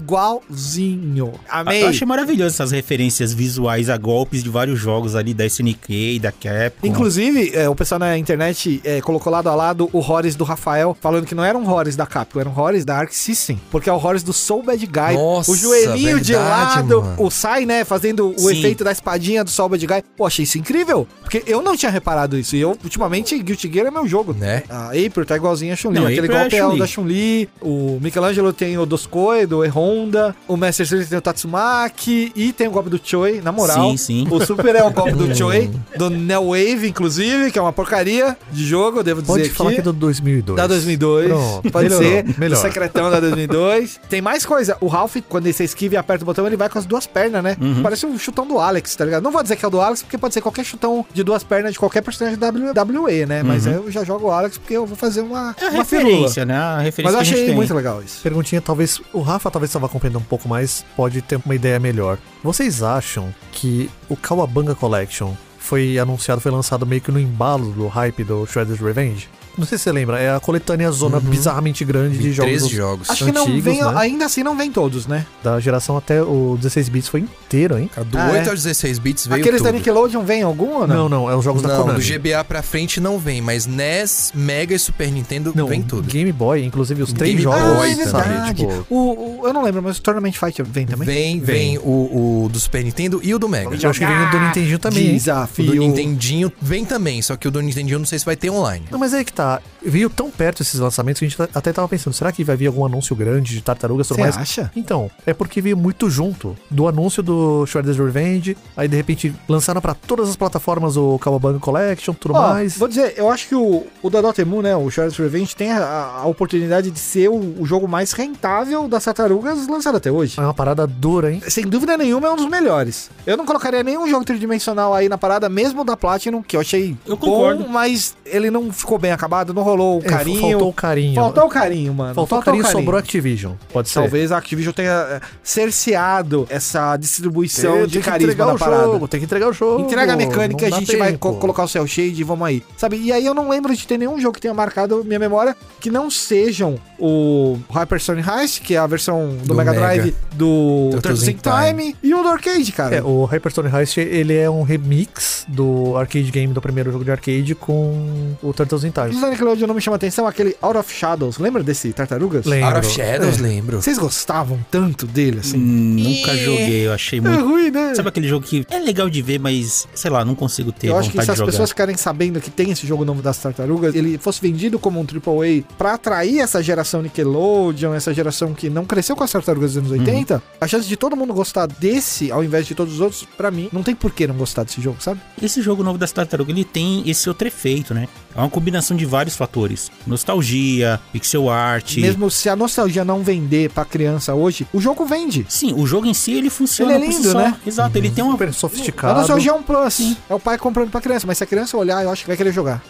igualzinho. Amei. Eu achei maravilhoso essas referências visuais a golpes de vários jogos ali da SNK, da Capcom. Inclusive, é, o pessoal na internet é, colocou lado a lado o Horus do Rafael, falando que não era um Horus da Capcom, era um Horus da Arc System, porque é o Horus do Soul Bad Guy. Nossa, o joelhinho de verdade, lado, mano. o Sai, né, fazendo o Sim. efeito da espadinha do Soul Bad Guy. Pô, achei isso é incrível, porque eu não tinha reparado isso. E eu, ultimamente, Guilty Gear é meu jogo. Né? A April tá igualzinha a Chun-Li. Não, Aquele April é a golpe é o Chun-Li. da Chun-Li. O Michelangelo tem o Doskoi, do E-Honda. O Master System tem o Tatsumaki. E tem o golpe do Choi, na moral. Sim, sim. O Super é o golpe do Choi, do Neo Wave, inclusive, que é uma porcaria de jogo, eu devo dizer Pode aqui. falar que é do 2002. Da 2002. Pronto, Pode melhorou, ser. melhor. O secretão da 2002. Tem mais coisa. O Ralph, quando você esquiva e aperta o botão, ele vai com as duas pernas, né? Parece um chutão do Alex, tá ligado? Não vou dizer que é o do Alex, porque pode ser qualquer chutão de duas pernas de qualquer personagem da WWE, né? Mas eu já jogo o Alex porque eu vou fazer uma, É a uma firula. referência, né? A referência Mas eu que a gente achei tem. muito legal isso. Perguntinha, talvez o Rafa talvez estava acompanhando um pouco mais, pode ter uma ideia melhor. Vocês acham que o Kawabanga Collection foi anunciado, foi lançado meio que no embalo do hype do Shredder's Revenge? Não sei se você lembra, é a coletânea zona bizarramente grande de jogos 13 dos- Uhum. jogos. Acho que não antigos, vem, né? ainda assim não vem todos, né? da geração até o 16 bits foi inteiro, hein? Cara, do Ah, 8 é. aos 16 bits veio Aqueles tudo. da Nickelodeon vem algum ou não? Não, não, é os jogos da Não, Konami. do GBA pra frente não vem, mas NES, Mega e Super Nintendo Não, vem tudo. Game Boy, inclusive os três Game jogos, Boy ah, é sabe? também, Tipo, Ah, é O, o- eu não lembro, mas o Tournament Fight vem também? Vem, vem o, o do Super Nintendo e o do Mega. eu acho que vem o do Nintendinho também, hein? O Desafio. do Nintendinho vem também, só que o do Nintendinho eu não sei se vai ter online. Não, mas é que tá. Veio tão perto esses lançamentos que a gente tá- até tava pensando, será que vai vir algum anúncio grande de tartarugas e tudo Você mais? acha? Então, é porque veio muito junto do anúncio do Shredder's Revenge, aí de repente lançaram pra todas as plataformas o Kawabanga Collection, tudo Ó, mais. vou dizer, eu acho que o, o da Dotemu, né, o Shredder's Revenge, tem a, a oportunidade de ser o, o jogo mais rentável das tartarugas lançado até hoje. É uma parada dura, hein? Sem dúvida nenhuma, é um dos melhores. Eu não colocaria nenhum jogo tridimensional aí na parada, mesmo o da Platinum, que eu achei Eu concordo. bom, mas ele não ficou bem acabado, não rolou o É, carinho. faltou o carinho. Faltou o carinho, mano. Faltou o carinho, sobrou Activision. Pode ser. Talvez a Activision tenha eh, cerceado essa distribuição Tem um de que carisma entregar da o parada. jogo, tem que entregar o jogo. Entrega a mecânica e não a dá gente vai co- tempo. colocar o cel shade e vamos aí. Sabe? E aí eu não lembro de ter nenhum jogo que tenha marcado minha memória que não sejam o Hyper Sonic Heist, que é a versão do, Do Mega Mega. Drive do Turtles Turtles in in Time, e o do Arcade, cara. É, o Hyperstone Heist, ele é um remix do arcade game, do primeiro jogo de arcade, com o Turtles in Time. Os da Nickelodeon não me chama atenção, aquele Out of Shadows. Lembra desse Tartarugas? Lembro. Out of Shadows, lembro. Vocês gostavam tanto dele, assim? Hum, Nunca joguei, eu achei É Hum, muito. ruim, né? Sabe aquele jogo que é legal de ver, mas sei lá, não consigo ter Eu acho que vontade se de as jogar. pessoas ficarem sabendo que tem esse jogo novo das tartarugas, ele fosse vendido como um AAA pra atrair essa geração Nickelodeon, essa geração que não cresceu com as tartarugas dos anos Uhum. 80, a chance de todo mundo gostar desse ao invés de todos os outros, pra mim, não tem por que não gostar desse jogo, sabe? Esse jogo novo das tartarugas, ele tem esse outro efeito, né? É uma combinação de vários fatores. Nostalgia, pixel art. Mesmo se a nostalgia não vender pra criança hoje, o jogo vende. Sim, o jogo em si, ele funciona Ele é por si lindo, só. né? Exato, ele tem uma... Super A sofisticado. nostalgia é um plus, é o pai comprando pra criança, mas se a criança olhar, eu acho que vai querer jogar.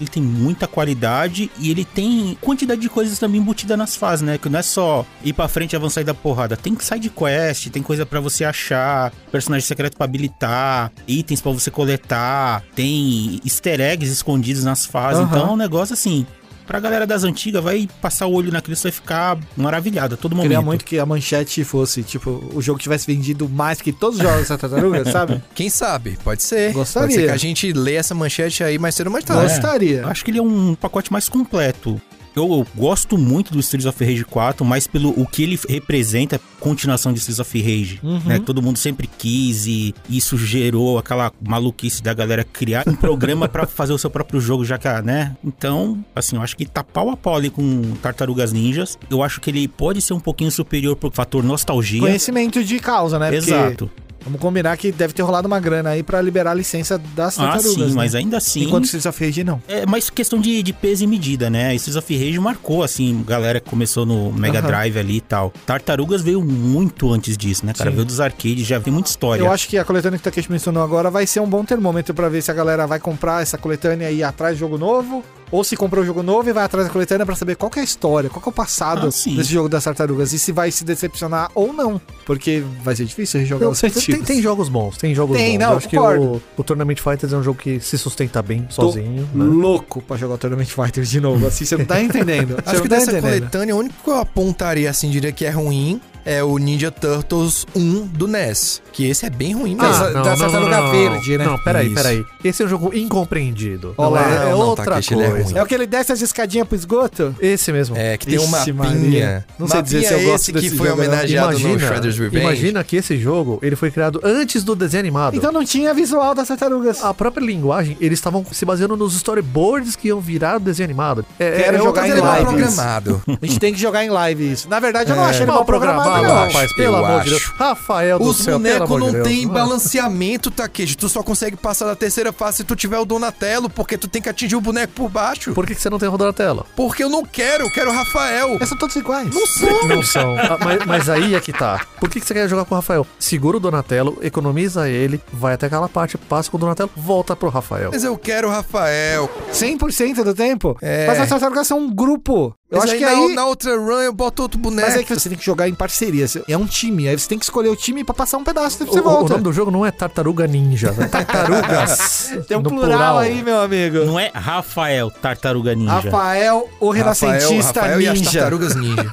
Ele tem muita qualidade e ele tem quantidade de coisas também embutida nas fases, né? Que não é só ir pra frente e avançar e dar porrada. Tem side quest, tem coisa pra você achar, personagem secreto pra habilitar, itens pra você coletar, tem easter eggs escondidos nas fases. Aham. Então é um negócio assim. Pra galera das antigas, vai passar o olho naquilo, você vai ficar maravilhado a todo momento. Queria muito que a manchete fosse, tipo, o jogo tivesse vendido mais que todos os jogos das tartarugas, sabe? Quem sabe? Pode ser. Gostaria. Pode ser que a gente lê essa manchete aí mais cedo ou mais tarde. Tá, Gostaria. Eu acho que ele é um pacote mais completo. Eu, eu gosto muito do Streets of Rage 4, mas pelo o que ele representa, continuação de Streets of Rage, Uhum. né? Todo mundo sempre quis e isso gerou aquela maluquice da galera criar um programa pra fazer o seu próprio jogo, já que, ah, né? Então, assim, eu acho que tá pau a pau ali com Tartarugas Ninjas. Eu acho que ele pode ser um pouquinho superior pro fator nostalgia. Conhecimento de causa, né? Porque Exato. Vamos combinar que deve ter rolado uma grana aí pra liberar a licença das Ah, tartarugas. sim, né? mas ainda assim. Enquanto Streets of Rage, não. É mais questão de, de peso e medida, né? Streets of Rage marcou, assim, galera que começou no Mega Aham. Drive ali e tal. Tartarugas veio muito antes disso, né, cara? Sim. Veio dos arcades, já tem muita história. Eu acho que a coletânea que o Takeshi mencionou agora vai ser um bom termômetro pra ver se a galera vai comprar essa coletânea e ir atrás de jogo novo, ou se comprou o jogo novo e vai atrás da coletânea pra saber qual que é a história, qual que é o passado Ah, sim. desse jogo das tartarugas e se vai se decepcionar ou não, porque vai ser difícil rejogar Não, os tem, tem- antigos. tem jogos bons, tem jogos Tem, bons. não, eu acho que concordo. o, o Tournament Fighters é um jogo que se sustenta bem sozinho. né? Louco pra jogar o Tournament Fighters de novo, assim, você não tá entendendo. Você Acho não que tá dessa entendendo. coletânea, o único que eu apontaria assim, diria que é ruim, é o Ninja Turtles 1 do NES. Que esse é bem ruim Ah, mesmo. da- da tartaruga verde, né? Não, peraí, Isso. peraí. Esse é um jogo incompreendido. Olha Não, lá, é, é não, não, outra Takeshi, ele é coisa. ruim. É o que ele desce as escadinhas pro esgoto? Esse mesmo. É, que tem uma Ixi, pinha. Maria. Não sei dizer se eu gosto esse desse que foi jogo, não. homenageado no Shredder's Revenge. imagina que esse jogo ele foi criado antes do desenho animado. Então não tinha visual das tartarugas. a própria linguagem, eles estavam se baseando nos storyboards que iam virar o desenho animado. É, Quero é outra jogar Tá em Mas ele é coisa. mal live. programado. A gente tem que jogar em live isso. Na verdade, eu não acho É ele mal programado, eu não. acho. rapaz, pelo eu amor de acho. Deus. Rafael do Os céu, pelo bonecos amor de não Deus. têm Ah. balanceamento, Takeshi. Tu só consegue passar da terceira fase se tu tiver o Donatello, porque tu tem que atingir o boneco por baixo. Por que, que você não tem rodando a tela? Porque eu não quero, eu quero o Rafael. Eles são todos iguais. Não sou. Não são. Ah, mas, mas aí é que tá. Por que, que você quer jogar com o Rafael? Segura o Donatello, economiza ele, vai até aquela parte, passa com o Donatello, volta pro Rafael. Mas eu quero o Rafael. 100% do tempo. É. Mas as tartarugas são um grupo. Eu Mas acho que na, aí... na outra run eu boto outro boneco. Mas é que você tem que jogar em parceria. você- É um time. Aí você tem que escolher o time pra passar um pedaço. Daí O, você o volta. nome do jogo não é Tartaruga Ninja, é Tartarugas. Tem um no plural, aí, meu amigo. Não é Rafael Tartaruga Ninja. Rafael, o renascentista Rafael e as ninja. tartarugas ninja.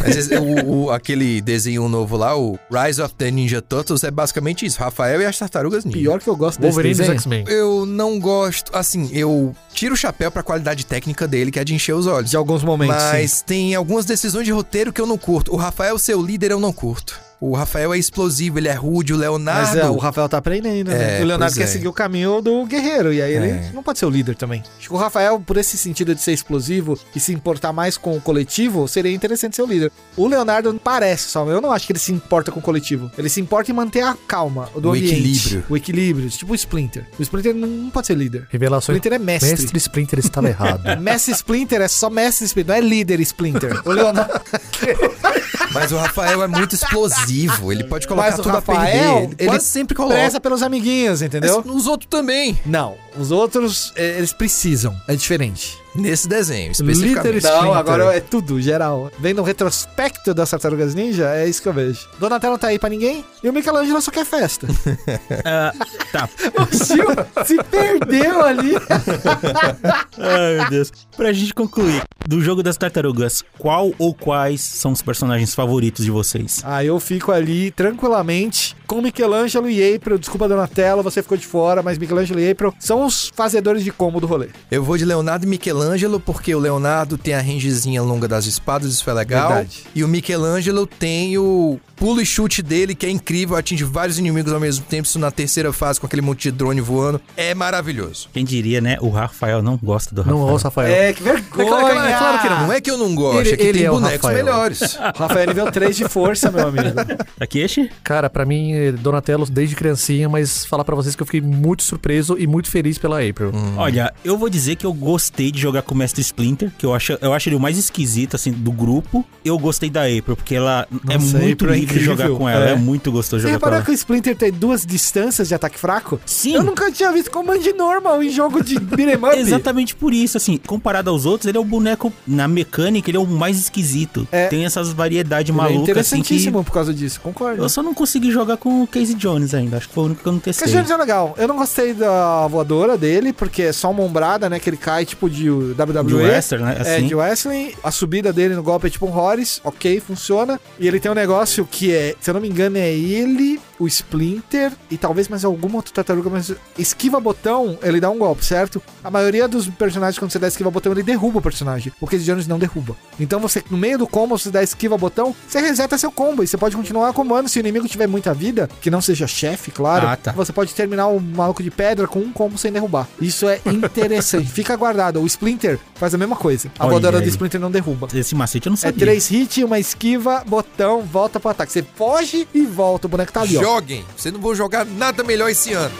Mas esse- o, o- aquele desenho novo lá, o Rise of the Ninja Turtles, é basicamente isso. Rafael e as tartarugas ninja. Pior que eu gosto desse Wolverine dos desenho. X-Men. Eu não gosto, assim, eu tiro o chapéu pra qualidade técnica dele, que é de encher os olhos. De alguns momentos, Mas sim. tem algumas decisões de roteiro que eu não curto. O Rafael ser o líder, eu não curto. O Rafael é explosivo, ele é rude, o Leonardo... Mas é, o Rafael tá aprendendo, né? É, O Leonardo pois quer é. seguir o caminho do guerreiro. E aí ele É. não pode ser o líder também. Acho que o Rafael, por esse sentido de ser explosivo e se importar mais com o coletivo, seria interessante ser o líder. O Leonardo parece só, eu não acho que ele se importa com o coletivo. Ele se importa em manter a calma O do ambiente. equilíbrio. O equilíbrio. Tipo o Splinter. O Splinter não- não pode ser líder. O Revelações. Splinter é mestre. Mestre Splinter estava errado. Mestre Splinter é só Mestre Splinter, não é líder Splinter. O Leonardo. Mas o Rafael é muito explosivo, ele pode colocar Mas o tudo a Rafael, perder. Ele, ele quase sempre coloca. preza pelos amiguinhos, entendeu? Mas Os outros também. Não, os outros, eh, eles precisam. É diferente. Nesse desenho, especificamente. Líderes- Splinter. Não, agora é tudo, geral. Vendo o retrospecto das Tartarugas Ninja, é isso que eu vejo. Donatello tá aí pra ninguém e o Michelangelo só quer festa. Ah, tá. o Gil se perdeu ali. Ai, meu Deus. Pra gente concluir, do jogo das tartarugas, qual ou quais são os personagens favoritos de vocês? Ah, eu fico ali tranquilamente com Michelangelo e April. Desculpa, Donatello, você ficou de fora, mas Michelangelo e April são os fazedores de combo do rolê. Eu vou de Leonardo e Michelangelo, porque o Leonardo tem a rangezinha longa das espadas, isso é legal. Verdade. E o Michelangelo tem o pulo e chute dele, que é incrível, atinge vários inimigos ao mesmo tempo, isso na terceira fase com aquele monte de drone voando. É maravilhoso. Quem diria, né? O Rafael não gosta do Rafael. Não ouça, Rafael. que É vergonha. claro, é claro- é claro que não. Não é que eu não gosto, Ah, Ele- é que ele tem é o bonecos Rafael. melhores. Rafael é nível 3 de força, meu amigo. Takeshi? Cara, pra mim, eh, Donatello desde criancinha, mas falar pra vocês que eu fiquei muito surpreso e muito feliz pela April. Olha, eu vou dizer que eu gostei de jogar com o Mestre Splinter, que eu acho, eu acho ele o mais esquisito, assim, do grupo. Eu gostei da April, porque ela é Nossa, a muito April é livre incrível. jogar com ela. É. É, muito gostoso Você jogar com reparou ela. que o Splinter tem duas distâncias de ataque fraco? Sim. Eu nunca tinha visto Command Normal em jogo de beat'em up. Exatamente por isso, assim, comparado aos outros, ele é o boneco, na mecânica, ele é o mais esquisito. É. Tem essas variedades Ele é malucas, assim, que... interessantíssimo por causa disso, concordo. Eu só não consegui jogar com o Casey Jones ainda, acho que foi o único que eu não testei. Cassiano é legal. Eu não gostei da voadora dele, porque é só uma ombrada, né? Que ele cai tipo de WWE. De Western, né? É, Assim. de wrestling, a subida dele no golpe é tipo um Horus, ok, funciona. E ele tem um negócio que é, se eu não me engano, é ele, o Splinter e talvez mais alguma outra tartaruga, mas esquiva botão, ele dá um golpe, certo? A maioria dos personagens, quando você dá esquiva botão, ele derruba o personagem. O Casey Jones não derruba. Então você, no meio do combo, você dá esquiva botão, você reseta seu combo e você pode continuar comando. Se o inimigo tiver muita vida, que não seja chefe, claro, Ah, tá. você pode terminar o maluco de pedra com um combo sem derrubar. Isso é interessante. Fica guardado. O Splinter faz a mesma coisa. A Olha voadora do aí. Splinter não derruba. Esse macete eu não É sabia. três hits, uma esquiva, botão, volta pro ataque. Você foge e volta. O boneco tá ali, ó. Joguem. Vocês não vão jogar nada melhor esse ano.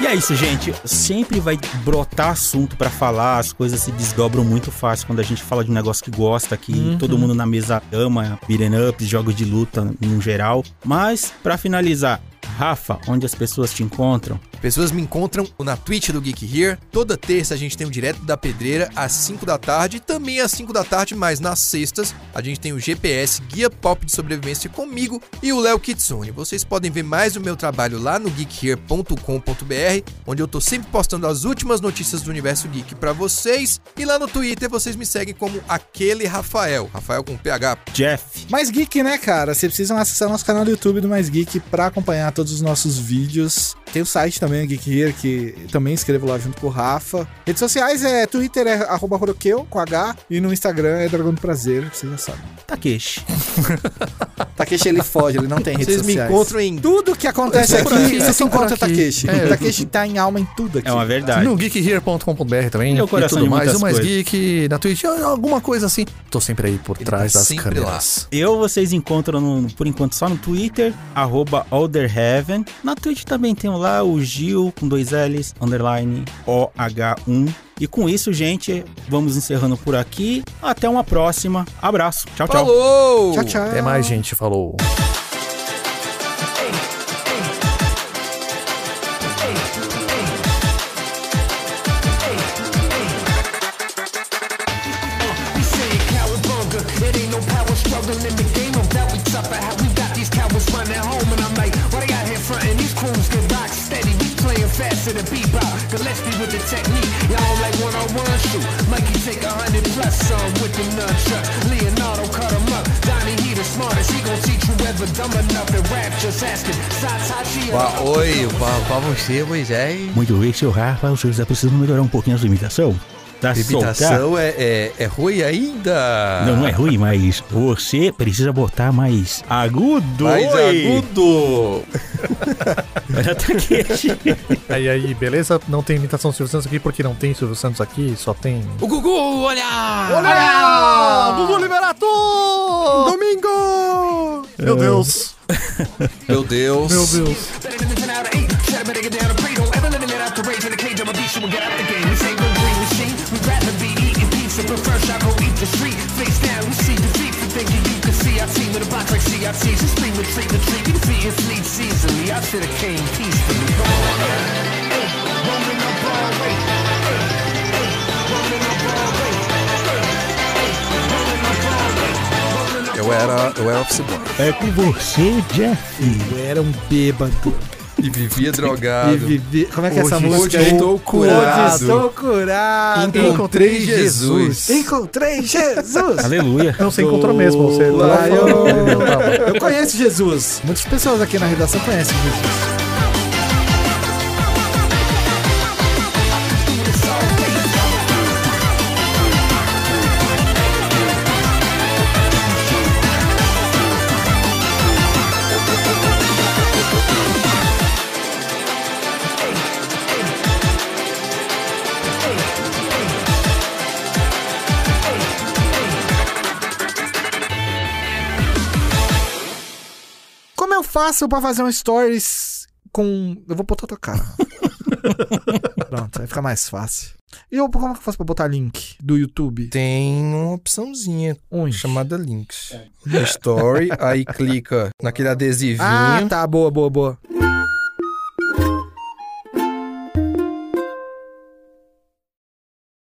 E é isso, gente. Sempre vai brotar assunto pra falar, as coisas se desdobram muito fácil quando a gente fala de um negócio que gosta, que todo mundo na mesa ama, beat'em ups, jogos de luta no geral. Mas, pra finalizar, Rafa, onde as pessoas te encontram? Pessoas me encontram na Twitch do Geek Here. Toda terça a gente tem o Direto da Pedreira às 5 da tarde. e Também às 5 da tarde, mas nas sextas a gente tem o GPS Guia Pop de Sobrevivência comigo e o Léo Kitsune. Vocês podem ver mais o meu trabalho lá no geekhere.com.br, onde eu tô sempre postando as últimas notícias do universo geek pra vocês. E lá no Twitter vocês me seguem como aquele Rafael, Rafael com PH. Jeff. Mais Geek, né, cara? Vocês precisam acessar nosso canal do YouTube do Mais Geek pra acompanhar todos os nossos vídeos. Tem o site também, o Geek Here, que também escrevo lá junto com o Rafa. Redes sociais é Twitter é arroba Horoqueu, com H, e no Instagram é Dragão do Prazer, vocês já sabem. Takeshi. Takeshi ele foge, ele não tem redes Vocês me sociais. encontram em Tudo que acontece Vocês por aqui, aqui, você se são por encontra aqui. Takeshi. É. Takeshi tá em alma em tudo aqui. É uma verdade. No geekhere.com.br também. Meu coração e tudo de mais. muitas O mais coisas. geek na Twitch, alguma coisa assim. Tô sempre aí por Ele trás tá das sempre câmeras. Eu vocês encontram, no- por enquanto, só no Twitter, arroba Alderheaven. Na Twitch também tem lá o Gil, com dois L's, underline OH1. E com isso, gente, vamos encerrando por aqui. Até uma próxima. Abraço. Tchau, tchau. Falou! Tchau, tchau. Até É mais, gente. Falou. We say cowabunga, it ain't no power struggle in the game of that we suffer. How we got these cowards running home, and I'm like, why they out here frontin'? These coons can rock steady, we playing faster than bebop. Gillespie with the technique, y'all like one-on-one shoot. Mikey take a hundred plus some with the nunchuck. Leonardo cut him up, Donnie he the smartest. He gon' teach you ever dumb enough to rap, just asking. Satachi Pa- Oi, pa- pra você, Moisés. Muito bem, seu Rafa, os senhores já precisam melhorar um pouquinho a sua imitação. Tá soltar. Imitação é, é, é ruim ainda. Não, não é ruim, mas você precisa botar mais agudo. Mais Oi. Tá agudo. Olha, Takeshi. Aí, aí, beleza? Não tem imitação do Silvio Santos aqui porque não tem Silvio Santos aqui, só tem. O Gugu, olha! Olha! Gugu Liberato! Domingo! É. Meu Deus! Meu Deus. Meu Deus! Better than ten out of eight. Shut up and get down and pray. Don't ever let me let out the rage in the cage. I'm a beast, you will get out the game. This ain't no green machine. We'd rather be eating pizza, but first I go eat the street. Face down, we see defeat for thinking you can see our team in a box like CRTs. Just free retreat, retreat. We defeat and fleet seasonally. I should have came peacefully. Come on, yeah. Hey, rolling up Broadway. Hey, hey, rolling up Broadway. Hey, hey, rolling up Broadway. Rolling up Eu era, eu era office boy. É com você, Jeff. Eu era um bêbado. E vivia drogado. E vivi... Como é que é essa Hoje música aí? estou curado. Hoje estou curado. Encontrei Jesus. Encontrei Jesus. Aleluia. Eu não sei encontrou mesmo, você Lá eu... tava- eu conheço Jesus. Muitas pessoas aqui na redação conhecem Jesus. Como eu faço pra fazer um stories com. Eu vou botar tua cara. Pronto, aí fica mais fácil. E eu, como é que eu faço pra botar link do YouTube? Tem uma opçãozinha Onde? chamada links. No story, aí clica naquele adesivinho. Ah, tá, Ah, boa, boa, boa.